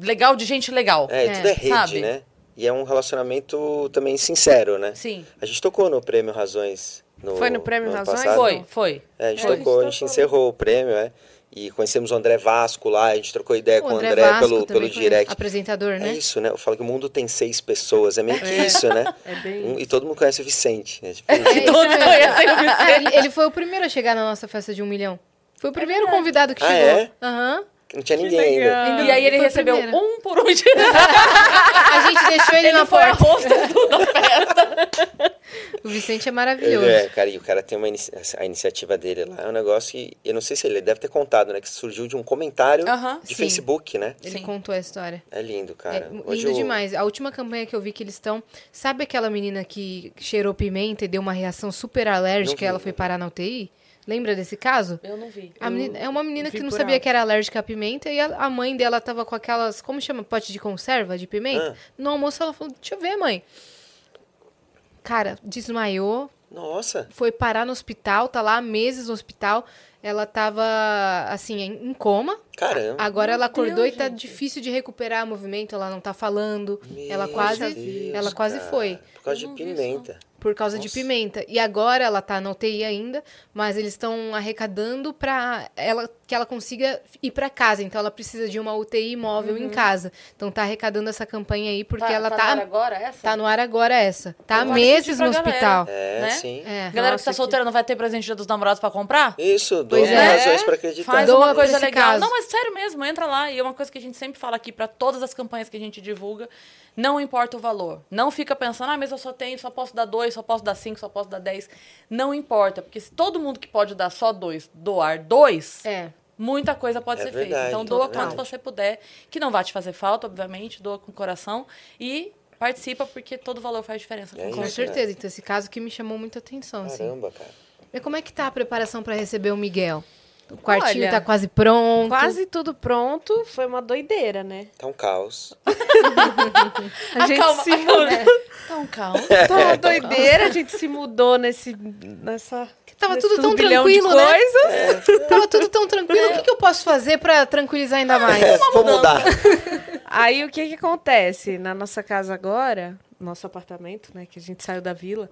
Speaker 1: legal de gente legal.
Speaker 3: É,
Speaker 2: É,
Speaker 3: tudo é rede,
Speaker 1: sabe?
Speaker 3: né? E é um relacionamento também sincero, né?
Speaker 1: Sim.
Speaker 3: A gente tocou no Prêmio Razões. No,
Speaker 4: Foi no Prêmio
Speaker 3: ano
Speaker 4: Razões?
Speaker 3: passado.
Speaker 1: Foi, foi.
Speaker 3: É, a gente
Speaker 1: Foi.
Speaker 3: tocou, a
Speaker 2: tá
Speaker 3: gente encerrou o prêmio, é. E conhecemos o André Vasco lá, a gente trocou ideia É, com o André,
Speaker 2: Vasco
Speaker 3: pelo,
Speaker 2: também
Speaker 3: pelo
Speaker 2: conhece.
Speaker 3: direct.
Speaker 2: Apresentador,
Speaker 3: É
Speaker 2: né?
Speaker 3: isso, né? Eu falo que o mundo tem seis pessoas, é meio que
Speaker 4: É.
Speaker 3: isso, né?
Speaker 4: É bem
Speaker 3: Um- e todo mundo conhece o Vicente, né? Tipo,
Speaker 2: É isso
Speaker 1: Todos
Speaker 2: mesmo.
Speaker 1: conhecem o
Speaker 2: Ah, ele, ele foi o primeiro a chegar na nossa festa de um milhão.
Speaker 1: É
Speaker 2: Foi o primeiro convidado que
Speaker 3: Ah,
Speaker 2: chegou. Aham.
Speaker 3: não tinha ninguém ainda.
Speaker 4: legal.
Speaker 1: E aí ele
Speaker 2: Ah, Foi a
Speaker 1: recebeu
Speaker 2: primeira.
Speaker 1: um por um de
Speaker 2: A gente deixou ele,
Speaker 1: Ele
Speaker 2: na
Speaker 1: foi a rosto
Speaker 2: porta.
Speaker 1: do- da festa.
Speaker 2: O Vicente é
Speaker 3: Ele
Speaker 2: maravilhoso.
Speaker 3: é, cara, e o cara tem uma inici- a iniciativa dele lá, é um negócio que, eu não sei se ele deve ter contado, né? Que surgiu de um comentário
Speaker 1: Aham,
Speaker 3: de
Speaker 2: sim.
Speaker 3: Facebook, né?
Speaker 2: Ele
Speaker 1: Sim.
Speaker 2: contou a história.
Speaker 3: É lindo,
Speaker 2: É,
Speaker 3: cara. Hoje
Speaker 2: lindo
Speaker 3: o-
Speaker 2: demais. A última campanha que eu vi que eles estão. Sabe aquela menina que cheirou pimenta e deu uma reação super alérgica
Speaker 3: vi,
Speaker 2: e ela
Speaker 3: não
Speaker 2: foi
Speaker 3: vi.
Speaker 2: parar na UTI? Lembra desse caso?
Speaker 1: Eu não vi.
Speaker 2: A menina- é uma menina
Speaker 4: vi
Speaker 2: que não
Speaker 4: por
Speaker 2: sabia
Speaker 4: alto.
Speaker 2: que era alérgica à pimenta e a, a mãe dela tava com aquelas. Como chama? Pote de conserva de pimenta?
Speaker 3: Ah.
Speaker 2: No almoço ela falou: Deixa eu ver, mãe. Cara, desmaiou,
Speaker 3: Nossa,
Speaker 2: foi parar no hospital, tá lá há meses no hospital. Ela tava, assim, em em coma.
Speaker 3: caramba.
Speaker 2: Agora ela
Speaker 1: Deus,
Speaker 2: acordou e tá
Speaker 1: gente.
Speaker 2: difícil de recuperar o movimento, ela não tá falando.
Speaker 3: Meu
Speaker 2: ela quase
Speaker 3: Deus,
Speaker 2: ela quase
Speaker 3: cara.
Speaker 2: foi
Speaker 3: Por causa
Speaker 1: Eu
Speaker 3: de
Speaker 1: não vi
Speaker 3: pimenta.
Speaker 2: por causa de
Speaker 3: Nossa.
Speaker 2: pimenta. E agora ela tá na UTI ainda, mas eles estão arrecadando pra ela que ela consiga ir pra casa. Então ela precisa de uma UTI móvel em casa. Então tá arrecadando essa campanha aí porque ela
Speaker 1: no
Speaker 2: tá
Speaker 1: ar agora essa?
Speaker 2: tá no ar agora essa. Tá há
Speaker 1: Eu acho que
Speaker 2: meses
Speaker 1: pra
Speaker 2: no
Speaker 1: galera.
Speaker 2: hospital.
Speaker 3: É,
Speaker 1: Né?
Speaker 3: sim.
Speaker 2: É,
Speaker 1: Galera que
Speaker 2: nossa,
Speaker 1: tá solteira não vai ter presente dia dos namorados pra comprar?
Speaker 3: Isso, dou
Speaker 2: Pois é.
Speaker 3: razões pra acreditar.
Speaker 1: Faz
Speaker 2: Doa
Speaker 1: uma coisa
Speaker 2: nesse
Speaker 1: legal.
Speaker 2: caso.
Speaker 1: Não, mas sério mesmo, entra lá. E é uma coisa que a gente sempre fala aqui pra todas as campanhas que a gente divulga. Não importa o valor. Não fica pensando, ah, mas eu só tenho, só posso dar dois, só posso dar cinco, só posso dar dez. Não importa, porque se todo mundo que pode dar só dois, doar dois,
Speaker 2: É.
Speaker 1: muita coisa pode
Speaker 3: É
Speaker 1: ser
Speaker 3: verdade,
Speaker 1: feita. Então doa
Speaker 3: total.
Speaker 1: quanto você puder, que não vai te fazer falta, obviamente, doa com o coração e participa, porque todo valor faz diferença.
Speaker 3: É
Speaker 2: Com
Speaker 3: isso,
Speaker 2: certeza. Então esse caso que me chamou muita atenção, assim.
Speaker 3: Caramba, cara.
Speaker 2: Mas como é que tá a preparação pra receber o Miguel? O quartinho
Speaker 4: Olha,
Speaker 2: tá quase pronto.
Speaker 4: Quase tudo pronto. Foi uma doideira, né?
Speaker 3: Tá um caos.
Speaker 2: Ah,
Speaker 4: A gente
Speaker 1: Acalma,
Speaker 4: se
Speaker 1: acalma.
Speaker 4: mudou.
Speaker 1: Então calma.
Speaker 4: Tá uma doideira, a gente se mudou nesse, nessa.
Speaker 2: Tava
Speaker 4: nesse
Speaker 2: tudo tão
Speaker 4: turbilhão um de
Speaker 2: tranquilo, né?
Speaker 4: coisas.
Speaker 2: Tava tudo tão tranquilo. O que, que eu posso fazer pra tranquilizar ainda mais?
Speaker 3: É, vou mudar.
Speaker 2: É.
Speaker 4: Aí o que que acontece? Na nossa casa agora, nosso apartamento, né? Que a gente saiu da vila.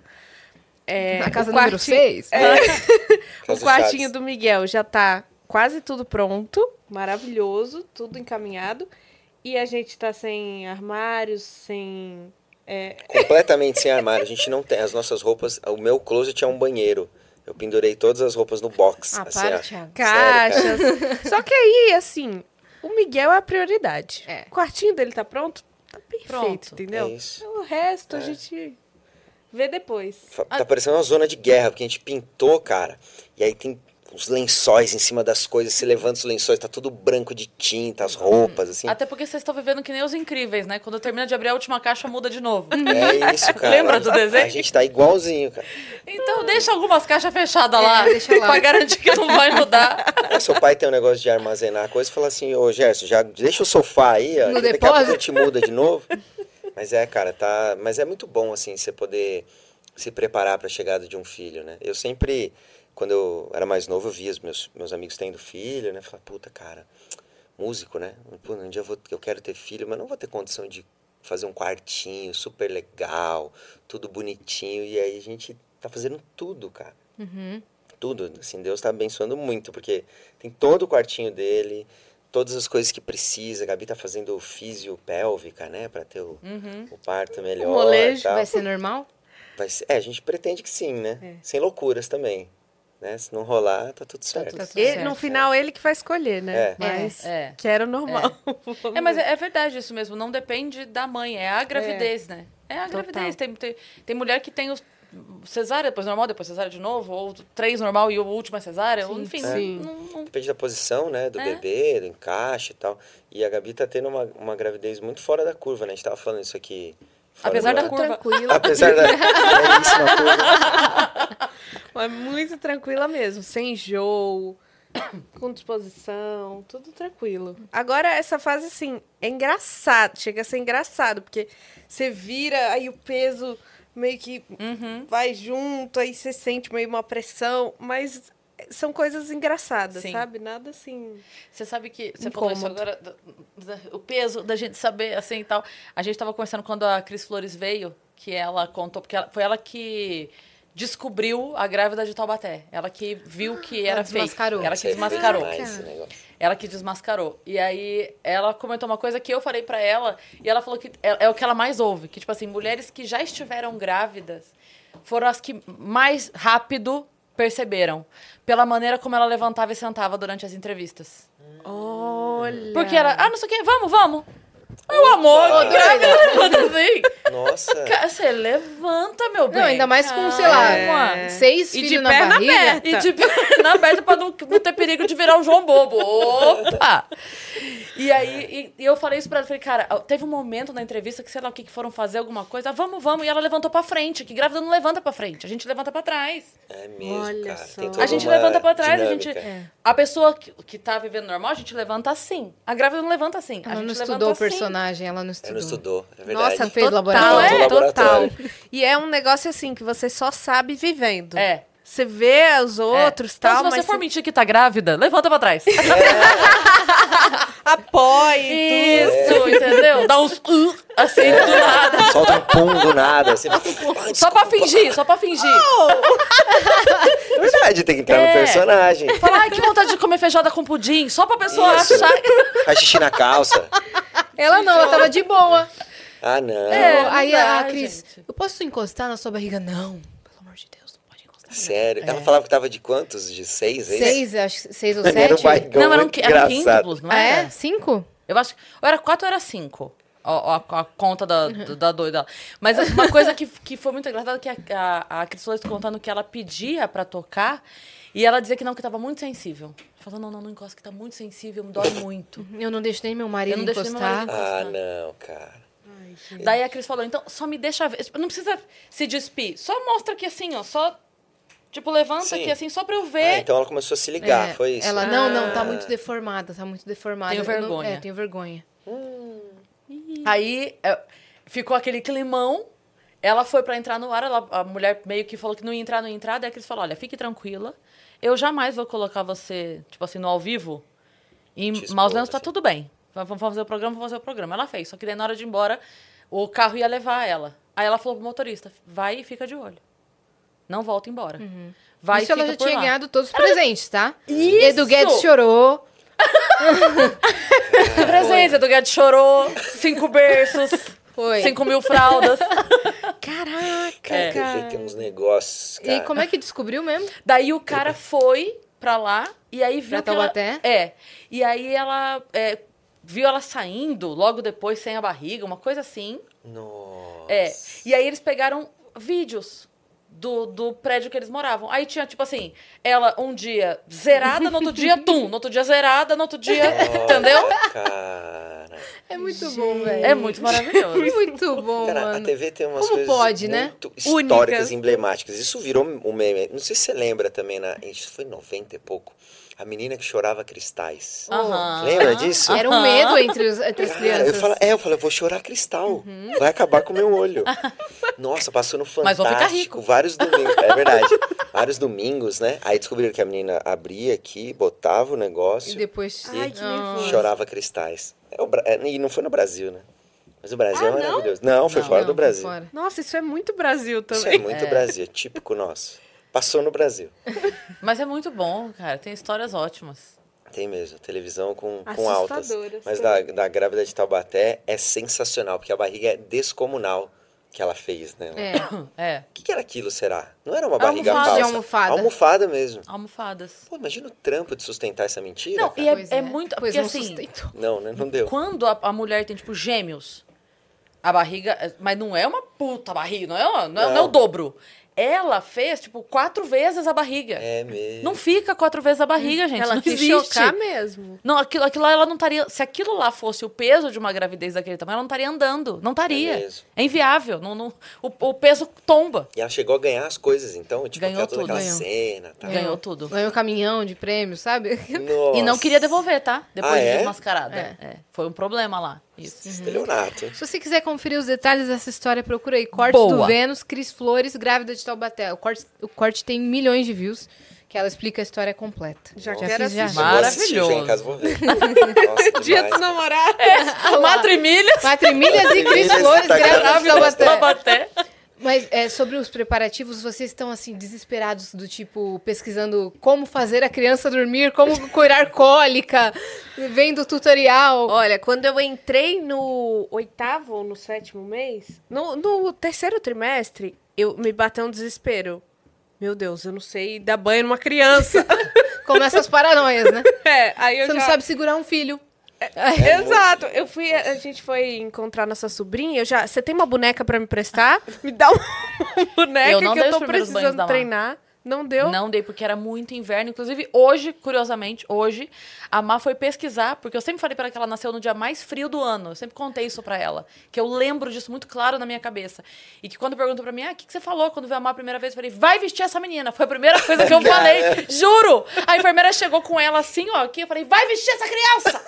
Speaker 4: É,
Speaker 2: Na casa
Speaker 4: o
Speaker 2: número
Speaker 4: quarti-
Speaker 2: 6?
Speaker 3: É.
Speaker 4: O
Speaker 1: É. Um
Speaker 3: Casa
Speaker 4: quartinho
Speaker 3: Chaves.
Speaker 4: do Miguel já tá quase tudo pronto, maravilhoso, tudo encaminhado. E a gente tá sem armários, sem.
Speaker 3: Completamente sem armário. A gente não tem. As nossas roupas. O meu closet é um banheiro. Eu pendurei todas as roupas no box.
Speaker 2: Ah,
Speaker 3: assim,
Speaker 2: para,
Speaker 3: ó.
Speaker 2: Thiago.
Speaker 3: cara.
Speaker 4: caixas. Só que aí, assim, o Miguel é a prioridade.
Speaker 2: É.
Speaker 4: O quartinho dele tá pronto, tá perfeito,
Speaker 1: Pronto.
Speaker 3: É
Speaker 4: entendeu?
Speaker 3: isso. É.
Speaker 4: o resto a gente vê depois.
Speaker 3: Fa-
Speaker 1: Ah.
Speaker 3: Tá parecendo uma zona de guerra, porque a gente pintou, cara. E aí tem os lençóis em cima das coisas. Você levanta os lençóis, tá tudo branco de tinta, as roupas, assim.
Speaker 1: Até porque vocês estão vivendo que nem os incríveis, né? Quando termina de abrir a última caixa, muda de novo.
Speaker 3: É isso, cara.
Speaker 1: Lembra do
Speaker 3: A
Speaker 1: desenho?
Speaker 3: gente tá igualzinho, cara.
Speaker 1: Então deixa algumas caixas fechadas lá,
Speaker 2: deixa lá.
Speaker 1: pra garantir que não vai mudar.
Speaker 3: Aí seu pai tem um negócio de armazenar coisa e fala assim, ô Gerson, já deixa o sofá aí, ó,
Speaker 2: No
Speaker 3: que daqui a pouco a
Speaker 2: depósito.
Speaker 3: gente muda de novo. Mas é, cara, tá. Mas é muito bom, assim, você poder se preparar para a chegada de um filho, né? Eu sempre, quando eu era mais novo, eu via os meus, meus amigos tendo filho, né? Falava, puta, cara, músico, né? Pô, um dia eu, vou, eu quero ter filho, mas não vou ter condição de fazer um quartinho super legal, tudo bonitinho. E aí a gente tá fazendo tudo, cara
Speaker 2: Uhum.
Speaker 3: tudo. Assim, Deus está abençoando muito, porque tem todo o quartinho dele, todas as coisas que precisa. A Gabi tá fazendo
Speaker 1: Uhum.
Speaker 3: físio pélvica, né? Pra ter o, o parto melhor.
Speaker 4: molejo
Speaker 2: tá?
Speaker 3: e tal.
Speaker 2: Vai ser normal?
Speaker 3: Vai ser- é, a gente pretende que sim, né?
Speaker 1: É.
Speaker 3: Sem loucuras também. Né? Se não rolar, tá tudo certo.
Speaker 2: tudo certo.
Speaker 4: Ele- no final, ele que vai escolher, né?
Speaker 3: É.
Speaker 4: Mas
Speaker 1: É.
Speaker 4: que era o normal.
Speaker 1: É, mas é, é verdade isso mesmo. Não depende da mãe, é a gravidez, né? É a gravidez. Tem, tem, tem mulher que tem os cesárea, depois normal, depois cesárea de novo, ou três normal e o último é cesárea. ou, enfim,
Speaker 4: Sim.
Speaker 1: não- não-
Speaker 3: Depende da posição, né? Do
Speaker 1: É.
Speaker 3: bebê, do encaixe e tal. E a Gabi tá tendo uma, uma gravidez muito fora da curva, né? A gente tava falando isso aqui. fora
Speaker 1: Apesar
Speaker 3: do
Speaker 1: da
Speaker 3: ar.
Speaker 1: curva.
Speaker 2: Tranquila.
Speaker 3: Apesar da belíssima curva.
Speaker 4: Mas muito tranquila mesmo, sem enjoo, com disposição, tudo tranquilo. Agora, essa fase, assim, é engraçado, chega a ser engraçado, porque você vira, aí o peso meio que
Speaker 1: Uhum.
Speaker 4: vai junto, aí você sente meio uma pressão, mas são coisas engraçadas,
Speaker 1: Sim.
Speaker 4: sabe? Nada assim.
Speaker 1: Você sabe que você falou isso
Speaker 4: Incômodo.
Speaker 1: agora, da- da- o peso da gente saber, assim e tal. A gente tava conversando quando a Cris Flores veio, que ela contou, porque ela- foi ela que descobriu a grávida de Taubaté. Ela que viu que era fake.
Speaker 2: desmascarou.
Speaker 1: Ela que
Speaker 3: Isso aí foi
Speaker 1: desmascarou.
Speaker 3: é demais esse negócio.
Speaker 1: Ela que desmascarou. E aí ela comentou uma coisa que eu falei pra ela, e ela falou que é, é o que ela mais ouve, que tipo assim, mulheres que já estiveram grávidas foram as que mais rápido perceberam pela maneira como ela levantava e sentava durante as entrevistas.
Speaker 4: Olha.
Speaker 1: Porque era, ah, não sei o quê, vamos, vamos. Meu amor,
Speaker 3: Opa!
Speaker 1: grávida levanta assim.
Speaker 3: Nossa.
Speaker 1: Ca- Você levanta, meu bem.
Speaker 2: Não, ainda mais com, sei lá,
Speaker 1: Calma.
Speaker 2: seis
Speaker 4: E de
Speaker 2: filhos na
Speaker 4: perna
Speaker 2: barriga. Tá.
Speaker 4: aberta.
Speaker 1: E de perna aberta pra não, não ter perigo de virar um João Bobo. Opa! E aí, e, e eu falei isso pra ela. Falei, cara, teve um momento na entrevista que, sei lá o que, que foram fazer alguma coisa. "Ah, vamos, vamos. E ela levantou pra frente. Que grávida não levanta pra frente. A gente levanta pra trás.
Speaker 3: É mesmo,
Speaker 4: Olha
Speaker 3: cara.
Speaker 4: só.
Speaker 3: Tem
Speaker 4: A
Speaker 3: toda
Speaker 1: a gente
Speaker 3: uma
Speaker 1: levanta pra trás. A gente...
Speaker 3: dinâmica.
Speaker 1: A pessoa que, que tá vivendo normal, a gente levanta assim. A grávida não levanta assim. a
Speaker 2: Ela
Speaker 1: gente
Speaker 2: não
Speaker 1: levanta
Speaker 2: estudou o
Speaker 1: assim.
Speaker 2: personagem, ela não estudou.
Speaker 3: Ela não estudou, é verdade.
Speaker 2: Nossa, fez
Speaker 4: Total,
Speaker 2: laboratório.
Speaker 4: é,
Speaker 3: Todo
Speaker 4: total.
Speaker 3: laboratório.
Speaker 4: E é um negócio assim que você só sabe vivendo.
Speaker 1: É.
Speaker 4: Você vê os outros,
Speaker 1: é.
Speaker 4: tal,
Speaker 1: Então, se você
Speaker 4: mas
Speaker 1: for mentir que tá grávida, levanta pra trás.
Speaker 4: apoia e tudo.
Speaker 1: Isso, entendeu? Dá uns... "uh", assim, do nada.
Speaker 3: Solta um pum do nada. Assim.
Speaker 1: Só pra fingir, só pra fingir.
Speaker 3: É verdade, tem que entrar
Speaker 1: É.
Speaker 3: no personagem.
Speaker 1: Falar, ai, que vontade de comer feijoada com pudim, só pra pessoa
Speaker 3: Isso.
Speaker 1: achar.
Speaker 3: Faz xixi na calça.
Speaker 2: Ela não, ela tava de boa.
Speaker 3: Ah, não.
Speaker 1: É, não
Speaker 2: Aí
Speaker 1: dá,
Speaker 2: a Cris,
Speaker 1: gente.
Speaker 2: eu posso encostar na sua barriga? Não, pelo amor de Deus, não pode encostar.
Speaker 3: Sério. Ela falava que tava de quantos? De seis? é isso?
Speaker 2: Seis, acho que seis ou
Speaker 3: Era um
Speaker 2: sete?
Speaker 3: barrigão
Speaker 1: não, eram,
Speaker 3: muito
Speaker 1: qui- eram
Speaker 3: engraçado.
Speaker 1: quíntuplos, não
Speaker 2: Ah,
Speaker 1: era?
Speaker 2: é? Cinco?
Speaker 1: Eu acho que. Ou era quatro ou era cinco. Ó, ó, A, a conta da, da doida. Mas uma coisa que, que foi muito engraçada é que a, a, a Cris Flores contando que ela pedia pra tocar e ela dizia que não, que tava muito sensível. Falou, não, não, não encosta, que tá muito sensível, me dói muito.
Speaker 2: Eu não deixo nem meu marido
Speaker 1: Eu não deixo nem meu
Speaker 2: encostar.
Speaker 1: marido
Speaker 3: Ah, não, cara.
Speaker 1: Daí a Cris falou, então só me deixa ver. Não precisa se despir, só mostra aqui assim, ó. Só. Tipo, levanta
Speaker 3: Sim.
Speaker 1: aqui assim, só pra eu
Speaker 3: Ah,
Speaker 1: ver.
Speaker 3: então ela começou a se ligar,
Speaker 2: É,
Speaker 3: foi isso? né?
Speaker 2: Ela, não, não, tá muito deformada, tá muito deformada.
Speaker 1: Tenho
Speaker 2: Eu não-
Speaker 1: vergonha.
Speaker 2: é, tenho vergonha.
Speaker 1: Aí é, ficou aquele climão. Ela foi pra entrar no ar, ela- a mulher meio que falou que não ia entrar, não ia entrar. Daí a Cris falou: Olha, fique tranquila, eu jamais vou colocar você, tipo assim, no ao vivo. E
Speaker 3: Te expor,
Speaker 1: maus menos tá
Speaker 3: assim.
Speaker 1: tudo bem. V- Vamos fazer o programa, vamos fazer o programa. Ela fez, só que daí na hora de ir embora, o carro ia levar ela. Aí ela falou pro motorista: Vai e fica de olho. Não volta embora. Vai
Speaker 2: Isso
Speaker 1: e fica
Speaker 2: ela já
Speaker 1: por
Speaker 2: tinha
Speaker 1: lá.
Speaker 2: ganhado todos os presentes, tá?
Speaker 1: Isso!
Speaker 2: Edu Guedes chorou.
Speaker 1: É, Presente, Edu Guedes chorou, cinco berços,
Speaker 2: Foi.
Speaker 1: cinco mil fraldas.
Speaker 4: Caraca,
Speaker 1: É.
Speaker 3: Quer
Speaker 4: cara.
Speaker 3: dizer, tem uns negócios,
Speaker 2: E
Speaker 3: cara.
Speaker 2: como é que descobriu mesmo?
Speaker 1: Daí o cara foi pra lá e aí viu
Speaker 2: Pra
Speaker 1: que ela...
Speaker 2: Taubaté?
Speaker 1: É. E aí ela é, viu ela saindo logo depois sem a barriga, uma coisa assim.
Speaker 3: Nossa.
Speaker 1: É. E aí eles pegaram vídeos do, do prédio que eles moravam. Aí tinha, tipo assim, ela um dia zerada, no outro dia tum, no outro dia zerada, no outro dia... Entendeu?
Speaker 3: Nossa, Cara.
Speaker 2: É muito bom, velho.
Speaker 1: É muito maravilhoso.
Speaker 2: Muito bom,
Speaker 3: Cara, a
Speaker 2: mano.
Speaker 3: TV tem umas
Speaker 2: Como
Speaker 3: coisas
Speaker 2: pode, né?
Speaker 3: muito históricas,
Speaker 4: Únicas.
Speaker 3: emblemáticas. Isso virou um meme. Não sei se você lembra também, na... isso foi em 90 e pouco. A menina que chorava cristais.
Speaker 1: Aham.
Speaker 3: Lembra disso?
Speaker 2: Era um medo entre, os, entre as
Speaker 3: Cara,
Speaker 2: crianças. Uhum.
Speaker 3: eu falo, é, eu falo, eu vou chorar cristal. Vai acabar com o meu olho. Nossa, passou no
Speaker 1: Mas vou
Speaker 3: Fantástico.
Speaker 1: ficar rico.
Speaker 3: Vários domingos. É verdade. Vários domingos, né? Aí descobriram que a menina abria aqui, botava o negócio
Speaker 2: E depois.
Speaker 4: Ai, que nervoso.
Speaker 3: chorava cristais. É o Bra- é, e não foi no Brasil, né? Mas o Brasil
Speaker 4: Ah,
Speaker 3: é
Speaker 4: não?
Speaker 3: maravilhoso. Não, foi
Speaker 2: Não,
Speaker 3: fora
Speaker 2: não,
Speaker 3: do Brasil.
Speaker 2: fora.
Speaker 4: Nossa, isso é muito Brasil
Speaker 3: Isso
Speaker 4: também.
Speaker 3: é muito Brasil, típico nosso. Passou no Brasil.
Speaker 1: Mas é muito bom, cara. Tem histórias ótimas.
Speaker 3: Tem mesmo, televisão com, com altas.
Speaker 4: Assustadoras
Speaker 3: Mas da,
Speaker 4: também.
Speaker 3: da grávida de Taubaté é sensacional, porque a barriga é descomunal. que ela fez nela.
Speaker 2: É.
Speaker 1: É,
Speaker 3: O que, que era aquilo, será? Não era uma barriga
Speaker 2: Almofada.
Speaker 3: falsa.
Speaker 2: De almofada.
Speaker 3: Almofada mesmo.
Speaker 1: almofadas.
Speaker 3: Pô, imagina o trampo de sustentar essa mentira.
Speaker 1: Não, e
Speaker 3: cara.
Speaker 1: é,
Speaker 2: Pois
Speaker 1: é muito.
Speaker 2: Pois
Speaker 1: Porque
Speaker 2: não
Speaker 1: assim,
Speaker 2: sustentou.
Speaker 3: Não, né? Não deu.
Speaker 1: quando a, a mulher tem, tipo, gêmeos, a barriga. Mas não é uma puta barriga, não é, uma- não é, não é o
Speaker 3: Não.
Speaker 1: dobro. Ela fez, tipo, quatro vezes a barriga.
Speaker 3: É mesmo.
Speaker 1: Não fica quatro vezes a barriga, gente.
Speaker 4: Hum. ela
Speaker 1: não
Speaker 4: quis
Speaker 1: existe.
Speaker 4: chocar mesmo.
Speaker 1: Não, aquilo, aquilo lá ela não estaria. Se aquilo lá fosse o peso de uma gravidez daquele tamanho, ela não estaria andando. Não
Speaker 3: É
Speaker 1: estaria. É,
Speaker 3: mesmo.
Speaker 1: inviável. Não, não- o, o peso tomba.
Speaker 3: E ela chegou a ganhar as coisas, então. Tipo,
Speaker 1: Ganhou
Speaker 3: aquela, toda
Speaker 1: tudo,
Speaker 3: aquela
Speaker 2: ganhou.
Speaker 3: cena. Tá?
Speaker 1: Ganhou tudo.
Speaker 2: Ganhou é um caminhão de prêmio, sabe?
Speaker 1: E não queria devolver, tá? Depois
Speaker 3: Ah,
Speaker 1: de
Speaker 3: é?
Speaker 1: desmascarada.
Speaker 2: É.
Speaker 1: É. Foi um problema lá. Isso.
Speaker 3: Estelionato.
Speaker 2: Se você quiser conferir os detalhes dessa história, procura aí. Corte
Speaker 1: Boa.
Speaker 2: do Vênus, Cris Flores, grávida de Taubaté. O corte, o corte tem milhões de views, que ela explica a história completa.
Speaker 4: Já
Speaker 3: Nossa.
Speaker 4: quero
Speaker 2: fiz, já.
Speaker 4: assistir.
Speaker 3: Eu
Speaker 1: Uhum. Maravilhoso.
Speaker 3: vou assistir, chegar em casa e vou ver. Nossa,
Speaker 4: Dia
Speaker 3: demais.
Speaker 4: dos namorados.
Speaker 1: A Matrimilhas.
Speaker 2: Matrimilhas e Cris
Speaker 3: Matrimilhas
Speaker 2: Flores,
Speaker 3: tá
Speaker 2: grávida de
Speaker 3: grávida de
Speaker 2: Taubaté.
Speaker 1: Taubaté.
Speaker 2: Mas é, sobre os preparativos, vocês estão assim, desesperados, do tipo, pesquisando como fazer a criança dormir, como curar cólica, vendo tutorial.
Speaker 4: Olha, quando eu entrei no oitavo ou no sétimo mês, no, no terceiro trimestre, eu me bateu um desespero. Meu Deus, eu não sei dar banho numa criança.
Speaker 2: Começa as paranoias, né?
Speaker 4: é, aí eu
Speaker 2: Você
Speaker 4: já...
Speaker 2: não sabe segurar um filho.
Speaker 4: Exato. Eu fui, a gente foi encontrar nossa sobrinha. Eu já, você tem uma boneca pra me prestar? Me dá uma boneca
Speaker 1: Eu não
Speaker 4: que eu
Speaker 1: dei os
Speaker 4: tô
Speaker 1: primeiros banhos da
Speaker 4: precisando
Speaker 1: Má.
Speaker 4: treinar. Não deu?
Speaker 1: Não dei, porque era muito inverno. Inclusive, hoje, curiosamente, hoje, a Má foi pesquisar, porque eu sempre falei pra ela que ela nasceu no dia mais frio do ano. Eu sempre contei isso pra ela. Que eu lembro disso muito claro na minha cabeça. E que quando perguntou pra mim, ah, o que, que você falou quando veio a Má a primeira vez? Eu falei, vai vestir essa menina. Foi a primeira coisa que eu falei, juro. A enfermeira chegou com ela assim, ó, aqui. Eu falei, vai vestir essa criança.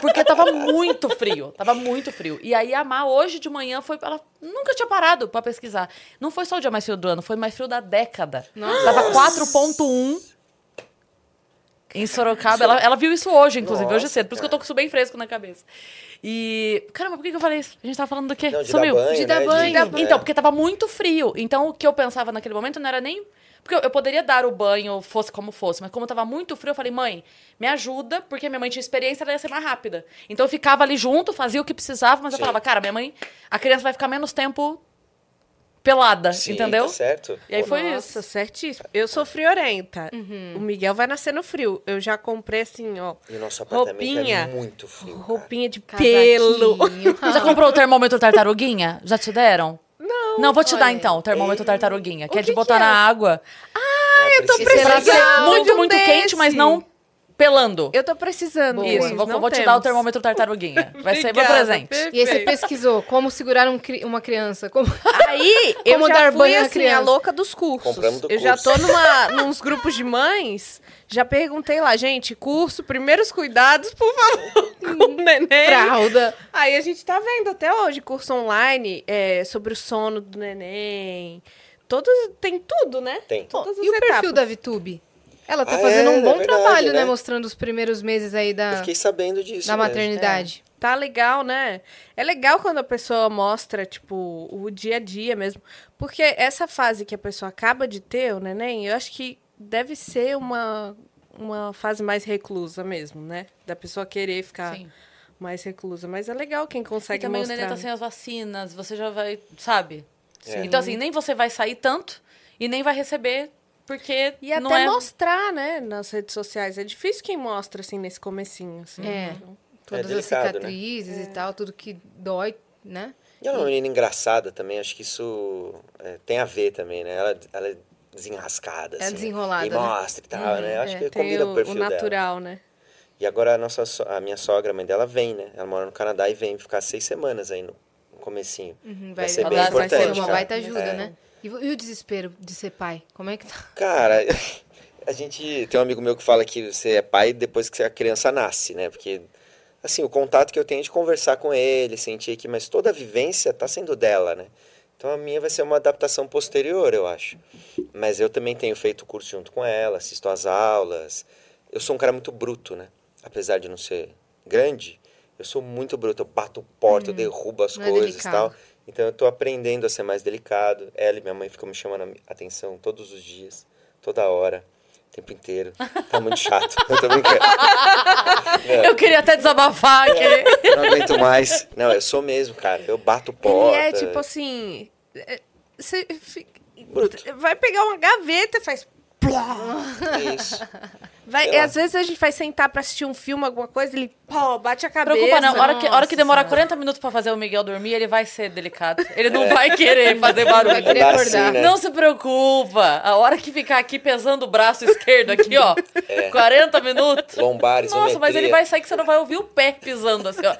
Speaker 1: Porque tava muito frio, tava muito frio. E aí a Má, hoje de manhã, foi. Ela nunca tinha parado pra pesquisar. Não foi só o dia mais frio do ano, foi o mais frio da década.
Speaker 2: Nossa.
Speaker 1: Tava 4,1 em Sorocaba. Ela, ela viu isso hoje, inclusive, hoje
Speaker 3: Nossa,
Speaker 1: cedo. Por isso que eu tô com isso bem fresco na cabeça. E. Caramba, por que, que eu falei isso? A gente tava falando do quê?
Speaker 3: Não, de
Speaker 1: Sumiu.
Speaker 3: dar banho,
Speaker 2: de dar
Speaker 3: né?
Speaker 2: banho.
Speaker 3: né?
Speaker 1: Então, porque tava muito frio. Então, o que eu pensava naquele momento não era nem. Porque eu, eu poderia dar o banho, fosse como fosse, mas como tava muito frio, eu falei, mãe, me ajuda, porque minha mãe tinha experiência, ela ia ser mais rápida. Então eu ficava ali junto, fazia o que precisava, mas eu
Speaker 3: Sim.
Speaker 1: falava, cara, minha mãe, a criança vai ficar menos tempo pelada,
Speaker 3: Sim,
Speaker 1: entendeu?
Speaker 3: Tá certo.
Speaker 1: E aí foi
Speaker 4: Nossa,
Speaker 1: isso.
Speaker 4: certíssimo. Eu sou friorenta.
Speaker 1: Uhum.
Speaker 4: O Miguel vai nascer no frio. Eu já comprei assim, ó.
Speaker 3: E o nosso apartamento
Speaker 4: Roupinha.
Speaker 3: é muito frio. Cara.
Speaker 4: Roupinha de pelo.
Speaker 2: Casaquinho.
Speaker 1: Já comprou o termômetro tartaruguinha? Já te deram? Não. Não, vou te dar
Speaker 2: Olha.
Speaker 1: então, o termômetro tartaruguinha, que, é
Speaker 4: que
Speaker 1: de
Speaker 4: que
Speaker 1: botar
Speaker 4: é?
Speaker 1: na água.
Speaker 3: Ah, eu tô
Speaker 2: precisando.
Speaker 1: Pra ser
Speaker 4: legal, de
Speaker 1: muito,
Speaker 4: um
Speaker 1: muito quente, mas
Speaker 4: desse.
Speaker 1: não pelando.
Speaker 4: Eu tô precisando.
Speaker 2: Boa.
Speaker 1: Isso,
Speaker 4: Cris,
Speaker 1: vou,
Speaker 4: não
Speaker 1: vou te dar o
Speaker 4: temos.
Speaker 1: termômetro tartaruguinha. Vai ser meu
Speaker 4: Obrigada,
Speaker 1: presente.
Speaker 4: perfeito.
Speaker 2: E aí você pesquisou como segurar um cri- uma criança. Como...
Speaker 4: Aí eu
Speaker 2: Como
Speaker 4: já
Speaker 2: dar
Speaker 4: fui
Speaker 2: banho na
Speaker 4: assim,
Speaker 2: criança.
Speaker 4: a louca dos cursos.
Speaker 3: Compramos do
Speaker 4: eu já
Speaker 3: curso.
Speaker 4: tô numa, nos grupos de mães, já perguntei lá, gente, curso, primeiros cuidados, por favor, com o neném.
Speaker 2: Fralda.
Speaker 4: Aí a gente tá vendo até hoje curso online é, sobre o sono do neném. Todos, tem tudo, né?
Speaker 3: Tem.
Speaker 4: Todas as
Speaker 2: e o perfil
Speaker 4: etapas.
Speaker 2: da VTube? Ela tá
Speaker 3: Ah,
Speaker 2: fazendo
Speaker 3: é,
Speaker 2: um
Speaker 3: é
Speaker 2: bom
Speaker 3: verdade,
Speaker 2: trabalho, né?
Speaker 3: né?
Speaker 2: Mostrando os primeiros meses aí
Speaker 3: Eu
Speaker 2: da,
Speaker 3: fiquei sabendo disso.
Speaker 2: da
Speaker 3: mesmo.
Speaker 2: maternidade.
Speaker 4: Tá legal, né? É legal quando a pessoa mostra, tipo, o dia a dia mesmo. Porque essa fase que a pessoa acaba de ter, o neném, eu acho que deve ser uma, uma fase mais reclusa mesmo, né? Da pessoa querer ficar
Speaker 1: Sim.
Speaker 4: mais reclusa. Mas é legal quem
Speaker 1: E
Speaker 4: consegue
Speaker 1: também o neném
Speaker 4: mostrar. né?
Speaker 1: tá sem as vacinas, você já vai, sabe?
Speaker 3: É.
Speaker 1: Então, assim, nem você vai sair tanto e nem vai receber, porque
Speaker 4: E
Speaker 1: não
Speaker 4: até
Speaker 1: é...
Speaker 4: mostrar, né, nas redes sociais. É difícil quem mostra, assim, nesse comecinho, assim.
Speaker 2: É.
Speaker 4: Então,
Speaker 2: Todas as
Speaker 3: delicado, né?
Speaker 2: cicatrizes
Speaker 4: É.
Speaker 2: e tal, tudo que dói, né?
Speaker 3: E ela é uma menina engraçada também, acho que isso é, tem a ver também, né? Ela, ela é desenrascada,
Speaker 2: É
Speaker 3: assim.
Speaker 2: desenrolada,
Speaker 3: E
Speaker 2: né?
Speaker 3: mostra e tal, né? Eu Acho
Speaker 2: é,
Speaker 3: que
Speaker 4: Tem
Speaker 3: combina
Speaker 4: o,
Speaker 3: o
Speaker 4: o
Speaker 3: perfil dela.
Speaker 4: natural, né?
Speaker 3: E agora a, nossa, so- a minha sogra, a mãe dela, vem, né? Ela mora no Canadá e vem ficar seis semanas aí no, no comecinho.
Speaker 2: Uhum,
Speaker 3: Vai ser
Speaker 1: bem
Speaker 2: vai ser
Speaker 1: importante,
Speaker 2: uma
Speaker 1: cara.
Speaker 2: baita ajuda,
Speaker 3: É.
Speaker 2: né? E, vo- e o desespero de ser pai? Como é que tá?
Speaker 3: Cara, a gente tem um amigo meu que fala que você é pai depois que a criança nasce, né? Porque, assim, o contato que eu tenho é de conversar com ele, sentir aqui, mas toda a vivência tá sendo dela, né? Então a minha vai ser uma adaptação posterior, eu acho. Mas eu também tenho feito o curso junto com ela, assisto às aulas. Eu sou um cara muito bruto, né? Apesar de não ser grande, eu sou muito bruto. Eu bato porta, eu derrubo as
Speaker 2: não é
Speaker 3: coisas e
Speaker 2: delicado.
Speaker 3: tal. Então eu tô aprendendo a ser mais delicado. Ela e minha mãe ficam me chamando a atenção todos os dias, toda hora. tempo inteiro. Tá muito chato. Eu tô brincando.
Speaker 1: Eu queria até desabafar
Speaker 4: É.
Speaker 1: aqui.
Speaker 3: Eu Não aguento mais. Não, eu sou mesmo, cara. Eu bato porta.
Speaker 4: Ele é tipo assim. é, Você fica-
Speaker 3: Bruto.
Speaker 4: vai pegar uma gaveta e faz. plá.
Speaker 3: Isso.
Speaker 4: Vai,
Speaker 3: Sei
Speaker 4: e
Speaker 3: lá.
Speaker 4: às vezes a gente vai sentar pra assistir um filme, alguma coisa, ele pô, bate a cabeça.
Speaker 1: Preocupa não, a hora que, a hora que
Speaker 2: Nossa
Speaker 1: demorar
Speaker 2: Senhora.
Speaker 1: 40 minutos pra fazer o Miguel dormir, ele vai ser delicado. Ele não vai querer fazer barulho.
Speaker 2: Vai querer
Speaker 3: Dá
Speaker 2: acordar.
Speaker 4: É.
Speaker 3: assim, né?
Speaker 1: Não se preocupa. A hora que ficar aqui pesando o braço esquerdo aqui, ó,
Speaker 4: É.
Speaker 1: 40 minutos.
Speaker 3: Lombar,
Speaker 1: Nossa, mas
Speaker 3: isometria.
Speaker 1: ele vai sair que você não vai ouvir o pé pisando assim, ó.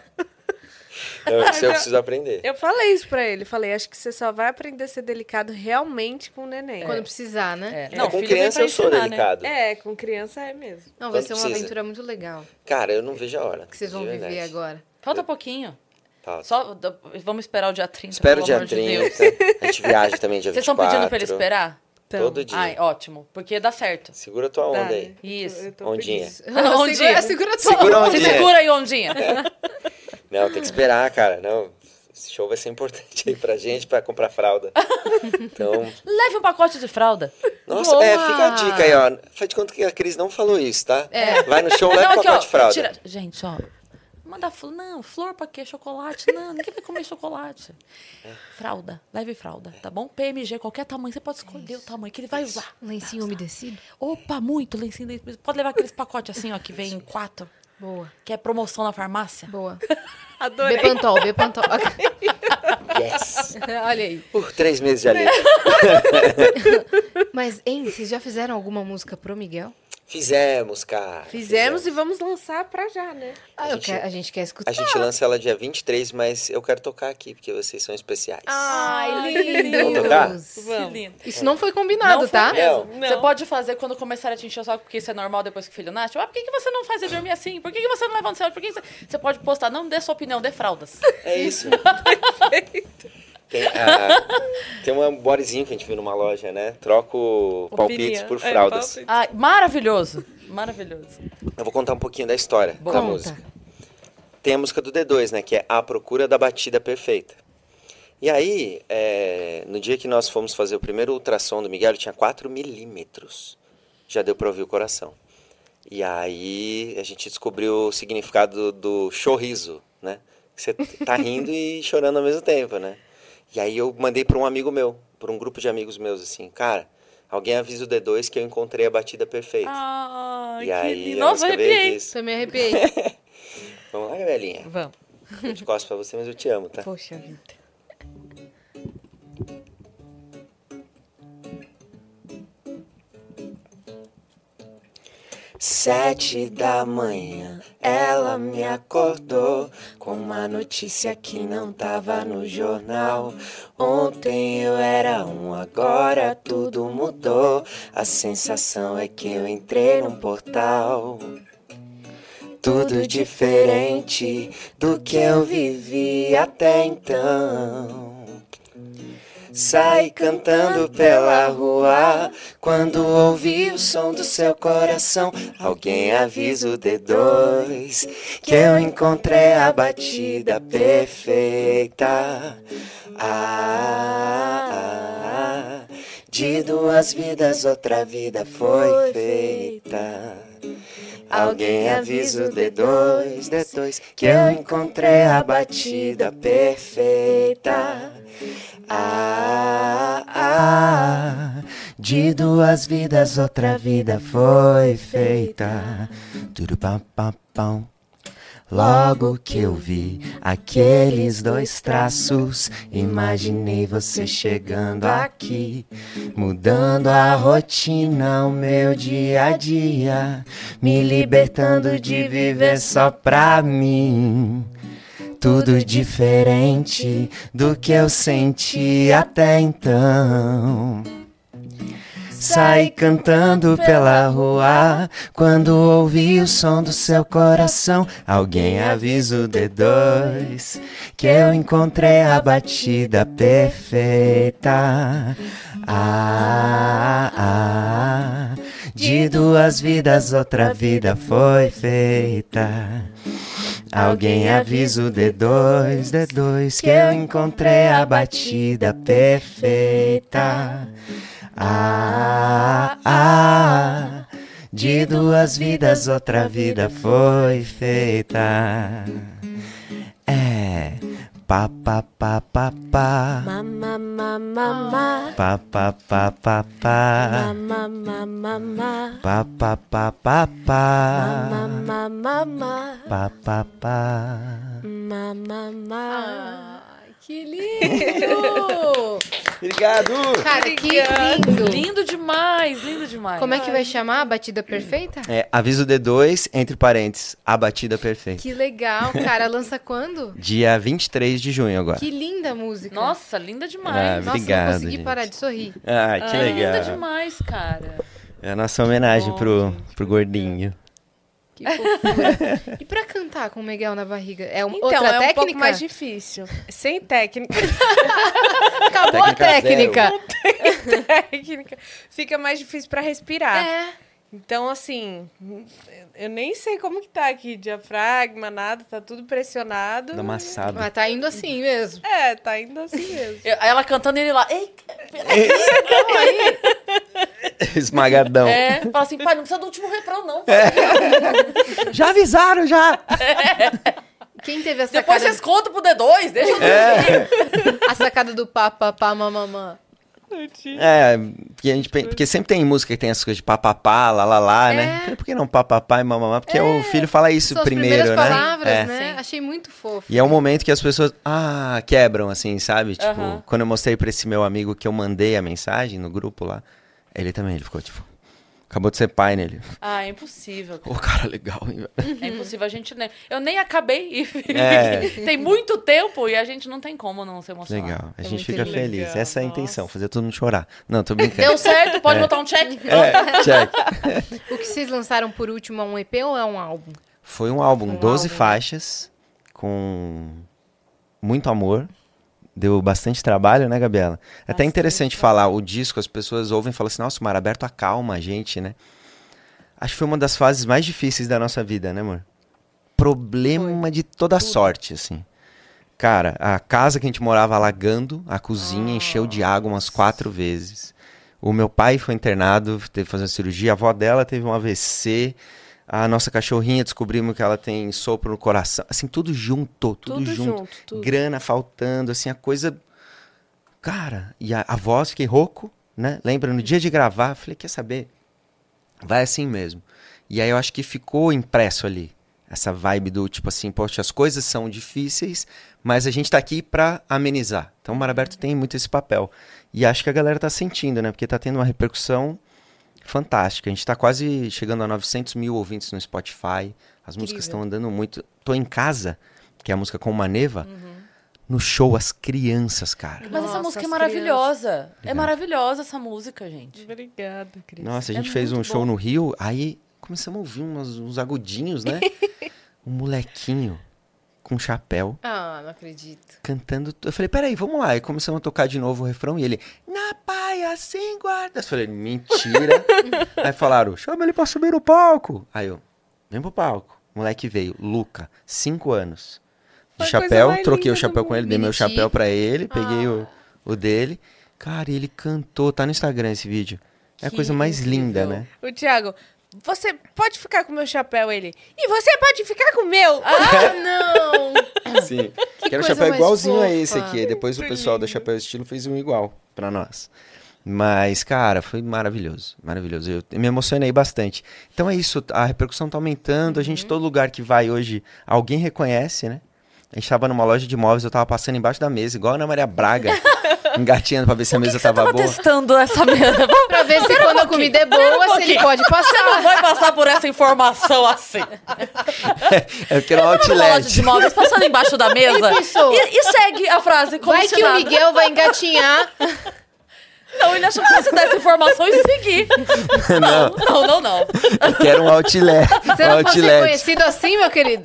Speaker 3: Eu, isso eu preciso aprender.
Speaker 4: Eu falei isso pra ele. Falei, acho que você só vai aprender a ser delicado realmente com o neném.
Speaker 2: Quando precisar, né?
Speaker 1: É. Não,
Speaker 3: com
Speaker 1: filho vem
Speaker 3: criança
Speaker 1: pra
Speaker 3: eu sou
Speaker 1: ensinar, né?
Speaker 3: delicado.
Speaker 4: É, com criança é mesmo.
Speaker 2: Não, vai
Speaker 3: Quando
Speaker 2: ser uma
Speaker 3: precisa.
Speaker 2: aventura muito legal
Speaker 3: Cara, eu não vejo a hora.
Speaker 2: que vocês vão
Speaker 3: de
Speaker 2: viver
Speaker 3: verdade.
Speaker 2: agora.
Speaker 1: Falta pouquinho.
Speaker 3: Tá.
Speaker 1: Só d- vamos esperar o dia 30.
Speaker 3: Espero
Speaker 1: pelo
Speaker 3: dia
Speaker 1: amor de Deus.
Speaker 3: 30. a gente viaja também dia
Speaker 1: Vocês
Speaker 3: 24.
Speaker 1: estão pedindo pra ele esperar?
Speaker 4: Então,
Speaker 3: Todo dia.
Speaker 1: Ai, ótimo. Porque dá certo.
Speaker 3: Segura tua
Speaker 4: tá,
Speaker 3: onda
Speaker 4: né?
Speaker 3: aí.
Speaker 4: Eu tô-
Speaker 1: Isso.
Speaker 4: eu tô
Speaker 3: Ondinha.
Speaker 4: preguiça.
Speaker 1: Onde?
Speaker 2: segura, segura só.
Speaker 3: Segura
Speaker 1: Se
Speaker 3: onde?
Speaker 1: segura aí, ondinha.
Speaker 3: É. Não, tem que esperar, cara. Não, esse show vai ser importante aí pra gente, pra comprar fralda. Então,
Speaker 1: Leve um pacote de fralda.
Speaker 3: nossa, é, fica a dica aí, ó. Faz de conta que a Cris não falou isso, tá?
Speaker 2: É.
Speaker 3: Vai no show, leva
Speaker 1: Não,
Speaker 3: o
Speaker 1: aqui, ó.
Speaker 3: pacote de fralda.
Speaker 1: tira- Gente, ó. Manda flor. Não, flor pra quê? Chocolate? Não, ninguém vai comer chocolate.
Speaker 3: É.
Speaker 1: Fralda. Leve fralda, tá bom? PMG, qualquer tamanho. Você pode escolher o tamanho que ele vai usar.
Speaker 2: Um Lencinho umedecido?
Speaker 1: Opa, muito lencinho. dentro. Pode levar aqueles pacotes assim, ó, que vem em quatro.
Speaker 2: Boa,
Speaker 1: Que é promoção na farmácia.
Speaker 2: boa.
Speaker 4: Adorei.
Speaker 2: Bepantol, Bepantol.
Speaker 3: Yes!
Speaker 2: Olha aí.
Speaker 3: Por três meses de
Speaker 1: É.
Speaker 3: alívio.
Speaker 2: Mas, hein, vocês já fizeram alguma música pro Miguel?
Speaker 3: Fizemos, cara.
Speaker 4: Fizemos e vamos lançar pra já, né?
Speaker 2: Ah,
Speaker 3: A
Speaker 2: eu
Speaker 3: gente-
Speaker 2: quero- a gente quer escutar.
Speaker 3: A gente lança ela dia 23, mas eu quero tocar aqui, porque vocês são especiais.
Speaker 1: Ah, Ai,
Speaker 3: Vamos tocar?
Speaker 1: Que lindo.
Speaker 2: Isso não foi combinado, tá?
Speaker 3: foi. Não.
Speaker 1: Você pode fazer quando começar a te encher o saco, porque isso é normal depois que o filho nasce. Ah, por que, que você não faz ele dormir assim? Por que, que você não levanta o celular? Por que que você... você pode postar, não dê sua opinião, dê fraldas.
Speaker 3: É isso. Tem, a- tem um bodezinho que a gente viu numa loja, né? Troco palpites por
Speaker 1: É,
Speaker 3: fraldas.
Speaker 1: Ai, maravilhoso. Maravilhoso.
Speaker 3: Eu vou contar um pouquinho da história da
Speaker 2: Conta.
Speaker 3: música. Tem a música do D2, né? Que é A Procura da Batida Perfeita. E aí, é, no dia que nós fomos fazer o primeiro ultrassom do Miguel, ele tinha 4 milímetros. Já deu pra ouvir o coração. E aí, a gente descobriu o significado do chorriso, né? Que Você tá rindo e chorando ao mesmo tempo, né? E aí, eu mandei pra um amigo meu, pra um grupo de amigos meus, assim, cara, alguém avisa o D2 que eu encontrei a batida perfeita.
Speaker 1: Ai,
Speaker 3: E aí, a
Speaker 1: Nossa,
Speaker 3: música veio
Speaker 1: arrepiei.
Speaker 3: disso.
Speaker 2: Eu me arrepiei.
Speaker 3: Vamos lá, galinha.
Speaker 1: Vamos.
Speaker 3: Eu te gosto pra você, mas eu te amo, tá?
Speaker 1: Poxa vida.
Speaker 3: Sete da manhã, ela me acordou com uma notícia que não tava no jornal. Ontem eu era um, agora tudo mudou. A sensação é que eu entrei num portal. Tudo diferente do que eu vivi até então. Sai cantando pela rua quando ouvi o som do seu coração. Alguém avisa o D2 que eu encontrei a batida perfeita. Ah, ah, ah. de duas vidas outra vida foi feita. Alguém avisa o D2, D2 que eu encontrei a batida perfeita. Ah, ah, de duas vidas outra vida foi feita. Tudo pam pam pam. Logo que eu vi aqueles dois traços, imaginei você chegando aqui, mudando a rotina, o meu dia a dia, me libertando de viver só pra mim. Tudo diferente do que eu senti até então. Saí cantando pela rua quando ouvi o som do seu coração. Alguém avisa o D2 que eu encontrei a batida perfeita. Ah, ah, ah. de duas vidas outra vida foi feita. Alguém avisa o D2, D2, que eu encontrei a batida perfeita. Ah, ah,
Speaker 5: De duas vidas, outra vida foi feita. É. Pá, pá, pá, pá, pá.
Speaker 4: Mamá, mamá, mamá.
Speaker 5: Pá, pá, pá, pá, pá.
Speaker 4: Mamá, mamá, mamá.
Speaker 5: Pá, pá, pá, pá, pá.
Speaker 4: Mamá, mamá.
Speaker 5: Pá, pá, pá.
Speaker 4: Mamá, mamá.
Speaker 2: Ai, que lindo!
Speaker 3: Obrigado!
Speaker 2: Cara, que lindo!
Speaker 1: Lindo demais, lindo demais.
Speaker 2: Como é que vai chamar? A batida perfeita?
Speaker 5: É, aviso D2, entre parênteses, a batida perfeita.
Speaker 2: Que legal, cara. Lança quando?
Speaker 5: Dia 23 de junho agora.
Speaker 2: Que linda a música.
Speaker 1: Nossa, linda
Speaker 5: É,
Speaker 1: demais.
Speaker 2: Nossa,
Speaker 5: obrigado,
Speaker 2: não consegui
Speaker 5: gente.
Speaker 2: parar de sorrir.
Speaker 5: Ai, Ah, que
Speaker 1: É linda
Speaker 5: legal.
Speaker 1: demais, cara.
Speaker 5: É a nossa homenagem pro, pro gordinho.
Speaker 2: Que fofura. e pra cantar com o Miguel na barriga? É um,
Speaker 4: Então,
Speaker 2: outra
Speaker 4: é um
Speaker 2: técnica?
Speaker 4: pouco mais difícil. Sem técnica.
Speaker 2: Acabou a técnica.
Speaker 3: Técnica
Speaker 4: técnica. Fica mais difícil pra respirar.
Speaker 2: É.
Speaker 4: Então, assim, eu nem sei como que tá aqui. Diafragma, nada, tá tudo pressionado.
Speaker 5: Dá uma assada.
Speaker 2: Mas tá indo assim mesmo.
Speaker 4: É, tá indo assim mesmo.
Speaker 1: Eu- ela cantando e ele lá. Ei,
Speaker 5: Esmagadão.
Speaker 1: é. Fala assim, pai, não precisa do último refrão, não.
Speaker 5: Já avisaram, já!
Speaker 2: Quem teve a
Speaker 1: Depois
Speaker 2: sacada,
Speaker 1: vocês contam pro D2, deixa eu
Speaker 2: a sacada do papa, pá, mamamã?
Speaker 5: É, porque, a gente, pe- porque sempre tem música que tem essas coisas de papapá, lá, lá, lá, né? Por que não papapá e mamamá? Porque o filho fala isso
Speaker 2: É. São as
Speaker 5: primeiro,
Speaker 2: primeiras
Speaker 5: né?
Speaker 2: palavras,
Speaker 5: É.
Speaker 2: né? Achei muito fofo.
Speaker 5: E é um momento que as pessoas, ah, quebram, assim, sabe? Tipo,
Speaker 1: Aham.
Speaker 5: quando eu mostrei pra esse meu amigo que eu mandei a mensagem no grupo lá, ele também, ele ficou tipo, acabou de ser pai nele.
Speaker 1: Ah, é impossível.
Speaker 5: Ô, cara, legal, hein? velho?"
Speaker 1: É impossível a gente nem. Eu nem acabei e
Speaker 5: É.
Speaker 1: tem muito tempo e a gente não tem como não se emocionar.
Speaker 5: Legal, a
Speaker 1: É
Speaker 5: gente
Speaker 1: muito
Speaker 5: fica
Speaker 1: lindo.
Speaker 5: feliz.
Speaker 4: legal,
Speaker 5: Essa é a
Speaker 4: nossa.
Speaker 5: intenção, fazer todo mundo chorar. Não, tô brincando.
Speaker 1: Deu certo, pode botar um check.
Speaker 5: É, check.
Speaker 2: O que vocês lançaram por último é um EP ou é um álbum?
Speaker 5: Foi um álbum,
Speaker 2: Foi um
Speaker 5: 12
Speaker 2: álbum, né?
Speaker 5: faixas, com muito amor. Deu bastante trabalho, né, Gabriela? É Até interessante falar, o disco, as pessoas ouvem e falam assim, nossa, o Mar Aberto acalma a gente, né? Acho que foi uma das fases mais difíceis da nossa vida, né, amor? Problema de toda sorte, assim. Cara, a casa que a gente morava alagando, a cozinha
Speaker 4: Ah.
Speaker 5: encheu de água umas quatro vezes. O meu pai foi internado, teve que fazer uma cirurgia. A avó dela teve um AVC. A nossa cachorrinha descobrimos que ela tem sopro no coração. Assim, tudo junto, tudo,
Speaker 4: Tudo
Speaker 5: junto.
Speaker 4: junto, tudo.
Speaker 5: Grana faltando, assim, a coisa. Cara, e a, a voz fiquei rouco, né? Lembra, no dia de gravar, eu falei, quer saber? Vai assim mesmo. E aí eu acho que ficou impresso ali. Essa vibe do tipo assim, poxa, as coisas são difíceis, mas a gente tá aqui pra amenizar. Então o Mar Aberto tem muito esse papel. E acho que a galera tá sentindo, né? Porque tá tendo uma repercussão fantástica. A gente tá quase chegando a 900 mil ouvintes no Spotify. As músicas estão andando muito. Tô em casa, que é a música com Maneva. No show, as crianças, cara.
Speaker 1: Mas essa
Speaker 4: Nossa,
Speaker 1: música é
Speaker 4: as
Speaker 1: maravilhosa. É maravilhosa essa música, gente.
Speaker 4: Obrigada, Cris.
Speaker 5: Nossa, a
Speaker 1: É
Speaker 5: gente fez um
Speaker 1: muito
Speaker 5: show
Speaker 1: bom.
Speaker 5: no Rio, aí começamos a ouvir umas- uns agudinhos, né? um molequinho com um chapéu
Speaker 2: Ah, não acredito.
Speaker 5: cantando. t- Eu falei, peraí, vamos lá. Aí começamos a tocar de novo o refrão e ele, na paia sem guarda. Eu falei, mentira. aí falaram, chama ele pra subir no palco. Aí eu, vem pro palco. O moleque veio, Luca, cinco anos. De
Speaker 4: Foi a coisa
Speaker 5: chapéu,
Speaker 4: mais
Speaker 5: troquei
Speaker 4: linda
Speaker 5: o
Speaker 4: do Ah.
Speaker 5: chapéu com ele, dei meu
Speaker 2: Mini-tico.
Speaker 5: chapéu pra ele, peguei o, o dele. Cara, e ele cantou, tá no Instagram esse vídeo. É a
Speaker 2: Que
Speaker 5: coisa mais linda,
Speaker 2: incrível.
Speaker 5: né?
Speaker 4: O Thiago, você pode ficar com o meu chapéu, ele. E você pode ficar com o meu.
Speaker 2: Ah, não!
Speaker 5: Sim. Que era um
Speaker 2: coisa
Speaker 5: chapéu
Speaker 2: mais
Speaker 5: igualzinho a
Speaker 2: fofa.
Speaker 5: esse aqui. Aí Depois o pessoal do Chapéu Estilo fez um igual pra nós. Mas, cara, foi maravilhoso. Maravilhoso. Eu me emocionei bastante. Então é isso, a repercussão tá aumentando. A gente,
Speaker 3: Uhum.
Speaker 5: todo lugar que vai hoje, alguém reconhece, né? A gente tava numa loja de imóveis, eu tava passando embaixo da mesa, igual a Ana Maria Braga, engatinhando pra ver se a
Speaker 2: tá
Speaker 5: mesa tava
Speaker 1: Tava
Speaker 5: boa.
Speaker 1: testando essa merda.
Speaker 2: Pra ver se quando a comida é boa, se ele pode
Speaker 1: Não
Speaker 2: passar.
Speaker 1: vai passar por essa informação assim.
Speaker 5: É porque era um
Speaker 1: Tava numa loja de
Speaker 5: outlet.
Speaker 1: imóveis, passando embaixo da mesa.
Speaker 2: Ele pensou.
Speaker 1: E, e segue a frase como
Speaker 2: Vai
Speaker 1: se
Speaker 2: que o
Speaker 1: nada.
Speaker 2: Miguel vai engatinhar.
Speaker 1: Não, ele achou que fosse dar essa informação e seguir. Não, não, não, não.
Speaker 5: É que era um outlet. um
Speaker 2: Você não fosse
Speaker 5: outlet.
Speaker 2: conhecido assim, meu querido?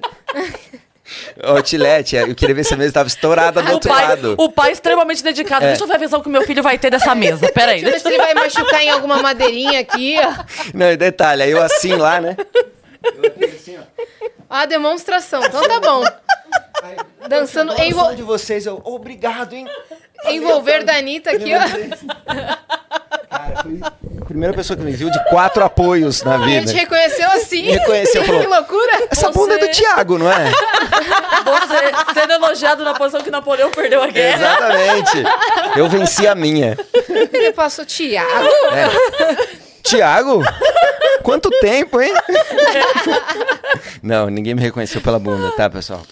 Speaker 5: Outlet. é, Eu queria ver se a mesa tava estourada do
Speaker 1: Ah, O
Speaker 5: outro
Speaker 1: pai,
Speaker 5: lado.
Speaker 1: o pai extremamente dedicado.
Speaker 5: Tá É.
Speaker 1: Deixa eu ver a visão que meu filho vai ter dessa mesa. Peraí,
Speaker 2: Deixa eu ver
Speaker 1: deixa
Speaker 2: se ele vai machucar em alguma madeirinha aqui, ó.
Speaker 5: Não, e detalhe, aí eu assim lá, né?
Speaker 2: Ah, demonstração. Então tá bom. Dançando, envol-
Speaker 5: um de vocês, eu, obrigado, hein?
Speaker 2: envolver da Anitta aqui, ó.
Speaker 5: Cara, foi primeira pessoa que me viu de quatro apoios na
Speaker 2: Ele
Speaker 5: vida.
Speaker 2: te reconheceu assim.
Speaker 5: Me reconheceu,
Speaker 2: que
Speaker 5: falou,
Speaker 2: loucura.
Speaker 5: Essa bunda é do Thiago, não é?
Speaker 1: Você sendo elogiado na posição que Napoleão perdeu a guerra.
Speaker 5: Exatamente. Eu venci a minha.
Speaker 2: Ele passou Tiago.
Speaker 5: Tiago? Quanto tempo, hein? Não, ninguém me reconheceu pela bunda, tá, pessoal?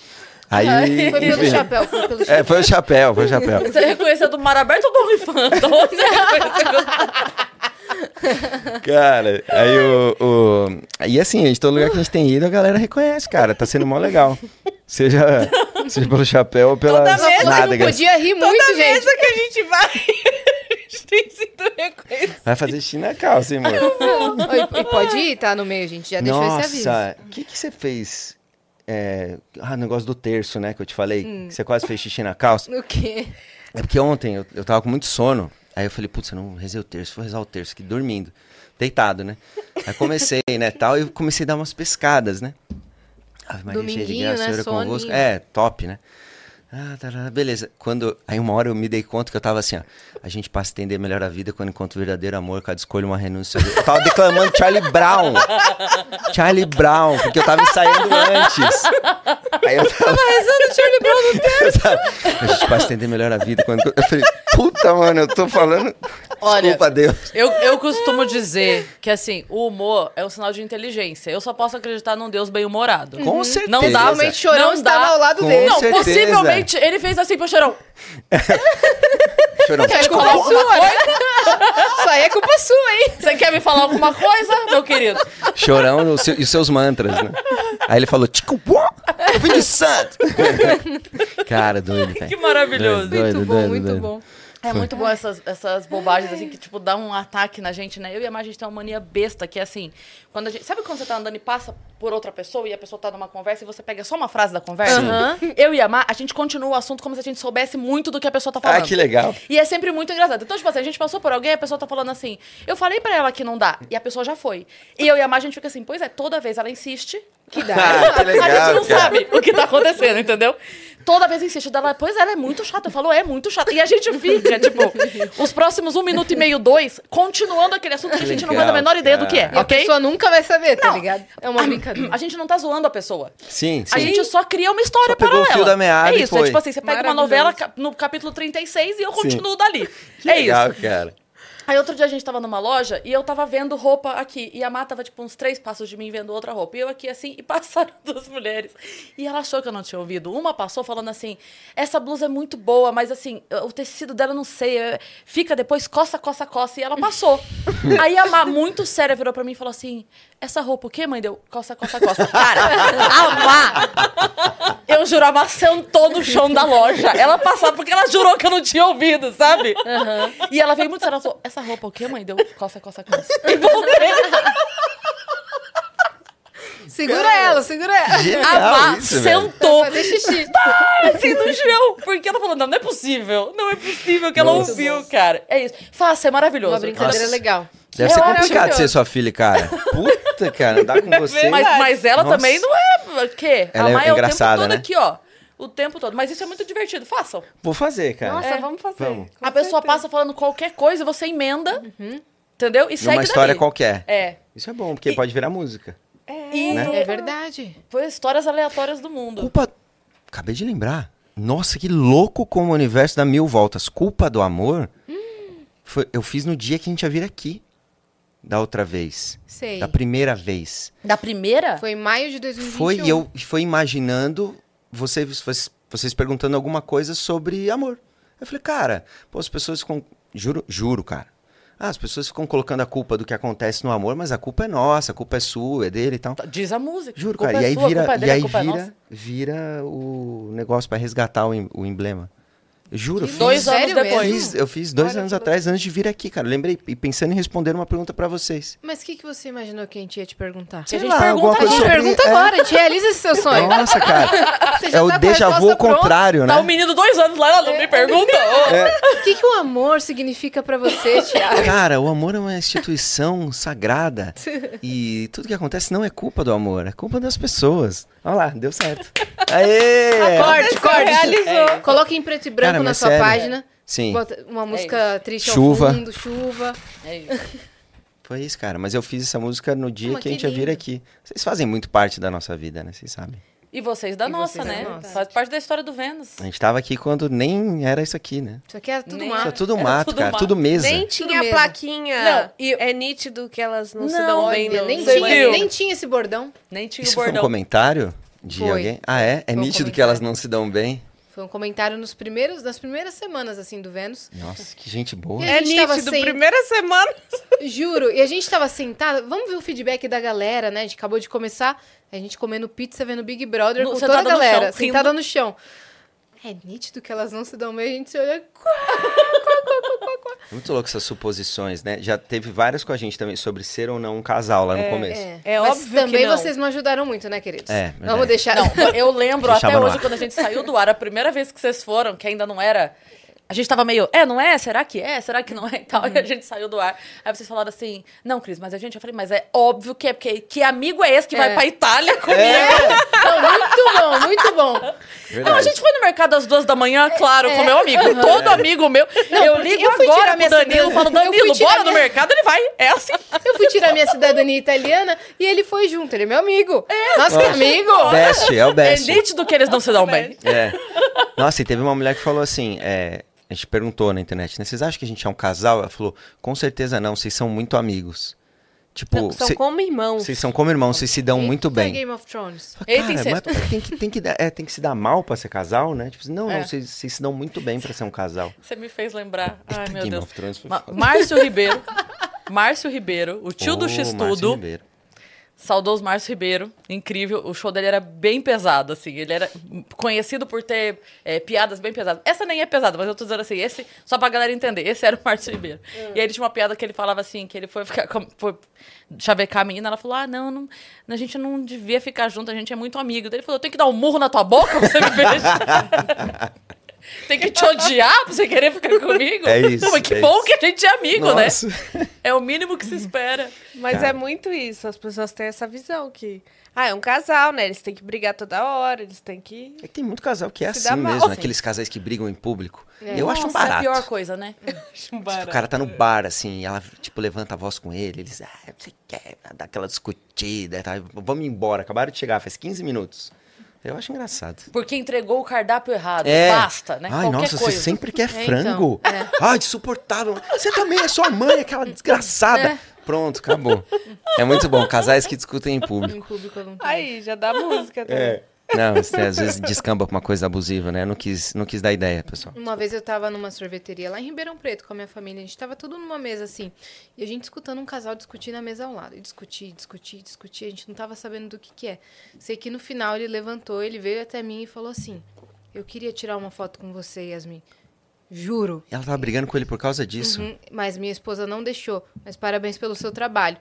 Speaker 5: Aí.
Speaker 2: Foi pelo
Speaker 5: enfim.
Speaker 2: chapéu, foi pelo chapéu.
Speaker 5: É, foi o chapéu, foi o chapéu.
Speaker 1: Você reconheceu do Mar Aberto ou do OnlyFans? Da onde Você reconheceu?
Speaker 5: Cara, aí o, o- E assim, a gente, todo lugar que a gente tem ido, a galera reconhece, cara. Tá sendo mó legal. Seja, seja pelo chapéu ou pela
Speaker 2: Toda vez que
Speaker 5: nada.
Speaker 2: não podia rir muito,
Speaker 4: Toda
Speaker 2: gente.
Speaker 4: mesa que a gente vai, a gente tem sido reconhecido.
Speaker 5: Vai fazer xixi na calça, hein, mano?
Speaker 2: E e pode ir, tá? No meio, gente. Já deixou esse aviso.
Speaker 5: Nossa, o que, que você fez? É, Ah, o negócio do terço, né? Que eu te falei.
Speaker 2: Hum.
Speaker 5: que Você quase fez xixi na calça.
Speaker 2: O quê?
Speaker 5: É porque ontem eu, eu tava com muito sono. Aí eu falei, putz, eu não rezei o terço, vou rezar o terço aqui dormindo. Deitado, né? Aí comecei, né, tal, e comecei a dar umas pescadas, né? Ave Maria, cheia de
Speaker 2: Dominguinho,
Speaker 5: graça,
Speaker 2: né?
Speaker 5: Senhor é convosco.
Speaker 2: Soninho.
Speaker 5: É, top, né? Ah, tá, tá, beleza. Quando, aí uma hora eu me dei conta que eu tava assim, ó. A gente passa a entender melhor a vida quando encontra o verdadeiro amor, cada escolha uma renúncia. Eu tava declamando Charlie Brown. Charlie Brown, porque eu tava ensaiando antes. Aí eu tava rezando Charlie Brown no texto. A gente passa a entender melhor a vida quando. Eu falei, puta, mano, eu tô falando.
Speaker 1: Olha,
Speaker 5: Desculpa, Deus.
Speaker 1: Eu, eu costumo dizer que, assim, o humor é um sinal de inteligência. Eu só posso acreditar num Deus bem-humorado.
Speaker 5: Com certeza.
Speaker 1: Não dá,
Speaker 2: Realmente chorão
Speaker 1: Não
Speaker 2: estava
Speaker 1: dá.
Speaker 2: ao lado
Speaker 5: Com
Speaker 2: dele.
Speaker 1: Não,
Speaker 5: certeza.
Speaker 1: possivelmente ele fez assim pro Chorão.
Speaker 5: Chorão.
Speaker 2: É culpa
Speaker 1: Desculpa.
Speaker 2: sua, né? Isso aí é culpa sua, hein?
Speaker 1: Você quer me falar alguma coisa, meu querido?
Speaker 5: Chorão o seu- e os seus mantras, né? Aí ele falou, Tico, uó, eu vim de santo. Cara, doido, velho.
Speaker 1: Que maravilhoso.
Speaker 5: Doido,
Speaker 2: muito bom,
Speaker 5: doido,
Speaker 2: muito
Speaker 5: doido.
Speaker 2: bom.
Speaker 1: É muito bom essas, essas bobagens, assim, que, tipo, dá um ataque na gente, né? Eu e a Mar, a gente tem uma mania besta, que é assim, quando a gente... Sabe quando você tá andando e passa por outra pessoa e a pessoa tá numa conversa e você pega só uma frase da conversa?
Speaker 2: Sim.
Speaker 1: Eu e a Mar, a gente continua o assunto como se a gente soubesse muito do que a pessoa tá
Speaker 5: Ah,
Speaker 1: falando.
Speaker 5: que legal.
Speaker 1: E é sempre muito engraçado. Então, tipo assim, a gente passou por alguém, a pessoa tá falando assim, eu falei pra ela que não dá, e a pessoa já foi. E eu e a Mar, a gente fica assim, pois é, toda vez ela insiste que dá.
Speaker 5: Ah, que legal,
Speaker 1: a gente não
Speaker 5: cara.
Speaker 1: sabe o que tá acontecendo, entendeu? Toda vez insiste dela, pois ela é muito chata. Eu falo, é muito chata. E a gente fica, tipo, os próximos um minuto e meio, dois, continuando aquele assunto que a gente não faz a
Speaker 5: Legal,
Speaker 1: menor ideia do que é,
Speaker 5: cara.
Speaker 2: E a
Speaker 1: ok?
Speaker 2: pessoa nunca vai saber, tá
Speaker 1: Não.
Speaker 2: ligado? É
Speaker 5: Ah,
Speaker 2: uma brincadeira.
Speaker 1: A gente não tá zoando a pessoa.
Speaker 5: Sim, sim.
Speaker 1: A gente só cria uma história
Speaker 5: Só pegou
Speaker 1: para
Speaker 5: o
Speaker 1: ela.
Speaker 5: fio da meada
Speaker 1: é
Speaker 5: e
Speaker 1: isso,
Speaker 5: foi.
Speaker 1: é tipo assim, você pega uma
Speaker 4: Maravilhoso.
Speaker 1: novela cap- no capítulo 36 e eu continuo dali.
Speaker 5: Que
Speaker 1: é
Speaker 5: legal,
Speaker 1: isso.
Speaker 5: cara.
Speaker 1: Aí outro dia a gente tava numa loja e eu tava vendo roupa aqui. E a Má tava, tipo, uns três passos de mim vendo outra roupa. E eu aqui assim, e passaram duas mulheres. E ela achou que eu não tinha ouvido. Uma passou falando assim: essa blusa é muito boa, mas assim, o tecido dela eu não sei. é- Fica depois, coça, coça, coça. E ela passou. Aí a Má, muito séria, virou pra mim e falou assim: essa roupa o quê, mãe? Deu coça, coça, coça. Cara, a Má, eu juro, a Má sentou no chão da loja. Ela passava porque ela jurou que eu não tinha ouvido, sabe? E ela veio muito séria, ela falou, essa roupa o quê, mãe? Deu coça, coça, coça. E voltei.
Speaker 2: Segura ela, segura ela.
Speaker 1: A
Speaker 5: Genial
Speaker 1: Má
Speaker 5: isso, velho.
Speaker 1: sentou
Speaker 2: Fazer xixi.
Speaker 1: assim no chão. Porque ela falou, não, não é possível. Não é possível que ela
Speaker 5: Nossa.
Speaker 1: ouviu, cara. É isso. Faça, é maravilhoso. é tipo,
Speaker 2: Uma brincadeira
Speaker 5: Nossa.
Speaker 2: legal.
Speaker 5: Deve ser
Speaker 2: Eu-
Speaker 5: complicado
Speaker 2: maravilhoso.
Speaker 5: Ah, ser sua filha, cara. Puta, cara, andar com você.
Speaker 1: Mas, mas ela
Speaker 5: Nossa.
Speaker 1: também não é... O quê?
Speaker 5: Ela é
Speaker 1: a Má é, o tempo
Speaker 5: engraçada,
Speaker 1: todo
Speaker 5: né?
Speaker 1: aqui, ó. O tempo todo. Mas isso é muito divertido. Façam.
Speaker 5: Vou fazer, cara.
Speaker 4: Nossa, vamos fazer.
Speaker 5: Vamos.
Speaker 1: a pessoa passa falando qualquer coisa, você emenda. Entendeu? E segue
Speaker 5: Numa história
Speaker 1: dali.
Speaker 5: qualquer.
Speaker 1: É.
Speaker 5: Isso é bom, porque pode virar música.
Speaker 1: E
Speaker 5: Né?
Speaker 2: É verdade.
Speaker 1: foi histórias aleatórias do mundo.
Speaker 5: Culpa. Acabei de lembrar. Nossa, que louco como o universo dá mil voltas. Culpa do amor. Foi, eu fiz no dia que a gente ia vir aqui. Da outra vez.
Speaker 2: Sei.
Speaker 5: Da primeira vez.
Speaker 1: Da primeira?
Speaker 2: Foi em maio de 2021.
Speaker 5: Foi e eu e foi imaginando vocês, vocês, vocês perguntando alguma coisa sobre amor. Eu falei, cara, pô, as pessoas ficam. Juro, juro, cara. Ah, as pessoas ficam colocando a culpa do que acontece no amor, mas a culpa é nossa, a culpa é sua, é dele e tal.
Speaker 1: Diz a música.
Speaker 5: Juro,
Speaker 1: Culpa
Speaker 5: cara. E
Speaker 1: é
Speaker 5: aí
Speaker 1: sua,
Speaker 5: vira,
Speaker 1: culpa é dele,
Speaker 5: e aí
Speaker 1: culpa é
Speaker 5: vira,
Speaker 1: nossa.
Speaker 5: vira o negócio pra resgatar o, em- o emblema. Juro, eu fiz,
Speaker 1: Dois
Speaker 2: Sério
Speaker 1: anos
Speaker 2: mesmo?
Speaker 5: eu
Speaker 1: depois.
Speaker 5: fiz, eu fiz dois
Speaker 2: Olha
Speaker 5: anos
Speaker 2: que
Speaker 5: atrás, antes de vir aqui, cara. Lembrei, e pensando em responder uma pergunta pra vocês.
Speaker 2: Mas o que, que você imaginou que a gente ia te perguntar?
Speaker 1: Que a
Speaker 5: Sei
Speaker 1: gente
Speaker 5: lá, alguma
Speaker 1: pergunta
Speaker 2: A
Speaker 1: aqui.
Speaker 5: coisa
Speaker 2: gente
Speaker 5: sobre-
Speaker 2: pergunta
Speaker 5: é.
Speaker 2: agora, a gente realiza esse seu sonho.
Speaker 5: Nossa, cara.
Speaker 2: Você já
Speaker 5: é o
Speaker 2: tá com a
Speaker 5: déjà vu
Speaker 2: resposta
Speaker 5: ao contrário, né?
Speaker 1: Tá o menino dois anos lá, ela não
Speaker 2: É.
Speaker 1: me pergunta. Ô,
Speaker 2: pronta. O que, que o amor significa pra você, Thiago?
Speaker 5: Cara, o amor é uma instituição sagrada. E tudo que acontece não é culpa do amor, é culpa das pessoas. Olha lá, deu certo. Aê!
Speaker 2: Corte, corte.
Speaker 4: realizou.
Speaker 2: É. Coloca em preto e branco
Speaker 5: É. Cara,
Speaker 2: na
Speaker 5: mas
Speaker 2: sua
Speaker 5: sério.
Speaker 2: página.
Speaker 5: Sim.
Speaker 1: É
Speaker 2: Bota uma música triste
Speaker 5: Chuva.
Speaker 2: ao fundo, chuva.
Speaker 1: É isso.
Speaker 3: Foi isso, cara. Mas eu fiz essa música no dia
Speaker 2: Uma,
Speaker 3: que
Speaker 2: que
Speaker 3: a gente ia vir
Speaker 2: lindo.
Speaker 3: aqui. Vocês fazem muito parte da nossa vida, né? Vocês sabem.
Speaker 1: E vocês da
Speaker 2: E
Speaker 1: nossa,
Speaker 2: vocês
Speaker 1: né?
Speaker 2: da nossa.
Speaker 1: Faz parte da história do Vênus.
Speaker 5: É.
Speaker 3: A gente tava aqui quando nem era isso aqui, né?
Speaker 2: Isso aqui é tudo
Speaker 1: Nem-
Speaker 2: mato.
Speaker 3: Era tudo
Speaker 1: Era
Speaker 3: mato,
Speaker 1: tudo
Speaker 3: cara.
Speaker 1: mato.
Speaker 3: Tudo mesa.
Speaker 4: Nem tinha
Speaker 2: mesmo.
Speaker 4: plaquinha.
Speaker 1: Não, e-
Speaker 4: É nítido que elas não, se
Speaker 1: Não,
Speaker 4: dão
Speaker 1: olha,
Speaker 4: bem.
Speaker 2: Olha,
Speaker 4: No...
Speaker 2: nem,
Speaker 1: Você
Speaker 2: tinha,
Speaker 1: viu?
Speaker 2: nem tinha esse bordão.
Speaker 1: Nem tinha
Speaker 3: Isso
Speaker 1: o
Speaker 3: foi um
Speaker 1: bordão.
Speaker 3: comentário de
Speaker 2: Foi.
Speaker 3: alguém? Ah, é? É
Speaker 2: Foi um
Speaker 3: nítido que
Speaker 2: comentário.
Speaker 3: elas não se dão bem?
Speaker 2: Foi um comentário nos primeiros, nas primeiras semanas, assim, do Vênus.
Speaker 3: Nossa, que gente boa.
Speaker 2: E
Speaker 4: É
Speaker 2: a gente tava
Speaker 4: nítido.
Speaker 2: sem-
Speaker 4: Primeira semana.
Speaker 2: Juro. E a gente tava sentada. Vamos ver o feedback da galera, né? A gente acabou de começar. A gente comendo pizza, vendo Big Brother
Speaker 1: No-
Speaker 2: com toda
Speaker 1: sentada
Speaker 2: a
Speaker 1: no
Speaker 2: galera.
Speaker 1: chão,
Speaker 2: sentada
Speaker 1: rindo.
Speaker 2: no chão. É nítido que elas não se dão bem. A gente se olha.
Speaker 3: Muito louco essas suposições, né? Já teve várias com a gente também sobre ser ou não um casal lá no começo.
Speaker 1: É
Speaker 2: Mas
Speaker 1: óbvio que
Speaker 2: também
Speaker 1: não.
Speaker 2: vocês me ajudaram muito, né, queridos?
Speaker 3: É,
Speaker 2: Vamos
Speaker 3: verdade.
Speaker 2: deixar.
Speaker 1: Não, eu lembro
Speaker 3: Deixava
Speaker 1: até
Speaker 3: no
Speaker 1: hoje,
Speaker 3: ar.
Speaker 1: quando a gente saiu do ar, a primeira vez que vocês foram, que ainda não era. A gente tava meio, é, não é? Será que é? Será que não é? E tal.
Speaker 2: Uhum.
Speaker 1: E a gente saiu do ar. Aí vocês falaram assim, não, Cris, mas a gente. Eu falei, mas é óbvio que é, porque que amigo é esse que
Speaker 2: É.
Speaker 1: vai pra Itália comigo?
Speaker 3: É,
Speaker 2: Não, muito bom, muito bom.
Speaker 1: Não, a
Speaker 3: verdade.
Speaker 1: gente foi no mercado às duas da manhã,
Speaker 2: É,
Speaker 1: claro, com meu amigo. Todo amigo meu. eu
Speaker 2: porque
Speaker 1: ligo
Speaker 2: eu fui tirar
Speaker 1: agora
Speaker 2: minha
Speaker 1: pro Danilo,
Speaker 2: cerveja.
Speaker 1: falo,
Speaker 2: Eu fui
Speaker 1: Danilo,
Speaker 2: tirar
Speaker 1: bora no
Speaker 2: minha-
Speaker 1: mercado, ele vai. É assim.
Speaker 2: Eu fui tirar minha cidadania italiana e ele foi junto. Ele é meu amigo. Nosso amigo.
Speaker 3: Best, é o
Speaker 1: É
Speaker 3: best.
Speaker 1: nítido que eles não se dão bem.
Speaker 3: É. Nossa, e teve uma mulher que falou assim: é, a gente perguntou na internet, né? Vocês acham que a gente é um casal? Ela falou: com certeza não, vocês são muito amigos. Tipo,
Speaker 4: Não, são
Speaker 3: cê-
Speaker 4: como irmãos.
Speaker 3: vocês são como irmãos, vocês se dão muito
Speaker 2: Eita,
Speaker 3: bem.
Speaker 2: Então, Game of Thrones.
Speaker 3: Fala,
Speaker 1: Eita,
Speaker 3: Cara,
Speaker 1: incesto.
Speaker 3: mas tem que, tem, que dar, é, tem que se dar mal pra ser casal, né? Tipo, não, não, vocês vocês se dão muito bem pra ser um casal.
Speaker 1: Você me fez lembrar. Ai,
Speaker 3: Eita,
Speaker 1: meu
Speaker 3: Game
Speaker 1: Deus.
Speaker 3: of Thrones foi
Speaker 1: Ma-
Speaker 3: foda.
Speaker 1: Márcio Ribeiro. Márcio Ribeiro, o tio
Speaker 3: Ô,
Speaker 1: do
Speaker 3: Márcio
Speaker 1: X-Tudo.
Speaker 3: Ribeiro.
Speaker 1: Saudoso Márcio Ribeiro, incrível. O show dele era bem pesado, assim. Ele era conhecido por ter é, piadas bem pesadas. Essa nem é pesada, mas eu tô dizendo assim, esse, só pra galera entender, esse era o Márcio Ribeiro. E aí ele tinha uma piada que ele falava assim, que ele foi ficar com, foi chavecar a menina, ela falou, ah, não, não, a gente não devia ficar junto, a gente é muito amigo. Daí ele falou, eu tenho que dar um murro na tua boca pra você me beijar? Tem que te odiar pra você querer ficar comigo?
Speaker 3: É isso,
Speaker 1: Pô, mas que
Speaker 3: é
Speaker 1: bom
Speaker 3: isso.
Speaker 1: que a gente é amigo,
Speaker 3: Nossa.
Speaker 1: né? É o mínimo que se espera.
Speaker 4: Mas
Speaker 3: Cara.
Speaker 4: é muito isso. As pessoas têm essa visão que. Ah, é um casal, né? Eles têm que brigar toda hora, eles têm que.
Speaker 3: É que tem muito casal que é
Speaker 4: Se dá
Speaker 3: assim
Speaker 4: mal,
Speaker 3: mesmo,
Speaker 4: sim.
Speaker 3: aqueles casais que brigam em público.
Speaker 2: É.
Speaker 3: Eu acho um
Speaker 1: Nossa, é a
Speaker 3: barato.
Speaker 1: pior coisa, né? acho um
Speaker 3: Tipo, o cara tá no bar, assim, e ela, tipo, levanta a voz com ele, eles, ah, não sei o que, dá aquela discutida, tá? vamos embora, acabaram de chegar, faz 15 minutos. Eu acho engraçado.
Speaker 1: Porque entregou o cardápio errado. Basta, né?
Speaker 3: É. Ai,
Speaker 1: Qualquer
Speaker 3: nossa,
Speaker 1: coisa. É,
Speaker 3: você sempre quer
Speaker 2: então,
Speaker 3: frango. Ai, insuportável. Você também é sua mãe, aquela desgraçada.
Speaker 1: É.
Speaker 3: Pronto, acabou. É muito bom, casais que discutem em público.
Speaker 2: Em público algum tempo.
Speaker 4: Aí, já dá música também.
Speaker 3: Não, isso,
Speaker 5: é,
Speaker 3: né, às vezes descamba pra uma coisa abusiva, né? Eu não quis, não quis dar ideia, pessoal.
Speaker 2: Uma vez eu tava numa sorveteria lá em Ribeirão Preto com a minha família. A gente tava tudo numa mesa assim. E a gente escutando um casal discutir na mesa ao lado. E discutir, discutir, discutir. A gente não tava sabendo do que que é. Sei que no final ele levantou, ele veio até mim e falou assim: Eu queria tirar uma foto com você, Yasmin. Juro.
Speaker 3: Ela tava brigando com ele por causa disso.
Speaker 2: Uhum, mas minha esposa não deixou. Mas parabéns pelo seu trabalho.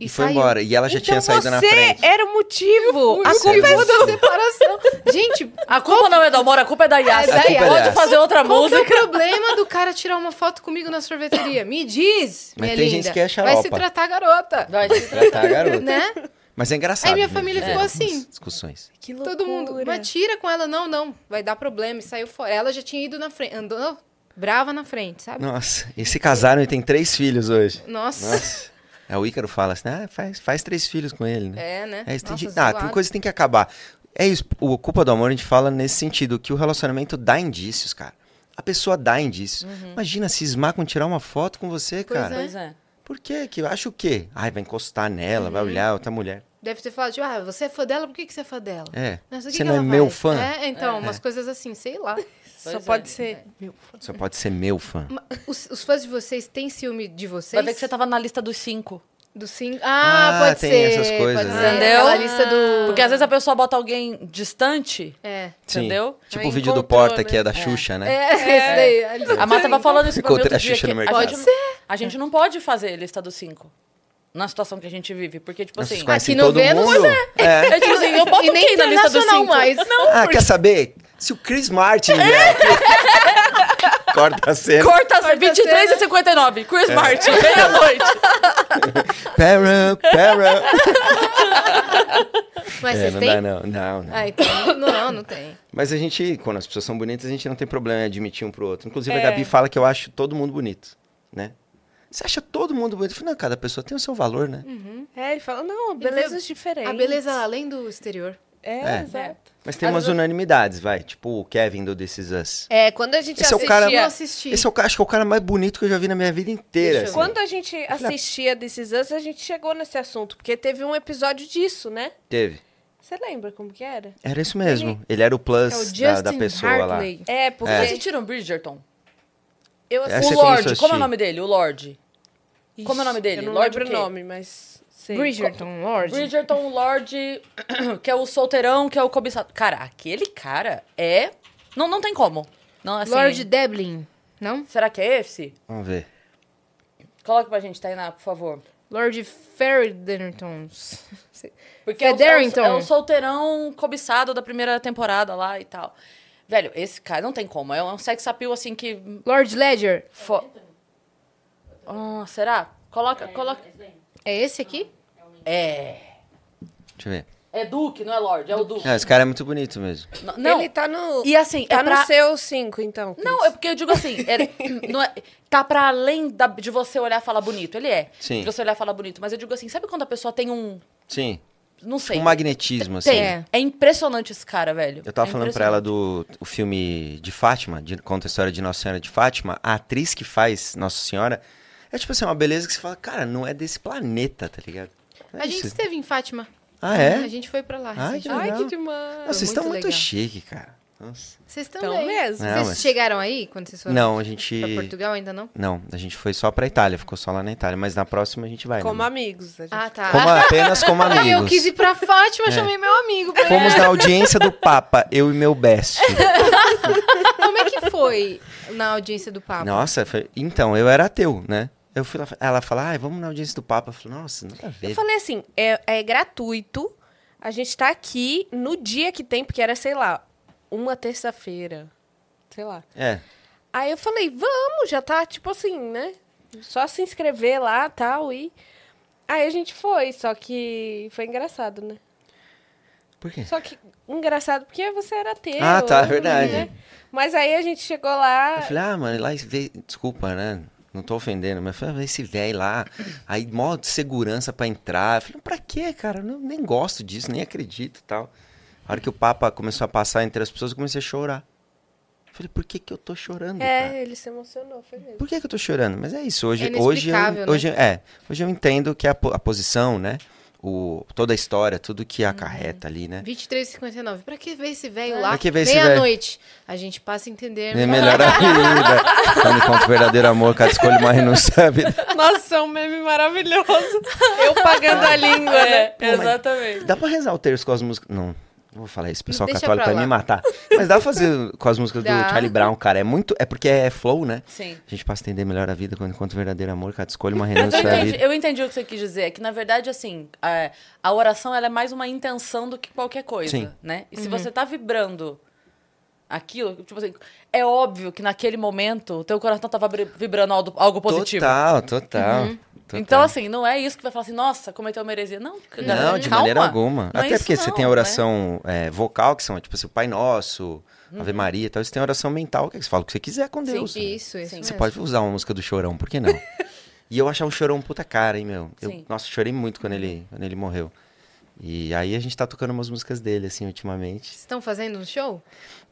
Speaker 3: E, foi
Speaker 2: saiu.
Speaker 3: embora. E ela já tinha saído
Speaker 4: Então você
Speaker 3: na frente.
Speaker 4: era o motivo. A
Speaker 3: Você
Speaker 4: culpa é
Speaker 3: é
Speaker 4: sua.
Speaker 3: você.
Speaker 2: separação. Gente,
Speaker 1: A culpa não é da Amora, a culpa é da Yas.
Speaker 2: É da
Speaker 3: A culpa é da
Speaker 1: Pode
Speaker 3: Yas.
Speaker 1: fazer outra
Speaker 2: qual que é o
Speaker 1: música.
Speaker 2: problema do cara tirar uma foto comigo na sorveteria? Me diz,
Speaker 3: Mas
Speaker 2: minha
Speaker 3: tem
Speaker 2: linda.
Speaker 3: gente que é
Speaker 2: Vai se
Speaker 3: xaropa.
Speaker 2: tratar garota.
Speaker 1: Vai.
Speaker 3: Já tá, garoto.
Speaker 2: Né?
Speaker 3: Mas é engraçado.
Speaker 2: Aí minha
Speaker 3: né?
Speaker 2: família
Speaker 3: É,
Speaker 2: ficou
Speaker 3: essas
Speaker 2: assim.
Speaker 3: Discussões.
Speaker 4: Que
Speaker 2: Todo mundo.
Speaker 4: loucura.
Speaker 2: Mas tira com ela, não, não. Vai dar problema. E saiu fora. Ela já tinha ido na frente. Andou brava na frente, sabe?
Speaker 3: Nossa, e se casaram e tem três filhos hoje.
Speaker 2: Nossa.
Speaker 3: Nossa. É, o Ícaro fala assim, ah, faz, faz três filhos com ele, né?
Speaker 2: É, né?
Speaker 3: É, isso tem,
Speaker 2: Nossa,
Speaker 3: gente- ah, tem
Speaker 2: zoado.
Speaker 3: coisa que tem que acabar. É isso, o Culpa do Amor a gente fala nesse sentido, que o relacionamento dá indícios, cara. A pessoa dá
Speaker 2: Hum.
Speaker 3: indícios. Imagina cismar com tirar uma foto com você,
Speaker 2: Pois
Speaker 3: cara.
Speaker 1: Pois é.
Speaker 3: Por quê? Que eu acho o quê? Ai, vai encostar nela,
Speaker 2: Uhum.
Speaker 3: vai olhar outra mulher.
Speaker 2: Deve ter falado, tipo, ah, você é fã dela, por que, que você é fã dela?
Speaker 3: É.
Speaker 2: Nossa, o que
Speaker 3: você
Speaker 2: que
Speaker 3: não é
Speaker 2: ela
Speaker 3: meu
Speaker 2: faz?
Speaker 3: fã?
Speaker 2: É, então, umas coisas assim, sei lá.
Speaker 4: Só
Speaker 1: Pois é.
Speaker 4: pode ser. Meu,
Speaker 3: Você pode ser meu fã.
Speaker 2: Ma- Os, os fãs de vocês têm ciúme de vocês?
Speaker 1: Vai ver que você tava na lista dos cinco.
Speaker 2: Do sim. Ah,
Speaker 3: Ah,
Speaker 2: pode
Speaker 3: tem
Speaker 2: ser.
Speaker 3: essas coisas,
Speaker 2: pode
Speaker 3: né?
Speaker 2: ser.
Speaker 1: Entendeu?
Speaker 2: Aquela lista do.
Speaker 1: Porque às vezes a pessoa bota alguém distante,
Speaker 2: É.
Speaker 3: Sim.
Speaker 1: entendeu?
Speaker 3: Tipo
Speaker 4: Aí
Speaker 3: o vídeo do
Speaker 4: encontrou,
Speaker 3: Porta,
Speaker 4: né?
Speaker 3: que é da Xuxa, né?
Speaker 2: É, esse daí. a lista
Speaker 1: A Má tava falando isso pra mim
Speaker 3: Encontrei
Speaker 1: outro
Speaker 3: a
Speaker 1: dia.
Speaker 3: Xuxa
Speaker 1: que
Speaker 3: no
Speaker 1: a,
Speaker 3: mercado.
Speaker 1: gente, a gente não pode fazer lista dos cinco. Na situação que a gente vive. Porque, tipo
Speaker 3: Vocês
Speaker 1: assim...
Speaker 3: conhecem
Speaker 2: aqui no
Speaker 3: todo
Speaker 2: Vênus,
Speaker 3: mundo? É.
Speaker 1: É tipo assim, eu boto
Speaker 2: E nem
Speaker 1: quem na lista dos
Speaker 2: internacional
Speaker 1: cinco?
Speaker 2: mais.
Speaker 1: Não,
Speaker 3: Ah, quer saber? Se o Chris Martin vier aqui, corta a cena.
Speaker 1: corta,
Speaker 2: Corta a
Speaker 1: 23
Speaker 2: cena.
Speaker 1: e 59.
Speaker 3: É.
Speaker 1: Chris Martin, meia-noite.
Speaker 3: Para, para.
Speaker 2: Mas
Speaker 3: É,
Speaker 2: vocês
Speaker 3: não
Speaker 2: têm?
Speaker 3: dá, não. Não, não.
Speaker 2: Ah, então. Não, não tem.
Speaker 3: Mas a gente, quando as pessoas são bonitas, a gente não tem problema em admitir um pro outro. Inclusive, a Gabi fala que eu acho todo mundo bonito, né?
Speaker 5: Você acha todo mundo bonito? Eu falei, não, cada pessoa tem o seu valor, né?
Speaker 4: É, ele fala, não,
Speaker 2: vê-
Speaker 4: belezas diferentes.
Speaker 2: A Ah, beleza além do exterior.
Speaker 4: É,
Speaker 5: É.
Speaker 4: exato.
Speaker 5: Mas tem
Speaker 4: Às
Speaker 5: umas
Speaker 4: vezes-
Speaker 5: unanimidades, vai. Tipo o Kevin do This Is Us.
Speaker 4: É, quando a gente
Speaker 5: Esse é o
Speaker 4: assistia...
Speaker 5: cara-
Speaker 2: Eu assisti.
Speaker 5: Esse é o, ca- acho que é o cara mais bonito que eu já vi na minha vida inteira.
Speaker 2: Deixa eu-
Speaker 5: assim.
Speaker 4: Quando a gente assistia desses anos, a gente chegou nesse assunto, porque teve um episódio disso, né?
Speaker 5: Teve.
Speaker 4: Você lembra como que era?
Speaker 5: Era isso mesmo. Ele, era o plus
Speaker 2: É o
Speaker 5: da, da
Speaker 2: Justin
Speaker 5: pessoa
Speaker 2: Hartley.
Speaker 4: É, porque
Speaker 1: Vocês assistiram Bridgerton?
Speaker 4: eu
Speaker 5: Essa
Speaker 4: assisti...
Speaker 5: você
Speaker 1: o
Speaker 5: começou a
Speaker 1: Lorde, como é
Speaker 5: assistir.
Speaker 1: o nome dele? O Lorde. Como é o nome dele?
Speaker 4: Eu não
Speaker 1: Lorde
Speaker 4: lembro
Speaker 1: o
Speaker 4: o
Speaker 1: quê?
Speaker 4: nome, mas... Sei.
Speaker 2: Bridgerton, Lorde.
Speaker 1: Bridgerton, Lorde, que é o solteirão, que é o cobiçado. Cara, aquele cara é... Não, não tem como. Não, assim...
Speaker 2: Lorde Deblin, não?
Speaker 1: Será que é esse?
Speaker 5: lá. Vamos ver.
Speaker 1: Coloca pra gente, Tainá, por favor.
Speaker 2: Lorde Ferderton.
Speaker 1: Porque é o,
Speaker 2: Federington.
Speaker 1: é o solteirão cobiçado da primeira temporada lá e tal. Velho, esse cara não tem como. É um sex appeal, assim, que...
Speaker 2: Lord Ledger.
Speaker 1: fo- Ah, será? Coloca, coloca...
Speaker 2: É esse aqui?
Speaker 1: É...
Speaker 5: Deixa eu ver.
Speaker 1: É Duque, não é Lorde, é o Duque.
Speaker 5: Ah, esse cara é muito bonito mesmo.
Speaker 1: N- Não,
Speaker 4: Ele tá no...
Speaker 1: e assim,
Speaker 4: Tá
Speaker 1: é pra...
Speaker 4: no seu 5, então. Cris.
Speaker 1: Não, é porque eu digo assim, é- não é- tá pra além da- de você olhar e falar bonito. Ele é.
Speaker 5: Sim.
Speaker 1: De você olhar e falar bonito. Mas eu digo assim, sabe quando a pessoa tem um.
Speaker 5: Sim.
Speaker 1: Não sei.
Speaker 5: Um magnetismo, assim.
Speaker 1: tem.
Speaker 2: É.
Speaker 1: É impressionante esse cara, velho.
Speaker 5: Eu tava
Speaker 1: É
Speaker 5: falando pra ela do o filme de Fátima, de, conta a história de Nossa Senhora de Fátima. A atriz que faz Nossa Senhora é tipo assim, uma beleza que você fala, cara, não é desse planeta, tá ligado? É
Speaker 2: A gente
Speaker 5: isso.
Speaker 2: esteve em Fátima.
Speaker 5: Ah, é?
Speaker 2: A gente foi pra lá.
Speaker 5: Ai,
Speaker 2: recentemente.
Speaker 5: legal.
Speaker 4: Ai, que demais.
Speaker 5: Nossa, vocês
Speaker 2: muito
Speaker 5: estão muito
Speaker 2: legal.
Speaker 5: chique, cara. Nossa.
Speaker 2: Vocês estão
Speaker 4: Então mesmo.
Speaker 5: É,
Speaker 2: Vocês
Speaker 5: mas-
Speaker 2: chegaram aí quando vocês foram
Speaker 5: Não, a gente.
Speaker 2: pra Portugal ainda não?
Speaker 5: Não, a gente foi só pra Itália, ficou só lá na Itália, mas na próxima a gente vai.
Speaker 4: Como
Speaker 5: né?
Speaker 4: amigos. A gente...
Speaker 2: Ah, tá.
Speaker 5: Como- apenas como
Speaker 2: Ah,
Speaker 5: amigos. É.
Speaker 2: Eu quis ir pra Fátima, chamei meu amigo. pra-
Speaker 5: Fomos na audiência do Papa, eu e meu best.
Speaker 2: Como é que foi na audiência do Papa?
Speaker 5: Nossa, foi- então, eu era ateu, né? Eu fui lá, ela fala, ai, vamos na audiência do Papa. Eu falei, nossa, nada a
Speaker 4: Eu
Speaker 5: ver.
Speaker 4: falei assim, é, é gratuito. A gente tá aqui no dia que tem, porque era, sei lá, uma terça-feira. Sei lá.
Speaker 5: É,
Speaker 4: Aí eu falei, vamos, já tá, tipo assim, né? Só se inscrever lá, tal, e... Aí a gente foi, só que foi engraçado, né?
Speaker 5: por quê?
Speaker 4: Só que engraçado porque você era ateu.
Speaker 5: Ah, tá,
Speaker 4: eu,
Speaker 5: verdade.
Speaker 4: né? Mas aí a gente chegou lá...
Speaker 5: Eu falei, ah, mano, lá, vê- desculpa, né? Não tô ofendendo, mas eu falei, ah, esse velho lá, aí mó de segurança pra entrar. Eu falei, pra quê, cara? Eu não- nem gosto disso, nem acredito e tal. A hora que o Papa começou a passar entre as pessoas, eu comecei a chorar. Eu falei, por que que eu tô chorando, cara?
Speaker 4: É, ele se emocionou, foi mesmo.
Speaker 5: Por que, que eu tô chorando? Mas é isso, hoje,
Speaker 2: É
Speaker 5: hoje, eu,
Speaker 2: inexplicável, né?
Speaker 5: hoje, é, hoje eu entendo que a, po- a posição, né? O, toda a história, tudo que
Speaker 2: Uhum.
Speaker 5: acarreta ali, né?
Speaker 2: 23,59. Pra que ver esse velho lá?
Speaker 5: Pra que ver esse velho?
Speaker 2: Meia-noite. A gente passa a entender.
Speaker 5: É melhor a vida. Quando encontra o verdadeiro amor, cada escolha mais não sabe.
Speaker 4: Nossa, é um meme maravilhoso. Eu pagando a língua,
Speaker 1: é,
Speaker 4: né? Exatamente.
Speaker 5: Dá pra rezar o terço com as músicas. Não, não vou falar isso, o pessoal
Speaker 2: Deixa
Speaker 5: católico
Speaker 2: pra
Speaker 5: vai me
Speaker 2: lá.
Speaker 5: matar. Mas dá pra fazer com as músicas
Speaker 2: Dá.
Speaker 5: do Charlie Brown, cara. É muito. É porque é flow, né?
Speaker 1: Sim.
Speaker 5: A gente passa a entender melhor a vida quando encontra o verdadeiro amor, cada escolha uma
Speaker 1: Mas eu
Speaker 5: renúncia à
Speaker 1: entendi,
Speaker 5: vida.
Speaker 1: eu entendi o que você quis dizer. É que, na verdade, assim, a, a oração ela é mais uma intenção do que qualquer coisa,
Speaker 5: Sim.
Speaker 1: né? E
Speaker 4: Uhum.
Speaker 1: se você tá vibrando aquilo, tipo assim, é óbvio que naquele momento o teu coração tava bri- vibrando algo, algo positivo.
Speaker 5: Total, total. total.
Speaker 1: Então, assim, não é isso que vai falar assim, nossa, cometeu uma heresia. Não, galera,
Speaker 5: Não, de
Speaker 1: calma.
Speaker 5: maneira alguma.
Speaker 1: Não é
Speaker 5: Até
Speaker 1: isso
Speaker 5: porque você
Speaker 1: não,
Speaker 5: tem a
Speaker 1: né?
Speaker 5: oração é, vocal, que são tipo assim, o Pai Nosso, Ave Maria e tal. Você tem a oração mental, que é que você fala o que você quiser com Deus. né?
Speaker 2: Isso, isso.
Speaker 1: Uhum. Sim.
Speaker 5: Você
Speaker 2: mesmo.
Speaker 5: pode usar uma música do Chorão, por que não? e eu achava o Chorão um puta cara, hein, meu? Eu,
Speaker 1: Sim.
Speaker 5: nossa, chorei muito quando ele, quando ele morreu. E aí a gente tá tocando umas músicas dele, assim, ultimamente.
Speaker 2: Vocês estão fazendo um show?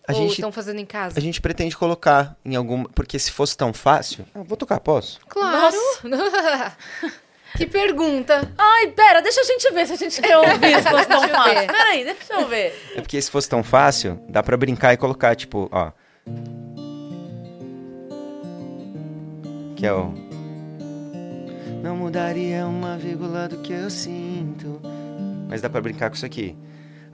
Speaker 5: A
Speaker 2: Ou
Speaker 5: gente-
Speaker 2: estão fazendo em casa?
Speaker 5: A gente pretende colocar em alguma... Porque se fosse tão fácil... Ah, vou tocar, posso?
Speaker 2: Claro! que pergunta!
Speaker 1: Ai, pera, deixa a gente ver se a gente quer ouvir se fosse tão
Speaker 2: Deixa eu
Speaker 1: fácil.
Speaker 2: ver.
Speaker 1: Peraí, deixa eu ver.
Speaker 5: É porque se fosse tão fácil, dá pra brincar e colocar, tipo, ó... Que é o... Não mudaria uma vírgula do que eu sinto. Mas dá pra brincar com isso aqui.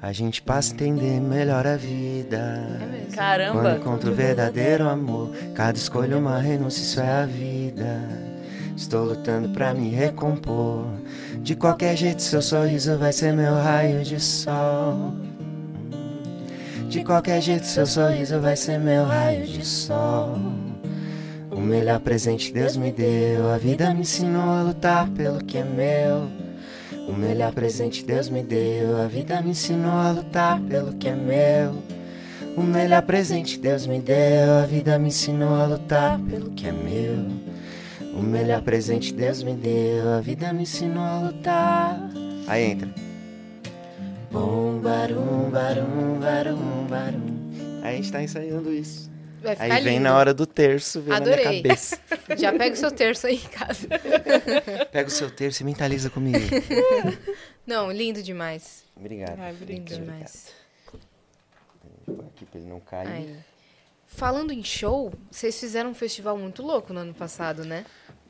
Speaker 5: A gente passa a entender melhor a vida.
Speaker 2: É mesmo.
Speaker 5: Quando
Speaker 1: Caramba.
Speaker 5: encontro o verdadeiro amor, cada escolha uma renúncia, isso é a vida. Estou lutando pra me recompor. De qualquer jeito, seu sorriso vai ser meu raio de sol. De qualquer jeito, seu sorriso vai ser meu raio de sol. O melhor presente que Deus me deu, a vida me ensinou a lutar pelo que é meu. O melhor presente que Deus me deu, a vida me ensinou a lutar pelo que é meu. O melhor presente que Deus me deu, a vida me ensinou a lutar pelo que é meu.
Speaker 3: O melhor presente Deus me deu, a vida me ensinou a lutar. Aí entra. Bom barum, barum, barum, barum. Aí a gente tá ensaiando isso.
Speaker 2: Vai ficar
Speaker 3: Aí vem
Speaker 2: lindo.
Speaker 3: na hora do terço, vem na
Speaker 2: Adorei.
Speaker 3: minha cabeça.
Speaker 2: Já pega o seu terço aí em casa.
Speaker 3: Pega o seu terço e mentaliza comigo.
Speaker 2: Não, lindo demais.
Speaker 3: Obrigado.
Speaker 1: Ai,
Speaker 3: Felipe,
Speaker 2: Lindo demais.
Speaker 3: Vou pôr aqui pra ele não cair.
Speaker 2: Aí. Falando em show, vocês fizeram um festival muito louco no ano passado, né?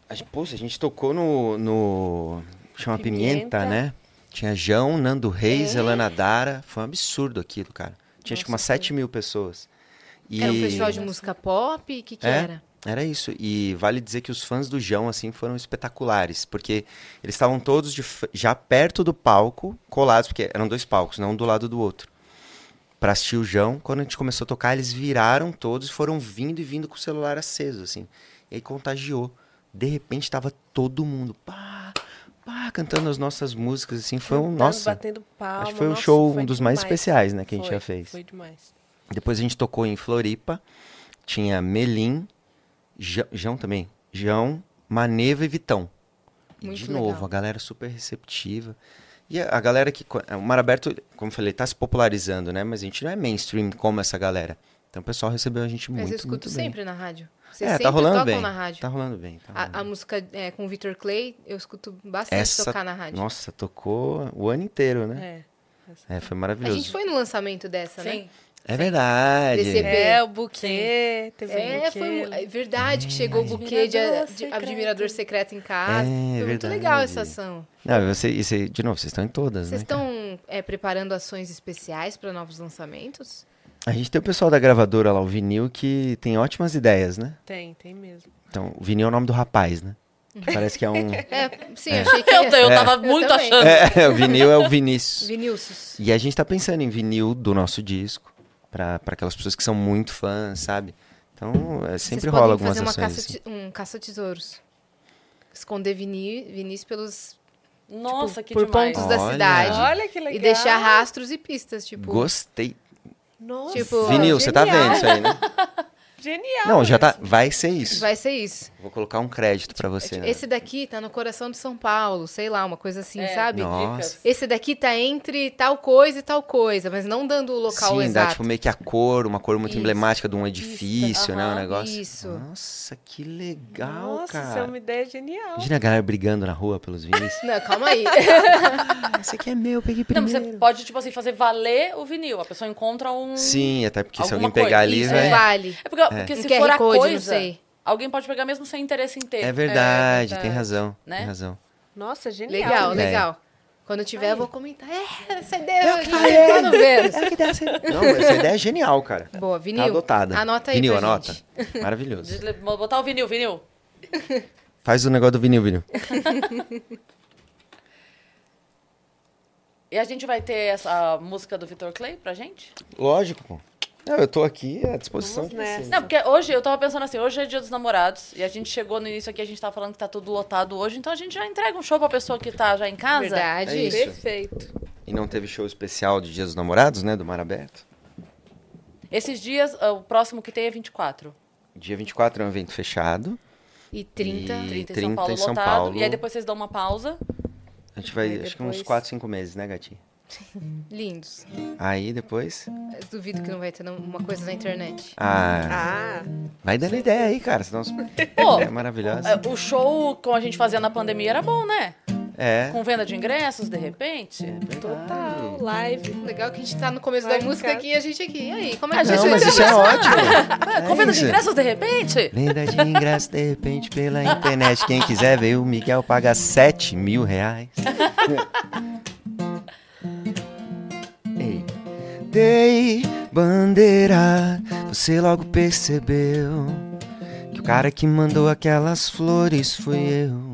Speaker 3: A gente, poxa, a gente tocou no. no chama Pimenta,
Speaker 4: Pimenta.
Speaker 3: né? Tinha João, Nando Reis,
Speaker 2: É.
Speaker 3: Elana Dara. Foi um absurdo aquilo, cara. Tinha acho que umas 7 mil pessoas. E
Speaker 2: Era um festival de música pop? O que, que
Speaker 3: É?
Speaker 2: era?
Speaker 3: era isso. E vale dizer que os fãs do João, assim, foram espetaculares. Porque eles estavam todos de f- já perto do palco, colados, porque eram dois palcos, não um do lado do outro. Pra assistir o João, quando a gente começou a tocar, eles viraram todos e foram vindo e vindo com o celular aceso, assim. E aí contagiou. De repente tava todo mundo, pá, pá, cantando as nossas músicas, assim. Foi um,
Speaker 4: Cantando,
Speaker 3: nossa,
Speaker 4: Batendo palma.
Speaker 3: acho que foi um
Speaker 4: Nossa,
Speaker 3: show,
Speaker 4: foi
Speaker 3: um dos mais
Speaker 4: demais.
Speaker 3: especiais, né, que a gente
Speaker 4: Foi,
Speaker 3: já fez.
Speaker 4: Foi demais.
Speaker 3: Depois a gente tocou em Floripa. Tinha Melim, Ja- Jão também. Jão, Maneva e Vitão. E
Speaker 2: Muito
Speaker 3: de novo,
Speaker 2: legal.
Speaker 3: a galera super receptiva. E a, a galera que. co- O Mar Aberto, como eu falei, tá se popularizando, né? Mas a gente não é mainstream como essa galera. Então o pessoal recebeu a gente muito.
Speaker 2: Mas eu escuto
Speaker 3: muito bem.
Speaker 2: sempre na rádio. Vocês
Speaker 3: É,
Speaker 2: sempre
Speaker 3: tá rolando
Speaker 2: tocam
Speaker 3: bem.
Speaker 2: na rádio.
Speaker 3: Tá rolando bem. tá rolando
Speaker 2: A, a
Speaker 3: bem.
Speaker 2: música é, com o Victor Clay, eu escuto bastante
Speaker 3: Essa.
Speaker 2: tocar na rádio.
Speaker 3: Nossa, tocou o ano inteiro, né?
Speaker 4: É.
Speaker 3: É, foi
Speaker 2: A
Speaker 3: maravilhoso.
Speaker 2: gente foi no lançamento dessa, né?
Speaker 1: Sim.
Speaker 3: É verdade.
Speaker 2: Desse EP.
Speaker 4: É, o buquê. Teve
Speaker 2: É,
Speaker 4: um buquê.
Speaker 2: foi mu- é verdade que chegou o buquê de,
Speaker 4: Admirador
Speaker 2: de
Speaker 4: secreto.
Speaker 2: admirador secreto em casa.
Speaker 3: Hum. É,
Speaker 2: Foi muito
Speaker 3: verdade.
Speaker 2: legal essa ação.
Speaker 3: Não, você, e você- de novo, vocês estão em todas,
Speaker 2: Vocês
Speaker 3: né? cara?
Speaker 2: estão é, preparando ações especiais para novos lançamentos?
Speaker 3: A gente tem o pessoal da gravadora lá, o vinil, que tem ótimas ideias, né?
Speaker 4: Tem, tem mesmo.
Speaker 3: Então, o vinil é o nome do rapaz, né?
Speaker 2: Uhum.
Speaker 3: Parece que é um.
Speaker 2: É, sim, achei que
Speaker 1: Eu,
Speaker 2: era.
Speaker 1: eu tava muito
Speaker 2: também.
Speaker 1: achando.
Speaker 3: é, o vinil é o Vinícius.
Speaker 2: Vinícius.
Speaker 3: E a gente tá pensando em vinil do nosso disco, pra, pra aquelas pessoas que são muito fãs, sabe? Então, é, sempre
Speaker 2: Vocês
Speaker 3: rola
Speaker 2: podem
Speaker 3: algumas
Speaker 2: fazer uma
Speaker 3: ações.
Speaker 2: caça
Speaker 3: assim.
Speaker 2: te- um caça-tesouros. Esconder Vini- Vinícius pelos
Speaker 1: Nossa,
Speaker 2: tipo,
Speaker 1: que
Speaker 2: por
Speaker 1: demais.
Speaker 2: pontos da
Speaker 3: Olha.
Speaker 2: cidade.
Speaker 4: Olha que legal.
Speaker 2: E deixar rastros e pistas, tipo.
Speaker 3: Gostei.
Speaker 4: Nossa,
Speaker 2: Tipo,
Speaker 3: vinil, você tá
Speaker 4: genial.
Speaker 3: vendo isso aí, né?
Speaker 4: Genial.
Speaker 3: Não, já tá. Vai ser isso.
Speaker 2: Vai ser isso.
Speaker 3: Vou colocar um crédito pra você. né?
Speaker 2: Esse daqui tá no coração de São Paulo, sei lá, uma coisa assim,
Speaker 1: É.
Speaker 2: sabe?
Speaker 3: Nossa.
Speaker 2: Esse daqui tá entre tal coisa e tal coisa, mas não dando o local
Speaker 3: Sim, dá
Speaker 2: exato.
Speaker 3: tipo meio que a cor, uma cor muito
Speaker 2: Isso.
Speaker 3: emblemática de um edifício, né? O
Speaker 1: aham,
Speaker 3: negócio.
Speaker 2: isso.
Speaker 3: Nossa, que legal,
Speaker 4: Nossa,
Speaker 3: cara.
Speaker 4: isso é uma ideia genial.
Speaker 3: Imagina a galera brigando na rua pelos vinis.
Speaker 2: Não, calma aí.
Speaker 3: ah, esse aqui é meu, eu peguei
Speaker 1: Não,
Speaker 3: primeiro.
Speaker 1: mas você pode, tipo assim, fazer valer o vinil. A pessoa encontra um.
Speaker 3: Sim, até porque se
Speaker 1: Alguma
Speaker 3: alguém pegar
Speaker 1: coisa,
Speaker 3: ali, né?
Speaker 1: isso,
Speaker 3: vai...
Speaker 1: é.
Speaker 2: Vale.
Speaker 1: É porque, porque
Speaker 2: Um
Speaker 1: se
Speaker 2: QR
Speaker 1: for a
Speaker 2: Code, não
Speaker 1: coisa,
Speaker 2: sei.
Speaker 1: alguém pode pegar mesmo sem interesse em ter.
Speaker 3: É verdade, tem
Speaker 4: verdade.
Speaker 3: razão,
Speaker 1: Né?
Speaker 3: tem razão.
Speaker 4: Nossa, genial.
Speaker 2: Legal, né?
Speaker 3: É.
Speaker 2: legal. Quando tiver, eu vou comentar. É, você deu.
Speaker 3: Eu que
Speaker 2: gente,
Speaker 3: falei.
Speaker 2: tá no Vênus.
Speaker 4: É
Speaker 3: que dá Não, mas essa ideia é genial, cara.
Speaker 2: Boa,
Speaker 3: Tá
Speaker 2: vinil.
Speaker 3: adotada.
Speaker 2: Anota aí
Speaker 3: Vinil,
Speaker 2: pra
Speaker 3: anota.
Speaker 2: gente.
Speaker 3: Maravilhoso.
Speaker 1: De- Botar o vinil, vinil.
Speaker 3: Faz o negócio do vinil, vinil.
Speaker 1: E a gente vai ter essa música do Vitor Clay pra gente?
Speaker 3: Lógico, pô. Não, eu tô aqui à disposição
Speaker 4: Vamos nessa.
Speaker 1: Não, porque hoje eu tava pensando assim, hoje é dia dos namorados e a gente chegou no início aqui, a gente tava falando que tá tudo lotado hoje, então a gente já entrega um show pra pessoa que tá já em casa.
Speaker 2: Verdade.
Speaker 3: É isso.
Speaker 4: Perfeito.
Speaker 3: E não teve show especial de Dia dos Namorados, né? Do Mar Aberto.
Speaker 1: Esses dias, ah, o próximo que tem é 24.
Speaker 3: Dia 24 é um evento fechado.
Speaker 2: E 30.
Speaker 3: E
Speaker 1: 30 em
Speaker 3: 30
Speaker 1: São
Speaker 3: em
Speaker 1: Paulo
Speaker 3: São
Speaker 1: lotado.
Speaker 3: Paulo.
Speaker 1: E aí depois vocês dão uma pausa.
Speaker 3: A gente vai,
Speaker 4: Aí
Speaker 3: acho que uns
Speaker 4: depois-
Speaker 3: 4, 5 meses, né, gatinho?
Speaker 2: Lindos.
Speaker 3: Aí depois...
Speaker 2: Mas duvido que não vai ter não- uma coisa na internet.
Speaker 3: Ah,
Speaker 4: Ah,
Speaker 3: vai dando ideia aí, cara. Senão...
Speaker 1: Pô,
Speaker 3: é maravilhosa.
Speaker 1: Ah, O show que a gente fazia na pandemia era bom, né?
Speaker 3: É.
Speaker 1: Com venda de ingressos, de repente.
Speaker 4: total. Ah, tá, Live.
Speaker 2: Legal que a gente tá no começo
Speaker 4: Vai
Speaker 2: da
Speaker 4: em
Speaker 2: música
Speaker 4: casa.
Speaker 2: aqui e a gente aqui. E aí, como é que
Speaker 1: A gente
Speaker 2: a
Speaker 3: Não,
Speaker 2: gente
Speaker 3: mas isso é ótimo.
Speaker 1: Ah, com
Speaker 3: É
Speaker 1: venda de
Speaker 3: isso.
Speaker 1: ingressos, de repente?
Speaker 3: Venda de ingresso, de repente, pela internet. Quem quiser ver, o Miguel paga 7 mil reais. Ei. Dei bandeira, você logo percebeu que o cara que mandou aquelas flores fui eu.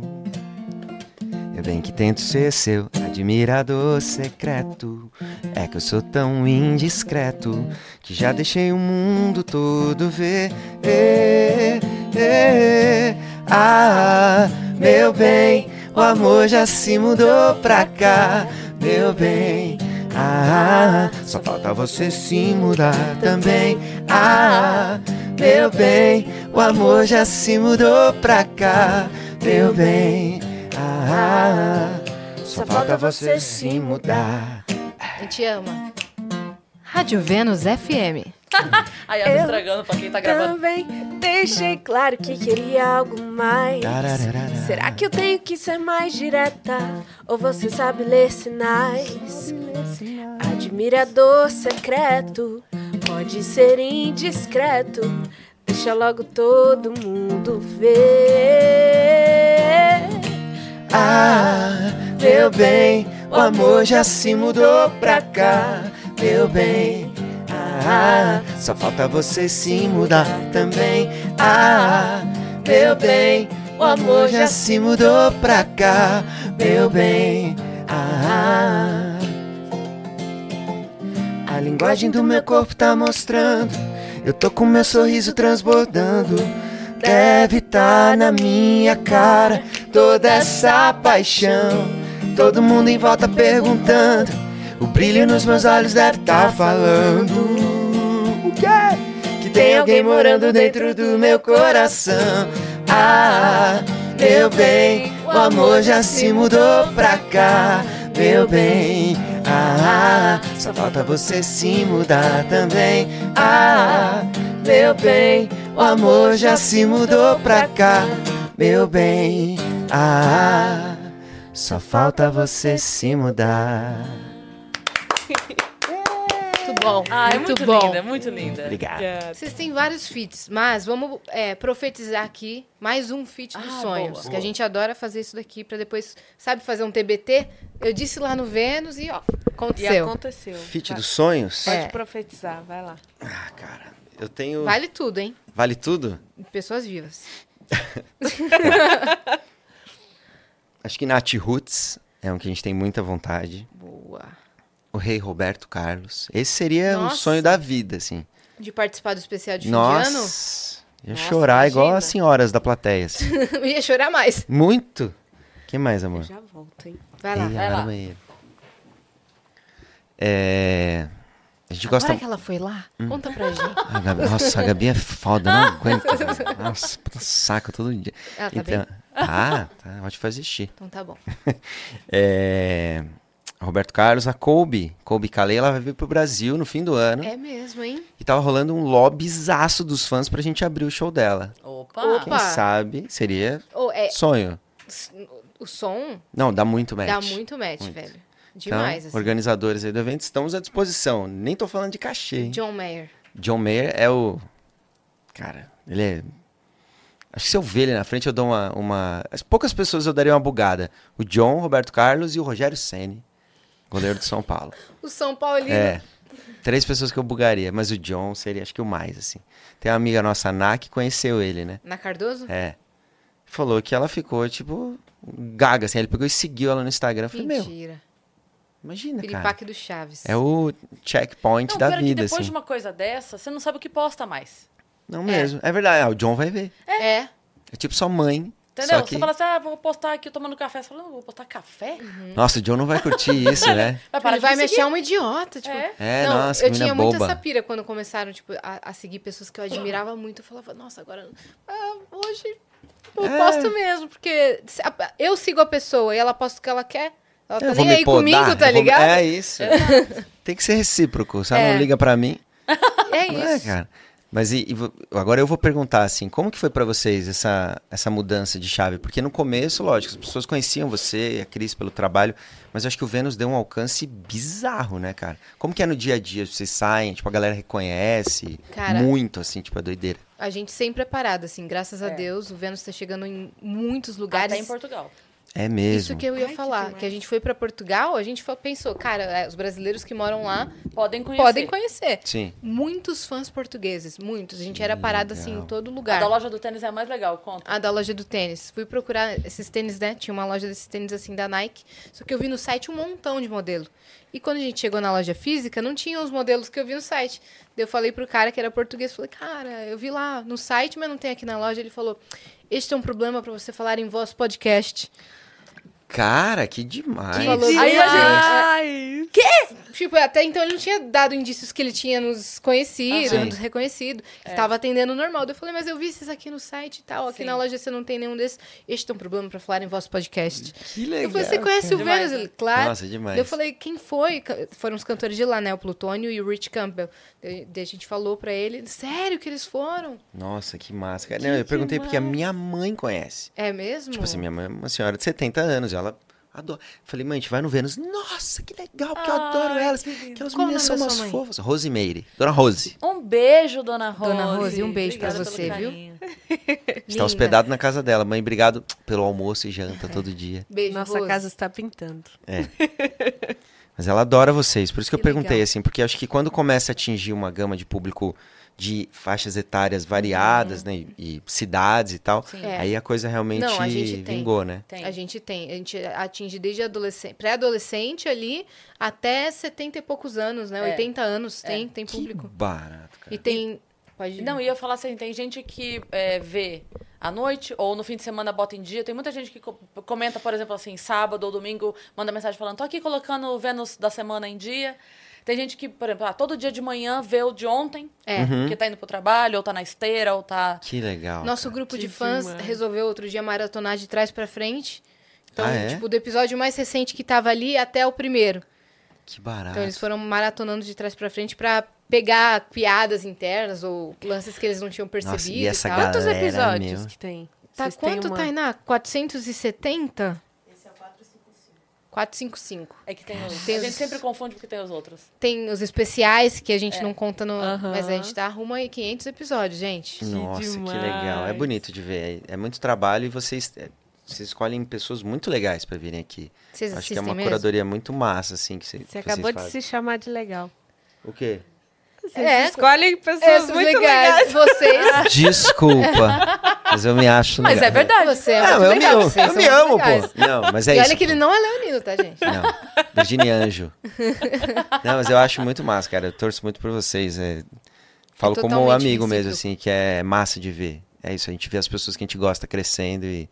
Speaker 3: Eu bem que tento ser seu admirador secreto. É que eu sou tão indiscreto que já deixei o mundo todo ver. Ê, ê, ah, meu bem, o amor já se mudou pra cá. Meu bem, ah, só falta você se mudar também. Ah,
Speaker 5: Meu bem, o amor já se mudou pra cá. Meu bem, ah, ah, só falta você se mudar.
Speaker 2: Eu te amo. Rádio Vênus FM.
Speaker 1: Aí ela estragando pra quem tá gravando.
Speaker 4: Também deixei claro que queria algo mais.
Speaker 5: Tarararara.
Speaker 4: Será que eu tenho que ser mais direta? Ou você sabe ler sinais? Admirador secreto, pode ser indiscreto. Deixa logo todo mundo ver.
Speaker 5: Ah, meu bem, o amor já se mudou pra cá. Meu bem, ah, só falta você se mudar também. Ah, meu bem, o amor já se mudou pra cá. Meu bem, ah. A linguagem do meu corpo tá mostrando. Eu tô com meu sorriso transbordando. Deve tá na minha cara toda essa paixão. Todo mundo em volta perguntando. O brilho nos meus olhos deve tá falando. O quê? Que tem alguém morando dentro do meu coração. Ah, meu bem, o amor já se mudou pra cá. Meu bem, ah, só falta você se mudar também. Ah, meu bem, o amor já se mudou pra cá. Meu bem, ah, só falta você se mudar.
Speaker 2: Muito bom.
Speaker 1: Ah, é
Speaker 2: muito,
Speaker 1: muito
Speaker 2: bom.
Speaker 1: linda, é muito linda.
Speaker 5: Obrigado.
Speaker 2: Vocês têm vários feats, mas vamos é, profetizar aqui mais um feat dos
Speaker 1: Ah,
Speaker 2: sonhos.
Speaker 1: boa.
Speaker 2: Que a gente adora fazer isso daqui pra depois, sabe, fazer um TBT? Eu disse lá no Vênus e ó,
Speaker 4: E
Speaker 2: aconteceu.
Speaker 4: aconteceu.
Speaker 5: Fit
Speaker 4: Vai-
Speaker 5: dos sonhos?
Speaker 4: Pode
Speaker 2: É.
Speaker 4: profetizar, vai lá.
Speaker 5: Ah, cara, eu tenho. Vale,
Speaker 2: Vale tudo, hein?
Speaker 5: tudo?
Speaker 2: Pessoas vivas.
Speaker 5: Acho que Nath Roots é um que a gente tem muita vontade.
Speaker 2: Boa.
Speaker 5: O Rei Roberto Carlos. Esse seria
Speaker 2: Nossa.
Speaker 5: um sonho da vida, assim.
Speaker 2: De participar do especial de fim
Speaker 5: Nossa! Eu ia
Speaker 2: Nossa,
Speaker 5: chorar igual
Speaker 2: imagina.
Speaker 5: as senhoras da plateia. assim.
Speaker 2: de ano? Eu ia chorar mais.
Speaker 5: Muito! que mais, amor?
Speaker 4: Já volto, hein?
Speaker 2: Vai lá.
Speaker 5: Ei,
Speaker 1: vai
Speaker 5: ela
Speaker 1: lá.
Speaker 5: no banheiro. É... A Hum. gente gosta...
Speaker 2: Agora que ela foi lá, conta pra gente.
Speaker 5: A Gabi- Nossa, a Gabi é foda, não aguento. velho. Nossa, puta saco todo dia.
Speaker 2: Ela tá bem?
Speaker 5: Ah, tá, pode fazer xixi.
Speaker 2: Então tá bom.
Speaker 5: É, Roberto Carlos, a Kobe, Kobe Calei, ela vai vir pro Brasil no fim do ano.
Speaker 2: É mesmo, hein?
Speaker 5: E tava rolando um lobbyzaço dos fãs pra gente abrir o show dela.
Speaker 1: Opa!
Speaker 2: Opa.
Speaker 5: Quem sabe seria
Speaker 2: Ou é,
Speaker 5: sonho.
Speaker 2: o som
Speaker 5: Não, dá muito match.
Speaker 2: dá muito match,
Speaker 5: Muito.
Speaker 2: velho.
Speaker 5: Então,
Speaker 2: Demais, assim.
Speaker 5: organizadores aí do evento, estamos à disposição. Nem tô falando de cachê, hein?
Speaker 2: John Mayer.
Speaker 5: John Mayer é o. Cara, ele é. Acho que se eu ver ele na frente, eu dou uma. uma... As poucas pessoas eu daria uma bugada. O John, o Roberto Carlos e o Rogério Ceni, goleiro do São Paulo.
Speaker 2: O São Paulino.
Speaker 5: É. Três pessoas que eu bugaria, mas o John seria acho que o mais, assim. Tem uma amiga nossa, a Ná, que conheceu ele, né?
Speaker 2: Na Cardoso?
Speaker 5: É. Falou que ela ficou, tipo, gaga, assim. Ele pegou e seguiu ela no Instagram. Eu falei, meu,
Speaker 2: Mentira.
Speaker 5: imagina, cara.
Speaker 2: Piripaque do Chaves.
Speaker 5: É o checkpoint
Speaker 1: Não,
Speaker 5: da
Speaker 1: pior é que
Speaker 5: vida,
Speaker 1: depois
Speaker 5: assim.
Speaker 1: de uma coisa dessa, você não sabe o que posta mais.
Speaker 5: Não mesmo. É verdade, ah, o John vai ver.
Speaker 2: É.
Speaker 5: É tipo sua mãe.
Speaker 1: Entendeu?
Speaker 5: Só que...
Speaker 1: Você fala assim, ah, vou postar aqui eu tomando café. Você fala, não, vou postar café?
Speaker 2: Hum.
Speaker 5: Nossa, o John não vai curtir isso, né?
Speaker 1: Vai parar
Speaker 2: Ele vai
Speaker 1: de me
Speaker 2: mexer
Speaker 1: seguir.
Speaker 2: um idiota, tipo.
Speaker 1: É.
Speaker 5: É,
Speaker 2: Não,
Speaker 5: nossa,
Speaker 2: eu
Speaker 5: que menina
Speaker 2: tinha
Speaker 5: boba.
Speaker 2: muita essa pira quando começaram, tipo, a, a seguir pessoas que eu admirava muito. Eu falava, nossa, agora. ah, hoje eu
Speaker 5: É.
Speaker 2: posto mesmo, porque se a- eu sigo a pessoa e ela posta o que ela quer. Ela
Speaker 5: Eu
Speaker 2: tá
Speaker 5: vou
Speaker 2: nem
Speaker 5: me
Speaker 2: aí
Speaker 5: podar, eu
Speaker 2: comigo, tá
Speaker 5: vou me-
Speaker 2: ligado?
Speaker 5: É isso. Tem que ser recíproco. Se ela
Speaker 2: É.
Speaker 5: não liga pra mim,
Speaker 2: É
Speaker 5: não é,
Speaker 2: isso.
Speaker 5: cara. Mas e- e vo- agora eu vou perguntar assim, como que foi pra vocês essa, essa mudança de chave? Porque no começo, lógico, as pessoas conheciam você e a Cris pelo trabalho, mas eu acho que o Vênus deu um alcance bizarro, né, cara? Como que é no dia a dia? Vocês saem, tipo, a galera reconhece
Speaker 2: Cara.
Speaker 5: muito, assim, tipo, é doideira.
Speaker 2: A gente sempre é parado, assim, graças a
Speaker 1: É.
Speaker 2: Deus. O Vênus tá chegando em muitos
Speaker 1: Até
Speaker 2: lugares.
Speaker 1: Ah, tá em Portugal.
Speaker 5: É mesmo.
Speaker 2: Isso que eu ia
Speaker 4: Ai, que
Speaker 2: falar, que, a
Speaker 4: demais.
Speaker 2: gente foi pra Portugal, a gente foi- pensou, cara, é, os brasileiros que moram lá
Speaker 1: Podem conhecer.
Speaker 2: podem conhecer.
Speaker 5: Sim.
Speaker 2: Muitos fãs portugueses, muitos. A gente era
Speaker 5: Que
Speaker 2: parado
Speaker 5: legal.
Speaker 2: assim em todo
Speaker 1: A
Speaker 2: lugar.
Speaker 1: da loja do tênis é a mais legal, conta.
Speaker 2: A da loja do tênis. Fui procurar esses tênis, né? Tinha uma loja desses tênis assim da Nike. Só que eu vi no site um montão de modelo. E quando a gente chegou na loja física, não tinha os modelos que eu vi no site. Daí eu falei pro cara que era português, falei, cara, eu vi lá no site, mas não tem aqui na loja. Ele falou, este é um problema pra você falar em voz podcast.
Speaker 5: Cara, que demais.
Speaker 2: Falou,
Speaker 1: Aí a
Speaker 2: "Ah,
Speaker 1: gente-
Speaker 4: Ai,
Speaker 2: Tipo, até então ele não tinha dado indícios que ele tinha nos conhecido,
Speaker 3: Aham.
Speaker 2: nos reconhecido. Que tava atendendo normal. Daí Eu falei, mas eu vi esses aqui no site e tal. Aqui
Speaker 1: É. Sim.
Speaker 2: na loja você não tem nenhum desses. Este é um problema pra falar em vosso podcast.
Speaker 3: Que legal.
Speaker 2: Eu falei, você conhece o
Speaker 1: Demais,
Speaker 2: Vênus?
Speaker 1: né?
Speaker 2: Ele, Claro.
Speaker 3: Nossa, demais.
Speaker 2: Daí Eu falei, quem foi? Ca- Foram os cantores de lá, né? O Plutônio e o Rich Campbell. Daí daí a gente falou pra ele, sério que eles foram?
Speaker 3: Nossa, que massa. cara. Não, eu perguntei porque a minha mãe conhece.
Speaker 2: É mesmo?
Speaker 3: Tipo assim, minha mãe é uma senhora de 70 anos, ela adora. Falei, mãe, a gente vai no Vênus. Nossa, que legal, porque eu
Speaker 1: Ai,
Speaker 3: adoro
Speaker 1: que
Speaker 3: elas.
Speaker 1: lindo.
Speaker 3: Aquelas
Speaker 2: Qual é o
Speaker 3: meninas são
Speaker 2: nome da
Speaker 3: umas
Speaker 2: sua mãe?
Speaker 3: fofas. Rosemeire, Dona Rose.
Speaker 1: Um beijo, dona Rose.
Speaker 2: Dona Rose, um beijo pra
Speaker 1: Obrigada pelo
Speaker 2: você, viu?
Speaker 1: carinho.
Speaker 3: Está hospedado na casa dela. Mãe, obrigado pelo almoço e janta todo dia.
Speaker 2: Beijo,
Speaker 6: Nossa
Speaker 2: Rose.
Speaker 6: casa está pintando.
Speaker 3: Mas ela adora vocês. Por isso que, eu
Speaker 2: Que
Speaker 3: perguntei,
Speaker 2: legal.
Speaker 3: assim, porque acho que quando começa a atingir uma gama de público de faixas etárias variadas, né? E, e cidades e tal,
Speaker 1: Sim.
Speaker 2: É.
Speaker 3: aí a coisa realmente
Speaker 2: Uhum. Não, a gente tem.
Speaker 3: vingou, né?
Speaker 1: Tem.
Speaker 2: A gente tem, a gente atinge desde adolescente, pré-adolescente ali até 70 e poucos anos, né?
Speaker 1: É.
Speaker 2: 80 anos tem, tem
Speaker 3: Que
Speaker 2: público.
Speaker 3: barato, cara.
Speaker 2: E tem. Pode
Speaker 1: Não, e eu falar assim, tem gente que é, vê à noite ou no fim de semana bota em dia. Tem muita gente que co- comenta, por exemplo, assim, sábado ou domingo, manda mensagem falando, tô aqui colocando o Vênus da semana em dia. Tem gente que, por exemplo, ah, todo dia de manhã vê o de ontem,
Speaker 2: É.
Speaker 1: que tá indo pro trabalho, ou tá na esteira, ou tá...
Speaker 3: Que legal.
Speaker 2: Nosso grupo de fãs
Speaker 6: demais.
Speaker 2: resolveu outro dia maratonar de trás pra frente. Então,
Speaker 3: Ah, é?
Speaker 2: tipo, do episódio mais recente que tava ali até o primeiro.
Speaker 3: Que barato.
Speaker 2: Então, eles foram maratonando de trás pra frente pra pegar piadas internas ou lances que eles não tinham percebido
Speaker 3: Nossa, e essa
Speaker 2: tal.
Speaker 3: galera, é
Speaker 6: Quantos episódios
Speaker 3: meu.
Speaker 6: que tem?
Speaker 2: Tá
Speaker 6: Vocês têm
Speaker 2: quanto,
Speaker 6: uma-
Speaker 2: Tainá? 470? Esse é o 455. 455.
Speaker 1: É que tem os...
Speaker 2: Tem
Speaker 1: A gente
Speaker 2: os-
Speaker 1: sempre confunde porque tem os outros.
Speaker 2: Tem os especiais que a
Speaker 1: É.
Speaker 2: gente não conta no.
Speaker 6: Aham.
Speaker 2: Mas a gente tá arruma aí 500 episódios, gente.
Speaker 3: Nossa, que legal. É
Speaker 6: demais.
Speaker 3: bonito de ver. É, é muito trabalho e vocês, é, vocês escolhem pessoas muito legais pra virem aqui.
Speaker 2: Vocês
Speaker 3: Acho
Speaker 2: assistem
Speaker 3: que é uma
Speaker 2: mesmo?
Speaker 3: curadoria muito massa, assim, que cê-
Speaker 6: Você
Speaker 3: vocês
Speaker 6: acabou de
Speaker 3: fazem.
Speaker 6: se chamar de legal.
Speaker 3: O quê?
Speaker 6: Vocês
Speaker 2: É.
Speaker 6: escolhem
Speaker 2: Essas
Speaker 6: pessoas muito
Speaker 2: legais.
Speaker 6: legais.
Speaker 2: Vocês.
Speaker 3: Desculpa, mas eu me acho
Speaker 1: Mas é
Speaker 3: legal.
Speaker 1: verdade.
Speaker 2: Você é
Speaker 3: Não,
Speaker 2: muito
Speaker 3: eu me
Speaker 2: legal,
Speaker 3: amo,
Speaker 2: vocês
Speaker 3: eu
Speaker 2: são
Speaker 3: me
Speaker 2: muito
Speaker 3: amo,
Speaker 2: legais.
Speaker 3: pô. Não, mas é
Speaker 2: e
Speaker 3: isso.
Speaker 2: olha que ele
Speaker 3: pô.
Speaker 2: não é leonino, tá, gente?
Speaker 3: Não, Virginia Anjo. Não, mas eu acho muito massa, cara. Eu torço muito por vocês. é. Falo
Speaker 2: É
Speaker 3: como um
Speaker 2: totalmente
Speaker 3: amigo mesmo,
Speaker 2: recíproco.
Speaker 3: assim, que é massa de ver. É isso, a gente vê as pessoas que a gente gosta crescendo e...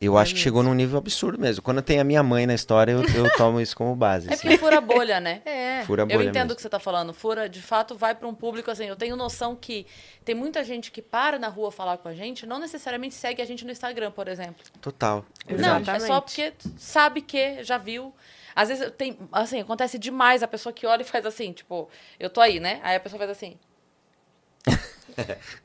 Speaker 3: Eu acho que chegou num nível absurdo mesmo. Quando tem a minha mãe na história, eu, eu tomo isso como base.
Speaker 1: É
Speaker 3: assim.
Speaker 1: porque fura a bolha, né?
Speaker 2: É.
Speaker 3: Fura a
Speaker 1: Eu
Speaker 3: bolha
Speaker 1: entendo o
Speaker 3: mesmo.
Speaker 1: que você tá falando. Fura, de fato, vai para um público assim. Eu tenho noção que tem muita gente que para na rua falar com a gente, não necessariamente segue a gente no Instagram, por exemplo.
Speaker 3: Total.
Speaker 1: Não,
Speaker 3: verdade.
Speaker 1: é
Speaker 6: Exatamente.
Speaker 1: só porque sabe que já viu. Às vezes tem, assim, acontece demais a pessoa que olha e faz assim, tipo, eu tô aí, né? Aí a pessoa faz assim.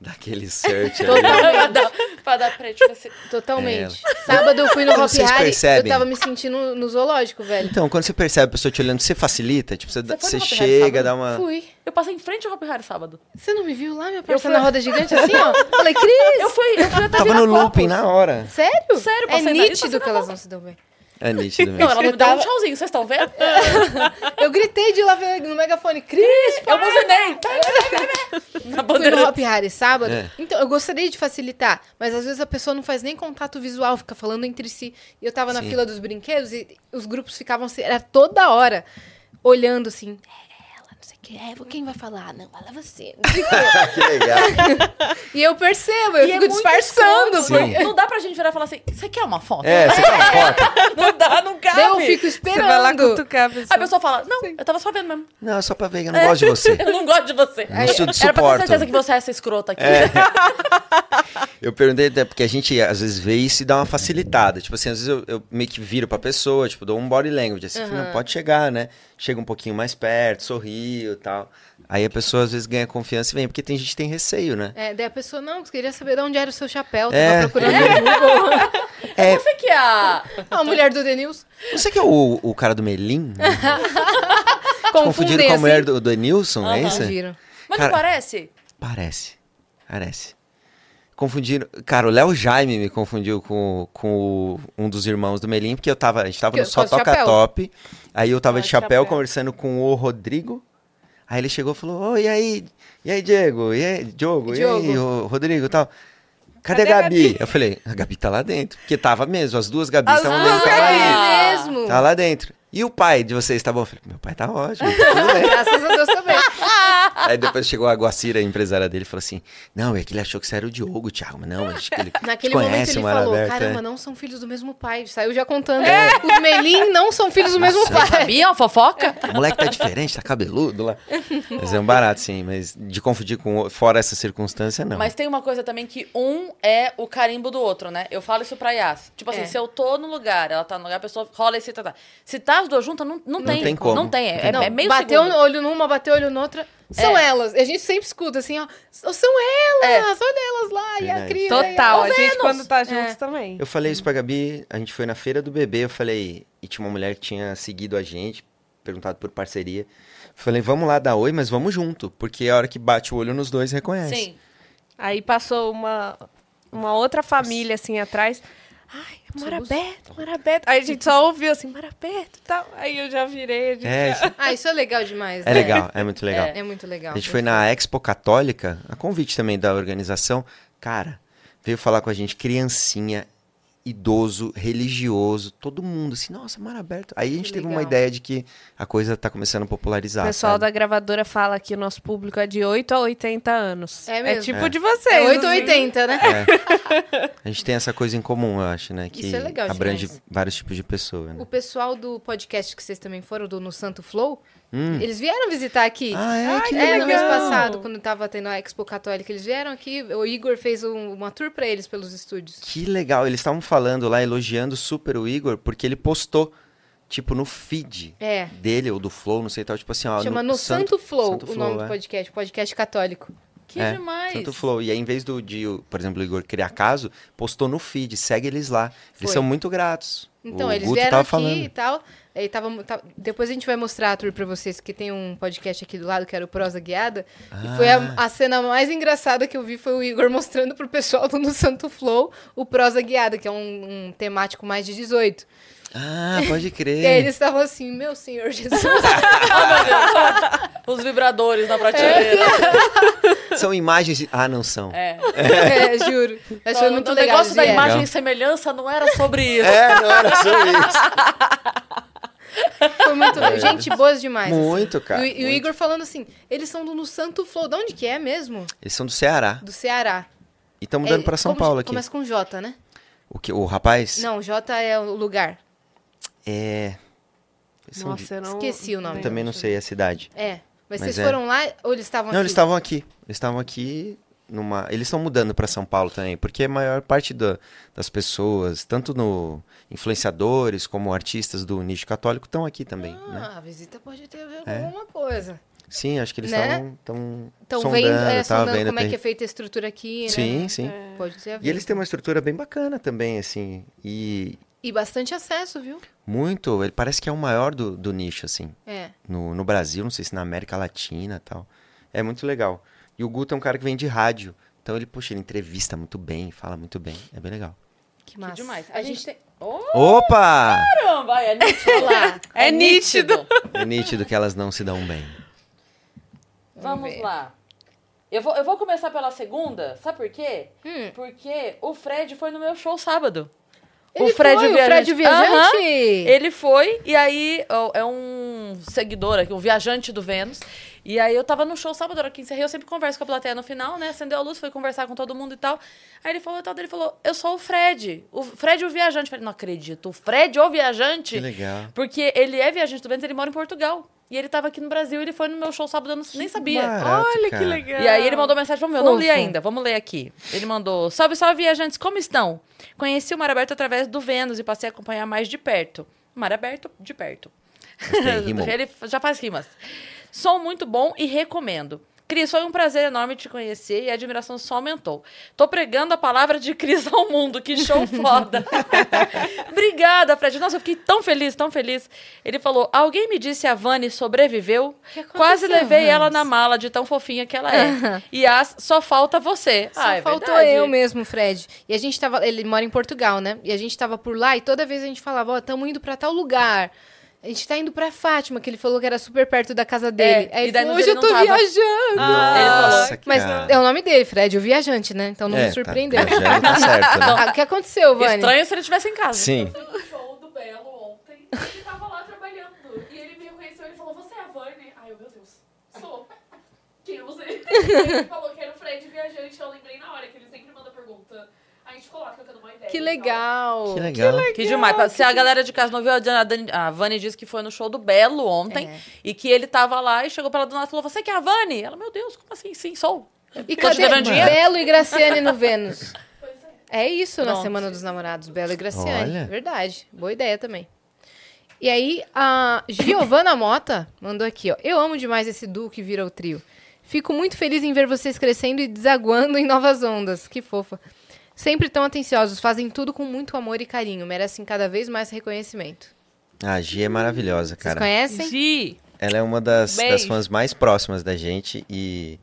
Speaker 3: Daquele search ali.
Speaker 1: pra dar, pra dar pra tipo assim.
Speaker 2: Totalmente. Sábado eu fui no
Speaker 3: Como
Speaker 2: Hop
Speaker 3: vocês
Speaker 2: Hari, eu
Speaker 3: percebem?
Speaker 2: tava me sentindo no zoológico, velho.
Speaker 3: Então, quando você percebe a pessoa te olhando, você facilita? Tipo, você,
Speaker 1: Você foi
Speaker 3: você
Speaker 1: no Hop Hari
Speaker 3: chega,
Speaker 1: sábado?
Speaker 3: dá uma...
Speaker 2: Fui.
Speaker 1: Eu passei em frente ao Hopi Hari sábado.
Speaker 2: Você não me viu lá, minha parça, na roda gigante, assim, ó? Falei, Cris,
Speaker 1: Eu fui, eu fui até
Speaker 3: Tava no
Speaker 1: Viracopos.
Speaker 3: looping na hora.
Speaker 2: sério?
Speaker 1: Sério,
Speaker 2: É
Speaker 1: passei na-
Speaker 2: nítido
Speaker 1: passei
Speaker 2: que elas não se dão bem.
Speaker 3: É nítido
Speaker 1: Não,
Speaker 3: mesmo.
Speaker 1: ela não
Speaker 2: Eu
Speaker 1: me deu um
Speaker 2: tava-
Speaker 1: tchauzinho, vocês estão vendo?
Speaker 3: É,
Speaker 2: Eu gritei de lá no megafone, Cris,
Speaker 1: Eu buzinei. Na
Speaker 2: Fui
Speaker 1: bandeira.
Speaker 2: no Hop Hari sábado.
Speaker 3: É.
Speaker 2: Então, eu gostaria de facilitar, mas às vezes a pessoa não faz nem contato visual, fica falando entre si. E eu tava na
Speaker 3: Sim.
Speaker 2: fila dos brinquedos e os grupos ficavam assim, era toda hora, olhando assim. "É ela, não sei o quê, é, Quem vai falar? Não, fala você. né? não sei o quê.
Speaker 3: que legal.
Speaker 2: e eu percebo, eu
Speaker 1: E é
Speaker 2: fico
Speaker 1: muito
Speaker 2: disfarçando.
Speaker 1: escroto,
Speaker 3: porque-
Speaker 1: Não dá pra gente virar e falar assim, você quer uma foto?
Speaker 3: É, você
Speaker 5: tá
Speaker 3: quer uma foto?
Speaker 1: Não dá, não cabe.
Speaker 2: Daí eu fico
Speaker 6: Você vai lá
Speaker 2: esperando.
Speaker 6: cutucar a
Speaker 1: A
Speaker 6: pessoa.
Speaker 1: pessoa fala, não, eu tava só vendo mesmo. É.
Speaker 3: Não, só pra ver que eu não gosto de você.
Speaker 1: Eu não gosto de você.
Speaker 3: não sou de
Speaker 1: Era pra ter
Speaker 3: suporte.
Speaker 1: certeza que você é essa escrota aqui.
Speaker 3: Eu perguntei até porque a gente às vezes vê isso e dá uma facilitada. Tipo assim, às vezes eu, eu meio que viro pra pessoa, tipo, dou um body language. Assim, falo, não pode chegar, né? Chega um pouquinho mais perto, sorrio e tal. Aí a pessoa às vezes ganha confiança e vem, porque tem gente que tem receio, né?
Speaker 2: É, daí a pessoa, não, queria saber de onde era o seu chapéu, tava
Speaker 3: É.
Speaker 2: procurando no Google.
Speaker 3: É,
Speaker 1: Você que é a...
Speaker 2: A mulher do Denils.
Speaker 3: você que é o, o cara do Melim? né?
Speaker 2: Confundem
Speaker 3: Confundido com a
Speaker 2: assim.
Speaker 3: mulher do, do Nilson, é isso?
Speaker 2: Confundiram.
Speaker 1: Mas
Speaker 3: Cara-
Speaker 1: não parece?
Speaker 3: Parece. Parece. Confundiram. Cara, o Léo Jaime me confundiu com, com o- um dos irmãos do Melim, porque eu tava. A gente tava
Speaker 2: Que-
Speaker 3: no Só
Speaker 2: com o
Speaker 3: Toca
Speaker 2: chapéu.
Speaker 3: Top. Aí eu tava
Speaker 6: Ah,
Speaker 3: de
Speaker 6: de
Speaker 3: chapéu,
Speaker 6: chapéu.
Speaker 3: conversando com o Rodrigo. Aí ele chegou e falou: Ô, e aí? E aí, Diego? E aí, Diogo? E aí,
Speaker 2: Diogo.
Speaker 3: o Rodrigo e tal? Cadê, a Gabi? Eu falei, a Gabi tá lá dentro. Porque tava mesmo, as duas Gabis
Speaker 6: As
Speaker 3: estavam
Speaker 6: duas
Speaker 3: dentro.
Speaker 2: Ah,
Speaker 3: Tava,
Speaker 1: Gabi.
Speaker 3: aí.
Speaker 2: é mesmo.
Speaker 3: Tava lá dentro. E o pai de vocês, tá bom? Eu falei, meu pai tá ótimo, tudo bem.
Speaker 2: Graças a Deus também.
Speaker 3: Aí depois chegou a Guacira, a empresária dele, e falou assim: Não, é que ele achou que você era o Diogo, Thiago, mas não, acho que ele
Speaker 2: Naquele
Speaker 3: te
Speaker 2: momento
Speaker 3: conhece
Speaker 2: ele
Speaker 3: o Mar
Speaker 2: falou,
Speaker 3: Aberto,
Speaker 2: caramba,
Speaker 3: é."
Speaker 2: não são filhos do mesmo pai. Saiu já contando.
Speaker 1: É.
Speaker 2: Os Melim não são filhos do é mesmo
Speaker 3: Nossa.
Speaker 2: pai.
Speaker 1: Sabia uma fofoca?
Speaker 3: O moleque tá diferente, tá cabeludo lá. Mas é um barato, sim, mas de confundir com o- fora essa circunstância, não.
Speaker 1: Mas tem uma coisa também que um é o carimbo do outro, né? Eu falo isso pra Yas. Tipo assim,
Speaker 2: É.
Speaker 1: se eu tô no lugar, ela tá no lugar, a pessoa rola esse... Tá, tá. Se tá as duas juntas, não, não, tem.
Speaker 3: tem como.
Speaker 1: Não tem, é,
Speaker 3: Não,
Speaker 1: é meio
Speaker 2: bateu
Speaker 1: segundo. É.
Speaker 2: no olho numa, bateu olho noutra. São elas. A gente sempre escuta assim, ó. São elas, olha elas lá. E a
Speaker 3: Verdade.
Speaker 2: cria.
Speaker 6: Total,
Speaker 1: Os
Speaker 6: a gente
Speaker 1: anos.
Speaker 6: quando
Speaker 2: É.
Speaker 6: tá juntos também.
Speaker 3: Eu falei isso pra Gabi, a gente foi na feira do bebê, eu falei, e tinha uma mulher que tinha seguido a gente, perguntado por parceria. Falei, vamos lá dar oi, mas vamos junto, porque a hora que bate o olho nos dois reconhece.
Speaker 1: Sim.
Speaker 6: Aí passou uma, uma outra família assim atrás. Ai, Marabeto, Marabeto. Aí a gente só ouviu assim, Marabeto e tal. Aí eu já virei. A gente...
Speaker 3: É, isso-
Speaker 2: Ah, isso é legal demais, né?
Speaker 3: é legal, é muito legal.
Speaker 2: É muito legal.
Speaker 3: A gente foi na Expo Católica, a convite também da organização. Cara, veio falar com a gente criancinha, idoso, religioso, todo mundo assim, nossa, mar aberto. Aí a gente teve uma
Speaker 2: legal.
Speaker 3: ideia de que a coisa tá começando a
Speaker 6: O
Speaker 3: popularizar.
Speaker 6: pessoal
Speaker 3: sabe?
Speaker 6: da gravadora fala que o nosso público é de 8 a 80 anos.
Speaker 2: É mesmo.
Speaker 6: tipo
Speaker 3: É.
Speaker 6: de vocês.
Speaker 2: É 8
Speaker 6: assim.
Speaker 2: 80, né?
Speaker 3: A gente tem essa coisa em comum, eu acho, né? Que
Speaker 2: Isso é legal
Speaker 3: abrange
Speaker 2: demais.
Speaker 3: vários tipos de pessoa, né?
Speaker 2: O pessoal do podcast que vocês também foram, do No Santo Flow, eles vieram visitar aqui.
Speaker 3: Hum. Ah, é? que
Speaker 2: É, no mês
Speaker 6: legal.
Speaker 2: passado, quando tava tendo a Expo Católica, eles vieram aqui, o Igor fez um- uma tour pra eles pelos estúdios.
Speaker 3: Que legal, eles estavam falando lá, elogiando super o Igor, porque ele postou, tipo, no feed
Speaker 2: É.
Speaker 3: dele ou do Flow, não sei tal, tipo assim, ó.
Speaker 2: Chama No Santo, Flow,
Speaker 3: Santo
Speaker 2: o nome
Speaker 3: Flow,
Speaker 2: do
Speaker 3: é.
Speaker 2: podcast, podcast católico.
Speaker 1: Que
Speaker 3: É,
Speaker 1: demais.
Speaker 3: Santo Flow. E aí, em vez do, de, o- por exemplo, o Igor criar caso, postou no feed, segue eles lá. Eles
Speaker 2: Foi.
Speaker 3: são muito gratos.
Speaker 2: Então,
Speaker 3: o
Speaker 2: eles
Speaker 3: Guto
Speaker 2: vieram
Speaker 3: tava
Speaker 2: aqui e
Speaker 3: falando.
Speaker 2: tal. Aí tava, tá- depois a gente vai mostrar a tour pra vocês, que tem um podcast aqui do lado, que era o Prosa Guiada.
Speaker 3: Ah,
Speaker 2: E foi a, a cena mais engraçada que eu vi, foi o Igor mostrando pro pessoal do No Santo Flow o Prosa Guiada, que é um, um temático mais de 18.
Speaker 3: Ah, pode
Speaker 2: E aí
Speaker 3: crer.
Speaker 2: eles estavam assim, meu Senhor Jesus.
Speaker 1: Os vibradores na prateleira.
Speaker 3: São imagens. de- Ah, não são.
Speaker 1: É.
Speaker 2: é, juro. Mas foi
Speaker 1: O-
Speaker 2: muito
Speaker 1: o
Speaker 2: legal. é.
Speaker 1: negócio
Speaker 2: eles
Speaker 1: da
Speaker 2: vieram.
Speaker 1: imagem
Speaker 3: Legal.
Speaker 1: e semelhança não era sobre isso.
Speaker 3: É, não era só isso.
Speaker 2: Foi muito legal. Gente, boas demais. assim.
Speaker 3: É. Muito, cara.
Speaker 2: E, o- e o
Speaker 3: muito.
Speaker 2: Igor falando assim, eles são do No Santo Flow. De onde que é mesmo?
Speaker 3: Eles são do Ceará.
Speaker 2: Do Ceará.
Speaker 3: E estão mudando
Speaker 2: É,
Speaker 3: pra São
Speaker 2: como-
Speaker 3: Paulo aqui.
Speaker 2: Começa com J, né?
Speaker 3: O, que, o rapaz?
Speaker 2: Não, J é o lugar.
Speaker 3: É. eles são de-
Speaker 6: assim. Nossa, eu não...
Speaker 2: Esqueci o nome.
Speaker 3: Eu também não sei a cidade.
Speaker 2: É. Mas,
Speaker 3: Mas
Speaker 2: vocês
Speaker 3: é.
Speaker 2: foram lá ou eles estavam
Speaker 3: Não,
Speaker 2: aqui?
Speaker 3: eles estavam aqui. Eles estavam aqui numa. Eles estão mudando para São Paulo também, porque a maior parte da- das pessoas, tanto no influenciadores como artistas do nicho católico, estão aqui também. né?
Speaker 2: Ah, a visita pode ter a ver com
Speaker 3: É.
Speaker 2: alguma coisa.
Speaker 3: Sim, acho que eles
Speaker 2: Né?
Speaker 3: estão tão
Speaker 2: Então,
Speaker 3: sondando,
Speaker 2: vendo, é,
Speaker 3: tá,
Speaker 2: sondando
Speaker 3: vendo
Speaker 2: como é
Speaker 3: até-
Speaker 2: que é feita a estrutura aqui, né?
Speaker 3: Sim, sim.
Speaker 2: Pode ter a ver.
Speaker 3: E eles têm uma estrutura bem bacana também, assim. E
Speaker 2: E bastante acesso, viu?
Speaker 3: muito. Ele parece que é o maior do, do nicho, assim.
Speaker 2: É.
Speaker 3: no, no Brasil, não sei se na América Latina e tal. É muito legal. E o Guto é um cara que vem de rádio. Então ele, poxa, ele entrevista muito bem, fala muito bem. É bem legal.
Speaker 2: Que massa.
Speaker 1: Demais. A gente tem... Oh,
Speaker 3: Opa!
Speaker 1: caramba, é nítido.
Speaker 2: lá.
Speaker 6: É nítido.
Speaker 3: É nítido que elas não se dão bem.
Speaker 1: Vamos
Speaker 2: ver.
Speaker 1: lá. Eu vou, eu vou começar pela segunda, sabe por quê?
Speaker 2: Hum.
Speaker 1: Porque o Fred foi no meu show sábado.
Speaker 2: Ele foi, o Fred o Viajante?
Speaker 1: Aham. Ele foi, e aí ó, é um seguidor aqui, um viajante do Vênus. E aí eu tava no show sábado, a hora que encerrei, eu sempre converso com a plateia no final, né? Acendeu a luz, foi conversar com todo mundo e tal. Aí ele falou e tal, dele falou: Eu sou o Fred. O Fred o viajante. Eu falei, não acredito, o Fred o viajante.
Speaker 3: Que legal.
Speaker 1: Porque ele é viajante do Vênus, ele mora em Portugal. E ele tava aqui no Brasil, ele foi no meu show sábado, eu não- nem sabia.
Speaker 3: Barato,
Speaker 6: Olha que
Speaker 3: cara.
Speaker 6: legal.
Speaker 1: E aí ele mandou mensagem pra mim, eu não li
Speaker 2: Fofo.
Speaker 1: ainda, vamos ler aqui. Ele mandou, salve, salve viajantes, como estão? Conheci o Mar Aberto através do Vênus e passei a acompanhar mais de perto. Mar Aberto, de perto.
Speaker 3: Gostei, rimou.
Speaker 1: ele já faz rimas. Som muito bom e recomendo. Cris, foi um prazer enorme te conhecer e a admiração só aumentou. Tô pregando a palavra de Cris ao mundo, que show foda. Obrigada, Fred. Nossa, eu fiquei tão feliz, tão feliz. Ele falou: alguém me disse a Vani sobreviveu. Quase levei ela na mala de tão fofinha que ela é. e as, só falta você.
Speaker 2: Só
Speaker 1: Ah, é
Speaker 2: faltou
Speaker 1: verdade.
Speaker 2: eu mesmo, Fred. E a gente tava. Ele mora em Portugal, né? E a gente tava por lá e toda vez a gente falava, ó, tamo indo pra tal lugar. A gente tá indo pra Fátima, que ele falou que era super perto da casa dele.
Speaker 1: É,
Speaker 2: Aí
Speaker 1: e
Speaker 2: ele
Speaker 1: daí
Speaker 2: falou,
Speaker 1: no dia
Speaker 2: hoje eu
Speaker 1: ele
Speaker 2: tô
Speaker 1: não tava."
Speaker 2: viajando.
Speaker 3: Ah, Nossa,
Speaker 2: Mas
Speaker 3: cara.
Speaker 2: é o nome dele, Fred, o viajante, né? Então não
Speaker 3: É,
Speaker 2: me surpreendeu.
Speaker 3: Tá, já não tá certo, né?
Speaker 2: Ah, o que aconteceu, Vani?
Speaker 7: um
Speaker 1: Estranho se ele estivesse em casa.
Speaker 3: Sim.
Speaker 7: fui no show do Belo ontem. Ele tava lá trabalhando é Ai, meu Deus. Sou. Quem é você? Ele falou que era o Fred viajante, eu lembrei na hora que ele sempre manda pergunta. A gente coloca eu dando uma ideia. então,
Speaker 2: Que
Speaker 7: e tal.
Speaker 2: legal.
Speaker 3: Que legal.
Speaker 1: Que demais. Se a galera de casa não viu, a, Diana- a Dani- a Vani disse que foi no show do Belo ontem
Speaker 2: É.
Speaker 1: e que ele tava lá e chegou pra ela do nada e falou: Você que é a Vani? Ela, meu Deus, como assim? Sim, sou.
Speaker 2: E
Speaker 1: Tô te
Speaker 2: cadê
Speaker 1: devendo dinheiro?
Speaker 2: Belo e Graciane no Vênus?
Speaker 7: Pois é.
Speaker 2: É isso na
Speaker 1: Pronto.
Speaker 2: Semana dos Namorados, Belo e Graciane.
Speaker 3: Olha.
Speaker 2: Verdade. Boa ideia também. E aí, a Giovana Mota mandou aqui, ó. Eu amo demais esse duo que vira o trio. Fico muito feliz em ver vocês crescendo e desaguando em novas ondas. Que fofa. Sempre tão atenciosos, fazem tudo com muito amor e carinho. Merecem cada vez mais reconhecimento.
Speaker 3: A Gi é maravilhosa,
Speaker 2: Vocês
Speaker 3: cara.
Speaker 2: conhecem?
Speaker 1: Gi.
Speaker 3: Ela é uma das,
Speaker 1: Beijo.
Speaker 3: das fãs mais próximas da gente e,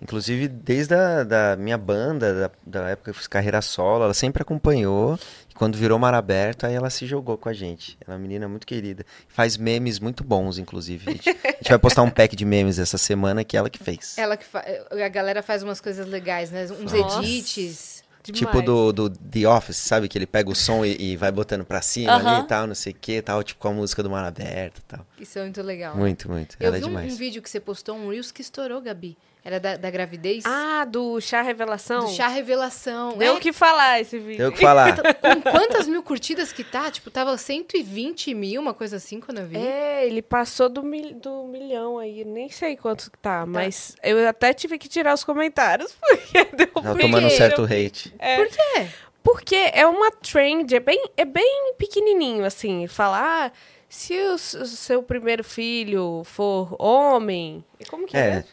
Speaker 3: inclusive, desde a da minha banda, da, da época que eu fiz carreira solo, ela sempre acompanhou. E quando virou Mar Aberto, aí ela se jogou com a gente. Ela é uma menina muito querida. Faz memes muito bons, inclusive. A gente, a gente vai postar um pack de memes essa semana que ela que fez.
Speaker 2: Ela que fa- eh, a galera faz umas coisas legais, né? Uns
Speaker 6: Nossa.
Speaker 2: edits.
Speaker 3: Tipo do, do The Office, sabe? Que ele pega o som e, e vai botando pra cima ali
Speaker 1: Aham.
Speaker 3: e tal, não sei o que tal. Tipo com a música do Mar Aberto e tal.
Speaker 2: Isso é muito legal. né?
Speaker 3: Muito, muito.
Speaker 2: Eu
Speaker 3: ela é
Speaker 2: vi um,
Speaker 3: demais.
Speaker 2: um vídeo que você postou, um Reels que estourou, Gabi. Era da, da gravidez?
Speaker 6: Ah, do chá revelação?
Speaker 2: do chá revelação.
Speaker 6: Deu
Speaker 2: É,
Speaker 6: o que falar esse vídeo.
Speaker 3: Tem o que falar.
Speaker 2: Com quantas mil curtidas que tá? Tipo, tava 120 mil, uma coisa assim, quando eu vi.
Speaker 6: É, ele passou do, mil- do milhão aí, nem sei quanto que tá, mas eu até tive que tirar os comentários, porque deu
Speaker 3: Ela
Speaker 6: um
Speaker 3: tomando um
Speaker 6: dinheiro.
Speaker 3: certo hate.
Speaker 2: Por quê?
Speaker 6: Porque é uma trend, é bem, é bem pequenininho, assim, falar, ah, se o, s- o seu primeiro filho for homem, como que é?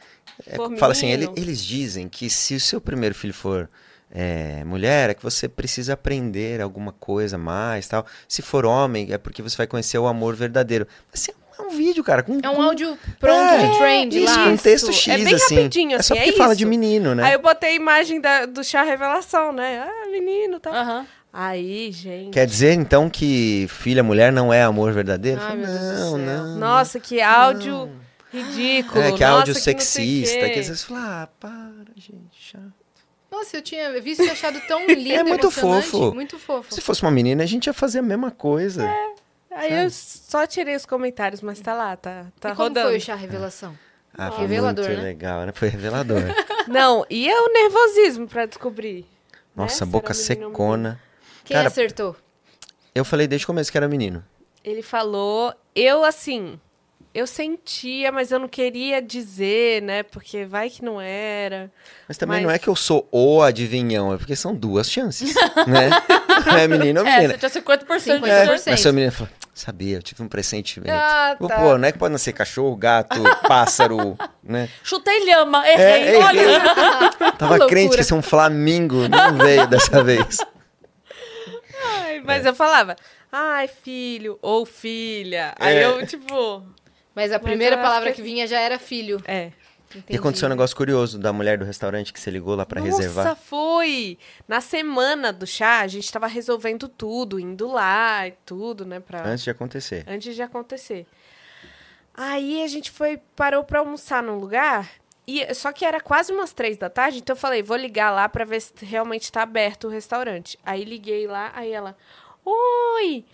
Speaker 3: É. é,
Speaker 6: For
Speaker 3: fala assim,
Speaker 6: menino.
Speaker 3: ele- eles dizem que se o seu primeiro filho for é, mulher, é que você precisa aprender alguma coisa mais tal. Se for homem, é porque você vai conhecer o amor verdadeiro. Mas assim, é um vídeo, cara. Com,
Speaker 2: É um
Speaker 3: com-
Speaker 2: áudio pronto de trend
Speaker 3: isso,
Speaker 2: lá.
Speaker 3: com um texto
Speaker 6: Isso,
Speaker 3: X,
Speaker 6: é bem
Speaker 3: assim.
Speaker 6: rapidinho,
Speaker 3: é só
Speaker 6: assim,
Speaker 3: porque
Speaker 6: é
Speaker 3: fala de
Speaker 6: isso.
Speaker 3: menino, né?
Speaker 6: Aí eu botei a imagem da- do chá revelação, né? Ah, menino, tá.
Speaker 1: Aham.
Speaker 6: Aí, gente.
Speaker 3: Quer dizer, então, que filha mulher não é amor verdadeiro?
Speaker 2: Ai,
Speaker 3: Fala,
Speaker 2: meu Deus do
Speaker 3: não,
Speaker 2: céu.
Speaker 3: não.
Speaker 6: Nossa, que áudio ridículo.
Speaker 3: ah. É, que é
Speaker 6: nossa,
Speaker 3: áudio
Speaker 6: não sei o
Speaker 3: sexista,
Speaker 6: quê.
Speaker 3: que às vezes fala, ah, para, gente, chato.
Speaker 2: Nossa, eu tinha visto e achado tão lindo.
Speaker 3: É muito
Speaker 2: emocionante,
Speaker 3: fofo.
Speaker 2: Muito fofo.
Speaker 3: Se fosse uma menina, a gente ia fazer a mesma coisa.
Speaker 6: É. Aí eu só tirei os comentários, mas tá lá, tá, tá
Speaker 2: e como
Speaker 6: rodando.
Speaker 2: foi o chá revelação?
Speaker 3: Ah, foi
Speaker 2: Revelador,
Speaker 3: muito
Speaker 2: né?
Speaker 3: legal, né? Foi revelador.
Speaker 6: Não, e é o nervosismo pra descobrir.
Speaker 3: Nossa,
Speaker 6: Será
Speaker 3: boca
Speaker 6: Né? menino ou
Speaker 3: secona.
Speaker 2: Quem
Speaker 3: Cara,
Speaker 2: acertou?
Speaker 3: Eu falei desde o começo que era menino.
Speaker 6: Ele falou, eu assim, eu sentia, mas eu não queria dizer, né? Porque vai que não era.
Speaker 3: Mas também
Speaker 6: Mas-
Speaker 3: não é que eu sou o adivinhão, é porque são duas chances, né? Não é menino ou
Speaker 1: É,
Speaker 3: menina. É,
Speaker 1: você tinha 50% de
Speaker 2: 50%.
Speaker 1: chance.
Speaker 3: Mas seu menino falou, sabia, eu tive um pressentimento.
Speaker 6: Ah,
Speaker 3: Pô,
Speaker 6: tá.
Speaker 3: Pô, não é que pode nascer cachorro, gato, pássaro, né?
Speaker 1: Chutei lhama, errei.
Speaker 3: É, é,
Speaker 1: Olha.
Speaker 3: Tava
Speaker 2: loucura.
Speaker 3: crente que ia ser um flamingo, não veio dessa vez.
Speaker 6: Ai, mas
Speaker 3: É.
Speaker 6: eu falava, ai, filho ou filha. Aí
Speaker 3: É.
Speaker 6: eu, tipo,
Speaker 2: Mas a
Speaker 6: Mas
Speaker 2: primeira
Speaker 6: eu acho
Speaker 2: palavra
Speaker 6: que-
Speaker 2: que vinha já era filho.
Speaker 6: é.
Speaker 3: E aconteceu um negócio curioso da mulher do restaurante que você ligou lá pra
Speaker 6: Nossa,
Speaker 3: reservar.
Speaker 6: foi! Na semana do chá, a gente tava resolvendo tudo, indo lá e tudo, né? Pra...
Speaker 3: Antes de acontecer.
Speaker 6: antes de acontecer. Aí a gente foi, parou pra almoçar num lugar, e só que era quase umas três da tarde, então eu falei, vou ligar lá pra ver se realmente tá aberto o restaurante. Aí liguei lá, aí ela, oi,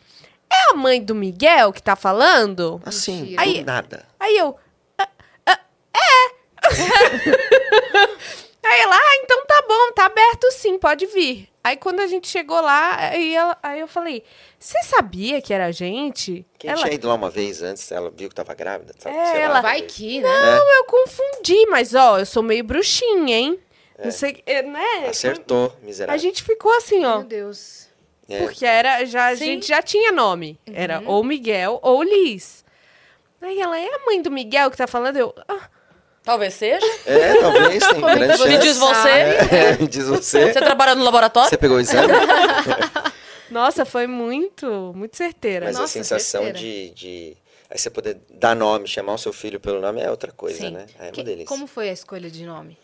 Speaker 6: é a mãe do Miguel que tá falando?
Speaker 3: Assim, do
Speaker 2: Mentira.
Speaker 6: Aí-
Speaker 3: nada.
Speaker 6: Aí eu, "Ah, ah, é! aí ela, ah, então tá bom, tá aberto sim, pode vir. Aí quando a gente chegou lá, aí, ela- aí eu falei, você sabia que era a gente?
Speaker 3: Quem
Speaker 6: ela,
Speaker 3: tinha ido lá uma vez antes, ela viu que tava grávida. Sabe?
Speaker 6: É,
Speaker 3: sei lá,
Speaker 6: ela-
Speaker 2: Vai que, né?
Speaker 3: É,
Speaker 6: eu confundi, mas ó, eu sou meio bruxinha, hein? Não sei, é, né?
Speaker 3: Acertou,
Speaker 6: A
Speaker 3: miserável.
Speaker 6: gente ficou assim,
Speaker 2: Meu
Speaker 6: ó,
Speaker 2: Deus.
Speaker 3: É.
Speaker 6: porque era já a
Speaker 1: Sim.
Speaker 6: gente já tinha nome. Era ou Miguel ou Liz. Aí ela é a mãe do Miguel que tá falando, eu, ah,
Speaker 1: Talvez seja.
Speaker 3: É, talvez, tem grande
Speaker 1: Me
Speaker 3: chance.
Speaker 1: diz você.
Speaker 3: É, me diz você.
Speaker 1: Você trabalha no laboratório?
Speaker 3: Você pegou o exame?
Speaker 6: nossa, foi muito, muito certeira.
Speaker 3: Mas a
Speaker 2: Nossa,
Speaker 3: sensação de, de... Aí você poder dar nome, chamar o seu filho pelo nome é outra coisa,
Speaker 2: Sim.
Speaker 3: né? É uma
Speaker 2: Que-
Speaker 3: delícia.
Speaker 2: como foi a escolha de nome?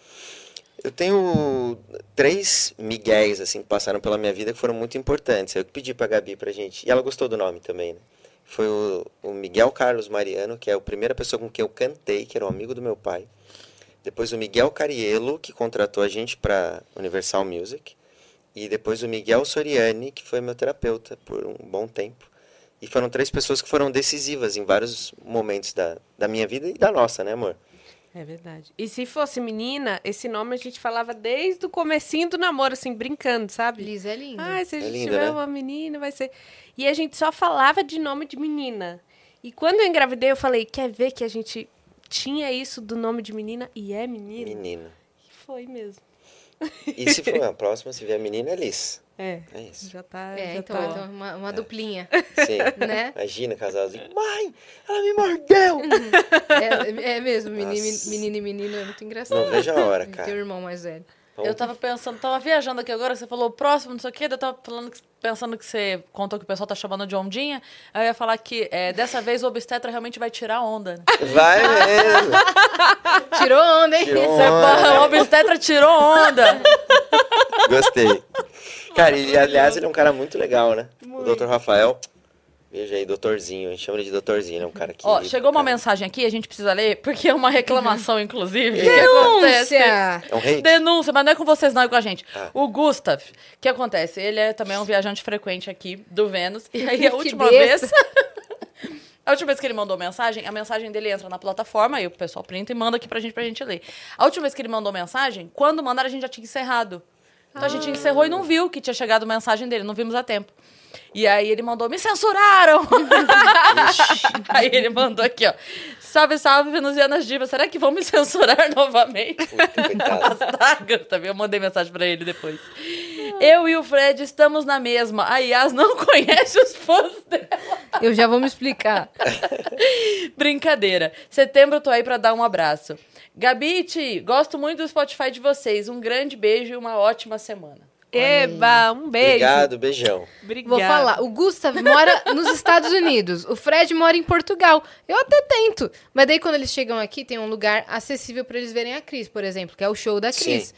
Speaker 3: Eu tenho três miguéis, assim, que passaram pela minha vida que foram muito importantes. Eu que pedi pra Gabi pra gente. E ela gostou do nome também, né? Foi o, o Miguel Carlos Mariano, que é a primeira pessoa com quem eu cantei, que era um amigo do meu pai. Depois o Miguel Cariello, que contratou a gente pra Universal Music. E depois o Miguel Soriani, que foi meu terapeuta por um bom tempo. E foram três pessoas que foram decisivas em vários momentos da, da minha vida e da nossa, né, amor?
Speaker 4: É verdade. E se fosse menina, esse nome a gente falava desde o comecinho do namoro, assim, brincando, sabe?
Speaker 2: Liz é linda.
Speaker 4: Ah, se a
Speaker 3: É
Speaker 4: gente
Speaker 3: linda,
Speaker 4: tiver
Speaker 3: né?
Speaker 4: uma menina, vai ser. E a gente só falava de nome de menina. E quando eu engravidei, eu falei: quer ver que a gente tinha isso do nome de menina e é menina?
Speaker 3: Menina.
Speaker 4: E foi mesmo.
Speaker 3: E se for a próxima, se vier menina, é Liz.
Speaker 4: É.
Speaker 3: É isso.
Speaker 4: Já tá.
Speaker 2: é,
Speaker 4: já
Speaker 2: então,
Speaker 4: tá-
Speaker 2: então, uma,
Speaker 3: É.
Speaker 2: uma duplinha,
Speaker 3: Sim.
Speaker 2: né?
Speaker 3: Imagina, casalzinho. Mãe, ela me mordeu!
Speaker 2: É, é mesmo, menino,
Speaker 3: Nossa.
Speaker 2: menino e menino é muito engraçado.
Speaker 3: Não vejo a hora,
Speaker 2: Tem um
Speaker 3: cara.
Speaker 2: irmão mais velho.
Speaker 1: Eu tava pensando, tava viajando aqui agora, você falou o próximo, não sei o quê, daí eu tava falando que- pensando que você contou que o pessoal tá chamando de ondinha. Aí eu ia falar que é, dessa vez o obstetra realmente vai tirar a onda. né?
Speaker 3: Vai mesmo!
Speaker 2: Tirou onda, hein?
Speaker 3: Tirou
Speaker 1: Você,
Speaker 3: onda.
Speaker 1: o obstetra tirou onda.
Speaker 3: Gostei. Cara, e aliás, ele é um cara muito legal, né? O doutor Rafael. Veja aí, doutorzinho. A gente chama ele de doutorzinho, ele é um cara que.
Speaker 1: Ó, chegou uma
Speaker 3: cara,
Speaker 1: mensagem aqui, a gente precisa ler, porque é uma reclamação, inclusive. que acontece.
Speaker 2: Denúncia!
Speaker 3: É um rei.
Speaker 1: Denúncia, mas não é com vocês, não, é com a gente.
Speaker 3: Ah.
Speaker 1: O Gustav, o que acontece? Ele é também um viajante frequente aqui do Vênus. E aí a
Speaker 2: Que
Speaker 1: última
Speaker 2: besta.
Speaker 1: vez. A última vez que ele mandou mensagem, a mensagem dele entra na plataforma, aí o pessoal printa e manda aqui pra gente, pra gente ler. A última vez que ele mandou mensagem, quando mandaram, a gente já tinha encerrado. Então a gente
Speaker 2: Ah.
Speaker 1: encerrou e não viu que tinha chegado mensagem dele, não vimos a tempo. E aí ele mandou, me censuraram! aí ele mandou aqui, ó. Salve, salve, venusianas divas, será que vão me censurar novamente?
Speaker 3: Puta, coitado.
Speaker 1: Saga também. Eu mandei mensagem pra ele depois. Eu e o Fred estamos na mesma. A Yas não conhece os fãs dela.
Speaker 2: Eu já vou me explicar.
Speaker 1: Brincadeira. Setembro eu tô aí pra dar um abraço. Gabi e Ti, gosto muito do Spotify de vocês. Um grande beijo e uma ótima semana.
Speaker 4: Eba, um beijo.
Speaker 3: Obrigado, beijão.
Speaker 4: Obrigada.
Speaker 2: Vou falar, o Gustav mora nos Estados Unidos, o Fred mora em Portugal. Eu até tento, mas daí quando eles chegam aqui, tem um lugar acessível pra eles verem a Cris, por exemplo, que é o show da Cris.
Speaker 3: Sim.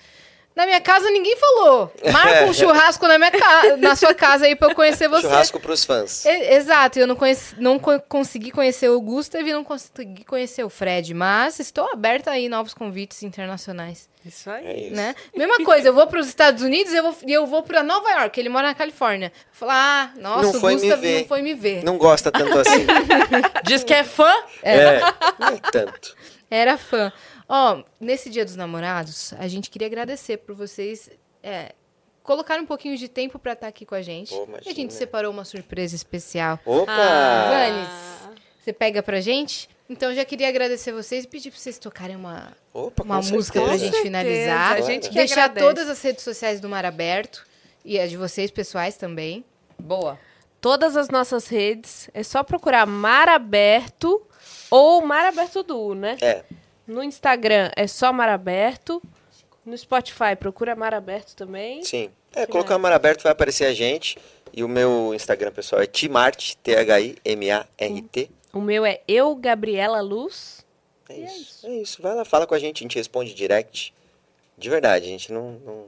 Speaker 2: Na minha casa ninguém falou. Marca um churrasco na minha ca... na sua casa aí pra eu conhecer você. é
Speaker 3: Churrasco pros fãs.
Speaker 2: E- exato, eu não, conheci, não co- consegui conhecer o Gustav e não consegui conhecer o Fred, mas estou aberta aí a novos convites internacionais,
Speaker 4: Isso aí.
Speaker 3: É isso.
Speaker 2: né? Mesma coisa, eu vou para os Estados Unidos e eu vou, e eu vou para Nova York, ele mora na Califórnia. Eu falo, ah, nossa,
Speaker 3: Não
Speaker 2: o
Speaker 3: foi me
Speaker 2: Gustav
Speaker 3: ver.
Speaker 2: não foi me ver.
Speaker 3: Não gosta tanto assim.
Speaker 1: Diz que é fã?
Speaker 3: É. Não é tanto.
Speaker 2: Era fã. Ó, nesse Dia dos Namorados, a gente queria agradecer por vocês é, colocarem um pouquinho de tempo para estar aqui com a gente.
Speaker 3: Pô,
Speaker 2: e a
Speaker 3: imagina. Ah.
Speaker 2: gente separou uma surpresa especial.
Speaker 3: Opa!
Speaker 2: Ah, Vanes, você pega pra gente? Então eu já queria agradecer vocês e pedir pra vocês tocarem uma,
Speaker 3: Opa,
Speaker 2: uma
Speaker 3: com
Speaker 2: música pra
Speaker 3: certeza.
Speaker 2: gente finalizar.
Speaker 4: A gente que
Speaker 2: Deixar
Speaker 4: agradece.
Speaker 2: todas as redes sociais do Mar Aberto e as de vocês pessoais também.
Speaker 1: Boa.
Speaker 4: todas as nossas redes. É só procurar Mar Aberto ou Mar Aberto Duo, né?
Speaker 3: É.
Speaker 4: No Instagram é só Mar Aberto. No Spotify procura Mar Aberto também.
Speaker 3: Sim. É, colocar o mar aberto vai aparecer a gente. E o meu Instagram pessoal é Timart, T-H-I-M-A-R-T.
Speaker 4: O meu é Eu Gabriela Luz.
Speaker 3: É isso. É isso. Vai lá, fala com a gente, a gente responde direct. De verdade, a gente não, não,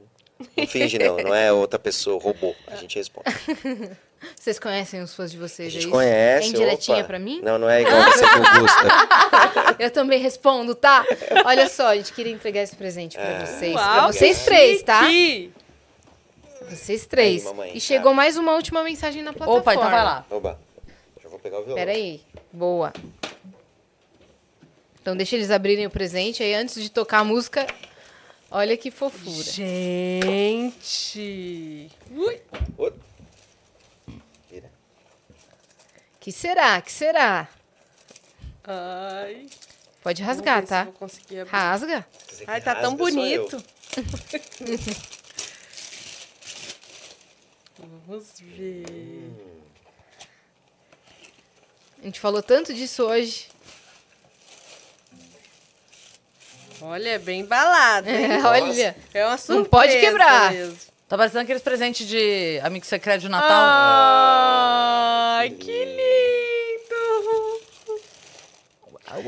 Speaker 3: não finge, não. Não é outra pessoa, robô. A gente responde.
Speaker 2: Vocês conhecem os fãs de
Speaker 3: A
Speaker 2: vocês, é
Speaker 3: gente
Speaker 2: isso?
Speaker 3: conhece.
Speaker 2: Tem direitinha
Speaker 3: opa.
Speaker 2: pra mim?
Speaker 3: Não, não é igual você que eu gosto.
Speaker 2: Eu também respondo, tá? Olha só, a gente queria entregar esse presente pra
Speaker 3: É.
Speaker 2: vocês. pra
Speaker 4: Uau,
Speaker 2: vocês três, tá?
Speaker 4: Que
Speaker 2: Vocês três.
Speaker 3: Aí, mamãe, tá.
Speaker 2: e chegou mais uma última mensagem na plataforma.
Speaker 1: Opa, então vai lá.
Speaker 3: Oba. Já vou pegar o violão.
Speaker 2: Peraí. Boa. Então deixa eles abrirem o presente aí antes de tocar a música. Olha que fofura.
Speaker 4: Gente! Ui.
Speaker 3: Ô. Vira.
Speaker 2: Que será? Que será?
Speaker 4: Ai.
Speaker 2: Pode
Speaker 4: vamos
Speaker 2: rasgar,
Speaker 4: ver se
Speaker 2: tá?
Speaker 4: eu vou conseguir abrir.
Speaker 2: Rasga.
Speaker 3: Esse aqui
Speaker 4: Ai, tá
Speaker 3: rasga,
Speaker 4: tão
Speaker 3: sou eu.
Speaker 4: bonito. Vamos ver.
Speaker 2: A gente falou tanto disso hoje.
Speaker 4: Olha, é bem embalado. hein?
Speaker 2: É, olha.
Speaker 4: É uma surpresa.
Speaker 2: Não pode quebrar.
Speaker 4: mesmo.
Speaker 1: Tá parecendo aqueles presentes de amigo secreto de
Speaker 4: Tá,
Speaker 6: Ah,
Speaker 1: Natal.
Speaker 4: Ai, que lindo!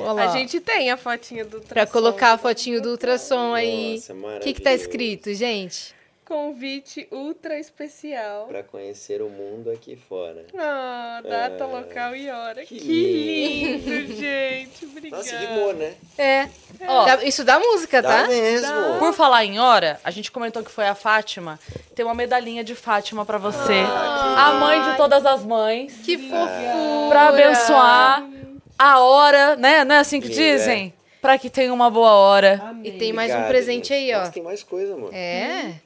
Speaker 2: Olha lá.
Speaker 4: A gente tem a fotinha do
Speaker 2: Pra
Speaker 4: ultrassom.
Speaker 2: colocar a fotinho do ultrassom aí.
Speaker 3: Nossa, é
Speaker 2: O que, que tá
Speaker 3: maravilhoso.
Speaker 2: escrito, gente?
Speaker 4: Convite ultra especial.
Speaker 3: Pra conhecer o mundo aqui fora.
Speaker 4: Ah, data,
Speaker 3: Ah,
Speaker 4: local e hora. Que,
Speaker 3: que
Speaker 4: lindo, gente. Obrigada.
Speaker 3: Nossa, rimou, né?
Speaker 2: É.
Speaker 1: Ó,
Speaker 2: Dá- Isso dá música,
Speaker 3: Dá
Speaker 2: tá?
Speaker 3: mesmo.
Speaker 1: Por falar em hora, a gente comentou que foi a Fátima. Tem uma medalhinha de Fátima pra você. a mãe de todas as mães.
Speaker 2: Que fofura.
Speaker 1: Pra abençoar a hora, né? Não é assim que
Speaker 3: Lindo,
Speaker 1: dizem?
Speaker 3: é.
Speaker 1: Pra que tenha uma boa hora.
Speaker 2: E tem mais um
Speaker 3: Obrigado,
Speaker 2: presente
Speaker 3: gente.
Speaker 2: aí, ó.
Speaker 3: Nossa, tem mais coisa, mano.
Speaker 2: É.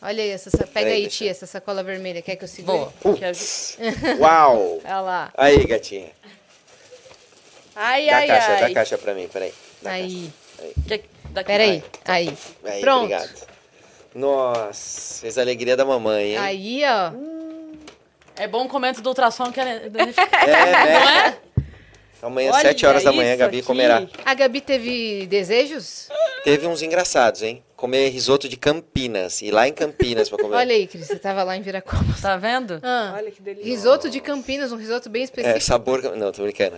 Speaker 2: Olha aí, essa, sa- pega
Speaker 3: Peraí,
Speaker 2: aí,
Speaker 3: deixa
Speaker 2: tia, essa sacola vermelha. Quer que eu segure?
Speaker 1: Boa. Quer-
Speaker 3: Putz. Uau!
Speaker 2: Olha lá.
Speaker 3: Aí, gatinha.
Speaker 4: Ai,
Speaker 3: Dá a
Speaker 4: ai,
Speaker 3: caixa, dá a
Speaker 4: ai.
Speaker 3: caixa pra mim, peraí. Dá a
Speaker 2: Aí.
Speaker 1: quer- é daqui-
Speaker 2: Peraí. Aí.
Speaker 3: caixa. Aí,
Speaker 2: Pronto.
Speaker 3: obrigado. Nossa, fez a alegria da mamãe, hein?
Speaker 2: Aí, ó.
Speaker 1: É bom o comento do ultrassom que ela...
Speaker 3: É, né?
Speaker 1: Não é?
Speaker 3: Amanhã,
Speaker 1: Olha
Speaker 3: 7 horas da manhã, a
Speaker 1: isso
Speaker 3: Gabi
Speaker 1: aqui.
Speaker 3: comerá.
Speaker 2: A Gabi teve desejos?
Speaker 3: Teve uns engraçados, hein? Comer risoto de Campinas. Ir lá em Campinas pra comer.
Speaker 2: Olha aí, Cris, você tava lá em Viracopos.
Speaker 1: Tá vendo?
Speaker 2: Ah,
Speaker 4: Olha que delícia.
Speaker 2: risoto de Campinas, um risoto bem
Speaker 3: É,
Speaker 2: específico.
Speaker 3: sabor... Não, tô brincando.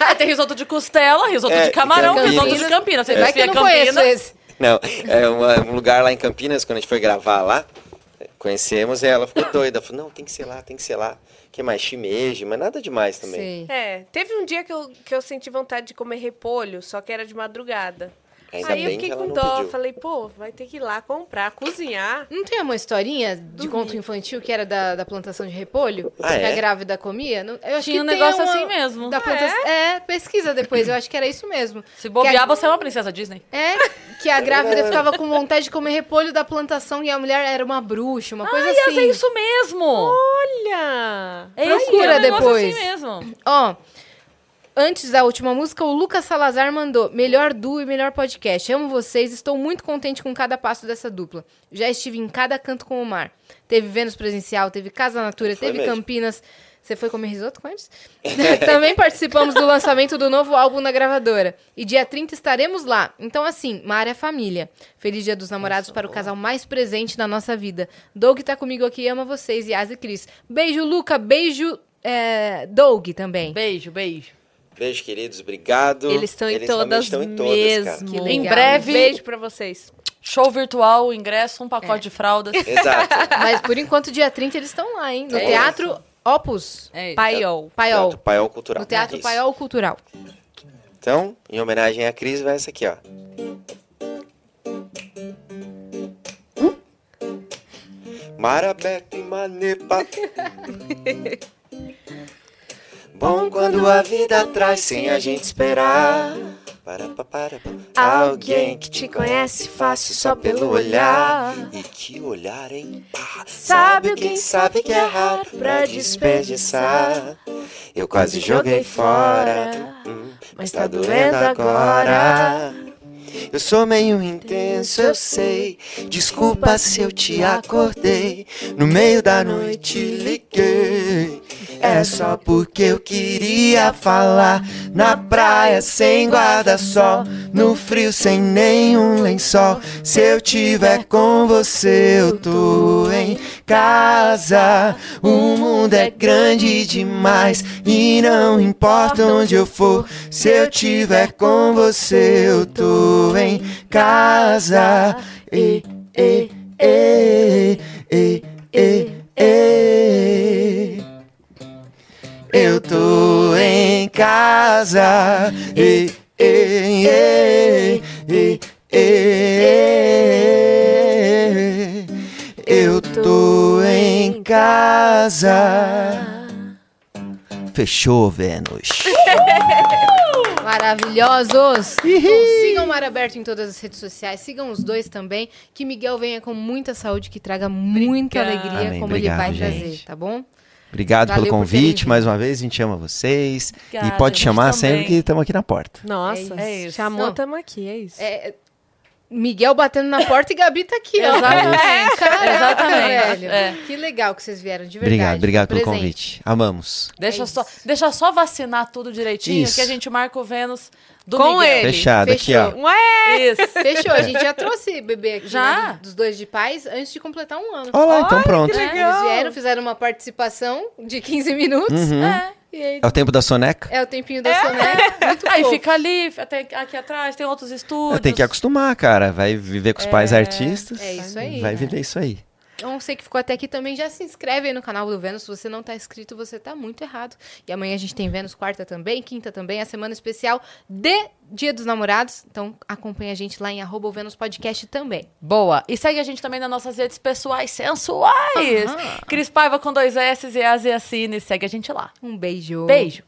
Speaker 1: Ah, tem risoto de costela, risoto
Speaker 3: É,
Speaker 1: de camarão,
Speaker 3: Campinas.
Speaker 1: risoto de Campinas. Você
Speaker 2: Vai que eu
Speaker 1: desfia
Speaker 2: não conheço
Speaker 1: Campinas.
Speaker 2: esse.
Speaker 3: Não, é uma- um lugar lá em Campinas, quando a gente foi gravar lá, conhecemos e ela ficou doida. Falou, não, tem que ser lá, tem que ser lá. que mais? Shimeji, mas nada demais também.
Speaker 2: Sim.
Speaker 4: É, teve um dia que eu, que eu senti vontade de comer repolho, só que era de madrugada.
Speaker 3: Ainda
Speaker 4: Aí eu
Speaker 3: bem que
Speaker 4: fiquei
Speaker 3: ela
Speaker 4: com
Speaker 3: não
Speaker 4: dó,
Speaker 3: pediu.
Speaker 4: falei, pô, vai ter que ir lá comprar, cozinhar.
Speaker 2: É, Não tem uma historinha de conto infantil que era da, da plantação de repolho?
Speaker 3: Ah,
Speaker 2: que
Speaker 3: é?
Speaker 2: a grávida comia? Não- eu acho
Speaker 1: Tinha
Speaker 2: que
Speaker 1: um
Speaker 2: tem
Speaker 1: negócio
Speaker 2: uma-
Speaker 1: assim mesmo.
Speaker 2: Da planta... é? pesquisa depois, eu acho que era isso mesmo.
Speaker 1: Se bobear,
Speaker 2: Que a-
Speaker 1: você é uma princesa Disney.
Speaker 2: É, que a grávida ficava com vontade de comer repolho da plantação e a mulher era uma bruxa, uma coisa assim.
Speaker 1: É isso mesmo!
Speaker 4: Olha!
Speaker 1: É isso,
Speaker 2: Procura
Speaker 1: é um negócio
Speaker 2: depois.
Speaker 1: assim mesmo.
Speaker 2: Ó, antes da última música, o Lucas Salazar mandou melhor duo e melhor podcast. Amo vocês, estou muito contente com cada passo dessa dupla. Já estive em cada canto com o mar. Teve Vênus Presencial, teve Casa Natura,
Speaker 3: Foi
Speaker 2: teve
Speaker 3: mesmo.
Speaker 2: Campinas. Você foi comer risoto com eles? Também participamos do lançamento do novo álbum na gravadora. E dia 30 estaremos lá. Então, assim, Mara é família. Feliz Dia dos Namorados para o casal mais presente na nossa vida. Doug tá comigo aqui, ama vocês, Yas e Cris. Beijo, Luca. Beijo, é, Doug também.
Speaker 1: Beijo, beijo.
Speaker 3: Beijo, queridos, obrigado.
Speaker 4: Eles estão em
Speaker 3: realmente
Speaker 4: todas
Speaker 3: estão em todas,
Speaker 4: mesmo.
Speaker 2: Que
Speaker 1: Em
Speaker 2: legal.
Speaker 1: breve,
Speaker 4: Beijo pra vocês.
Speaker 1: show virtual, ingresso, um
Speaker 2: É.
Speaker 1: pacote de fraldas.
Speaker 3: cara. Exato.
Speaker 2: Mas por enquanto, dia 30, eles estão lá, hein? No
Speaker 3: É
Speaker 2: Teatro Opus.
Speaker 1: É isso.
Speaker 4: Paiol.
Speaker 2: Paiol.
Speaker 3: Teatro Paiol Cultural. É
Speaker 2: No Teatro
Speaker 3: Isso.
Speaker 2: Paiol Cultural.
Speaker 3: Então, em homenagem à Cris, vai essa aqui, ó. Marabete e manepa. Bom quando a vida traz sem a gente esperar. Para, pa, para, pa. Alguém que te conhece fácil só pelo olhar. E que olhar, hein? Pá. Sabe quem sabe que é raro pra desperdiçar. Eu quase joguei fora, hum, mas tá doendo agora. Eu sou meio intenso, eu sei. Desculpa se eu te acordei. No meio da noite liguei. É só porque eu queria falar. Na praia sem guarda-sol, no frio sem nenhum lençol. Se eu tiver com você, eu tô em casa. O mundo é grande demais e não importa onde eu for. Se eu tiver com você, eu tô em casa. E,
Speaker 5: É,
Speaker 3: e, e, e, e,
Speaker 5: é,
Speaker 3: e. Eu tô em casa.
Speaker 5: É,
Speaker 3: E, e, e, e, e,
Speaker 5: é,
Speaker 3: e. Eu tô em casa. Fechou, Vênus.
Speaker 2: Maravilhosos! Bom, sigam o Mar Aberto em todas as redes sociais, sigam os dois também. Que Miguel venha com muita saúde, que traga muita
Speaker 1: Obrigada.
Speaker 2: alegria,
Speaker 5: Amém,
Speaker 2: como
Speaker 5: obrigado,
Speaker 2: ele vai
Speaker 5: gente.
Speaker 2: trazer, tá bom?
Speaker 5: Obrigado
Speaker 2: Valeu
Speaker 5: pelo
Speaker 2: por terem
Speaker 5: convite
Speaker 2: vindo.
Speaker 5: mais uma vez. A gente ama vocês.
Speaker 1: Obrigada,
Speaker 5: e pode
Speaker 1: gente
Speaker 5: chamar sempre
Speaker 1: também.
Speaker 5: que estamos aqui na porta.
Speaker 4: Nossa,
Speaker 1: É isso.
Speaker 4: chamou,
Speaker 2: Não.
Speaker 4: tamo aqui, é isso.
Speaker 2: É, Miguel batendo na porta e Gabi tá aqui, ó.
Speaker 1: Exatamente.
Speaker 2: Caraca,
Speaker 1: É, Exatamente.
Speaker 2: é, velho.
Speaker 1: É.
Speaker 2: Que legal que vocês vieram, de verdade.
Speaker 5: Obrigado, obrigado pelo
Speaker 2: Presente.
Speaker 5: convite. Amamos.
Speaker 1: Deixa,
Speaker 2: É
Speaker 1: só, deixa só vacinar tudo direitinho,
Speaker 5: Isso.
Speaker 1: que a gente marca o Vênus do
Speaker 4: Com
Speaker 1: Miguel.
Speaker 4: ele.
Speaker 5: Fechado aqui, ó.
Speaker 4: Ué!
Speaker 1: Isso.
Speaker 2: Fechou, a gente já trouxe bebê aqui,
Speaker 1: Já?
Speaker 2: né, dos dois de pais, antes de completar um ano. Né?
Speaker 5: Olha lá, então pronto.
Speaker 1: legal.
Speaker 2: Eles vieram, fizeram uma participação de 15 minutos.
Speaker 1: É.
Speaker 2: E aí,
Speaker 5: É o tempo da soneca?
Speaker 2: é o tempinho da soneca. Muito
Speaker 1: Aí
Speaker 2: fofo.
Speaker 1: fica ali, até aqui atrás, tem
Speaker 5: É,
Speaker 1: outros estúdios.
Speaker 5: Tem que acostumar, cara. Vai viver com os pais artistas.
Speaker 2: É isso aí.
Speaker 5: Vai viver isso aí.
Speaker 2: Então, você que ficou até aqui também já se inscreve aí no canal do Vênus. Se você não tá inscrito, você tá muito errado. E amanhã a gente tem Vênus quarta também, quinta também, a semana especial de Dia dos Namorados. Então, acompanha a gente lá em arroba o Vênus Podcast também.
Speaker 1: Boa. E segue a gente também nas nossas redes pessoais sensuais. Cris Paiva com dois S e Asia Cine. Segue a gente lá.
Speaker 2: Um beijo.
Speaker 1: Beijo.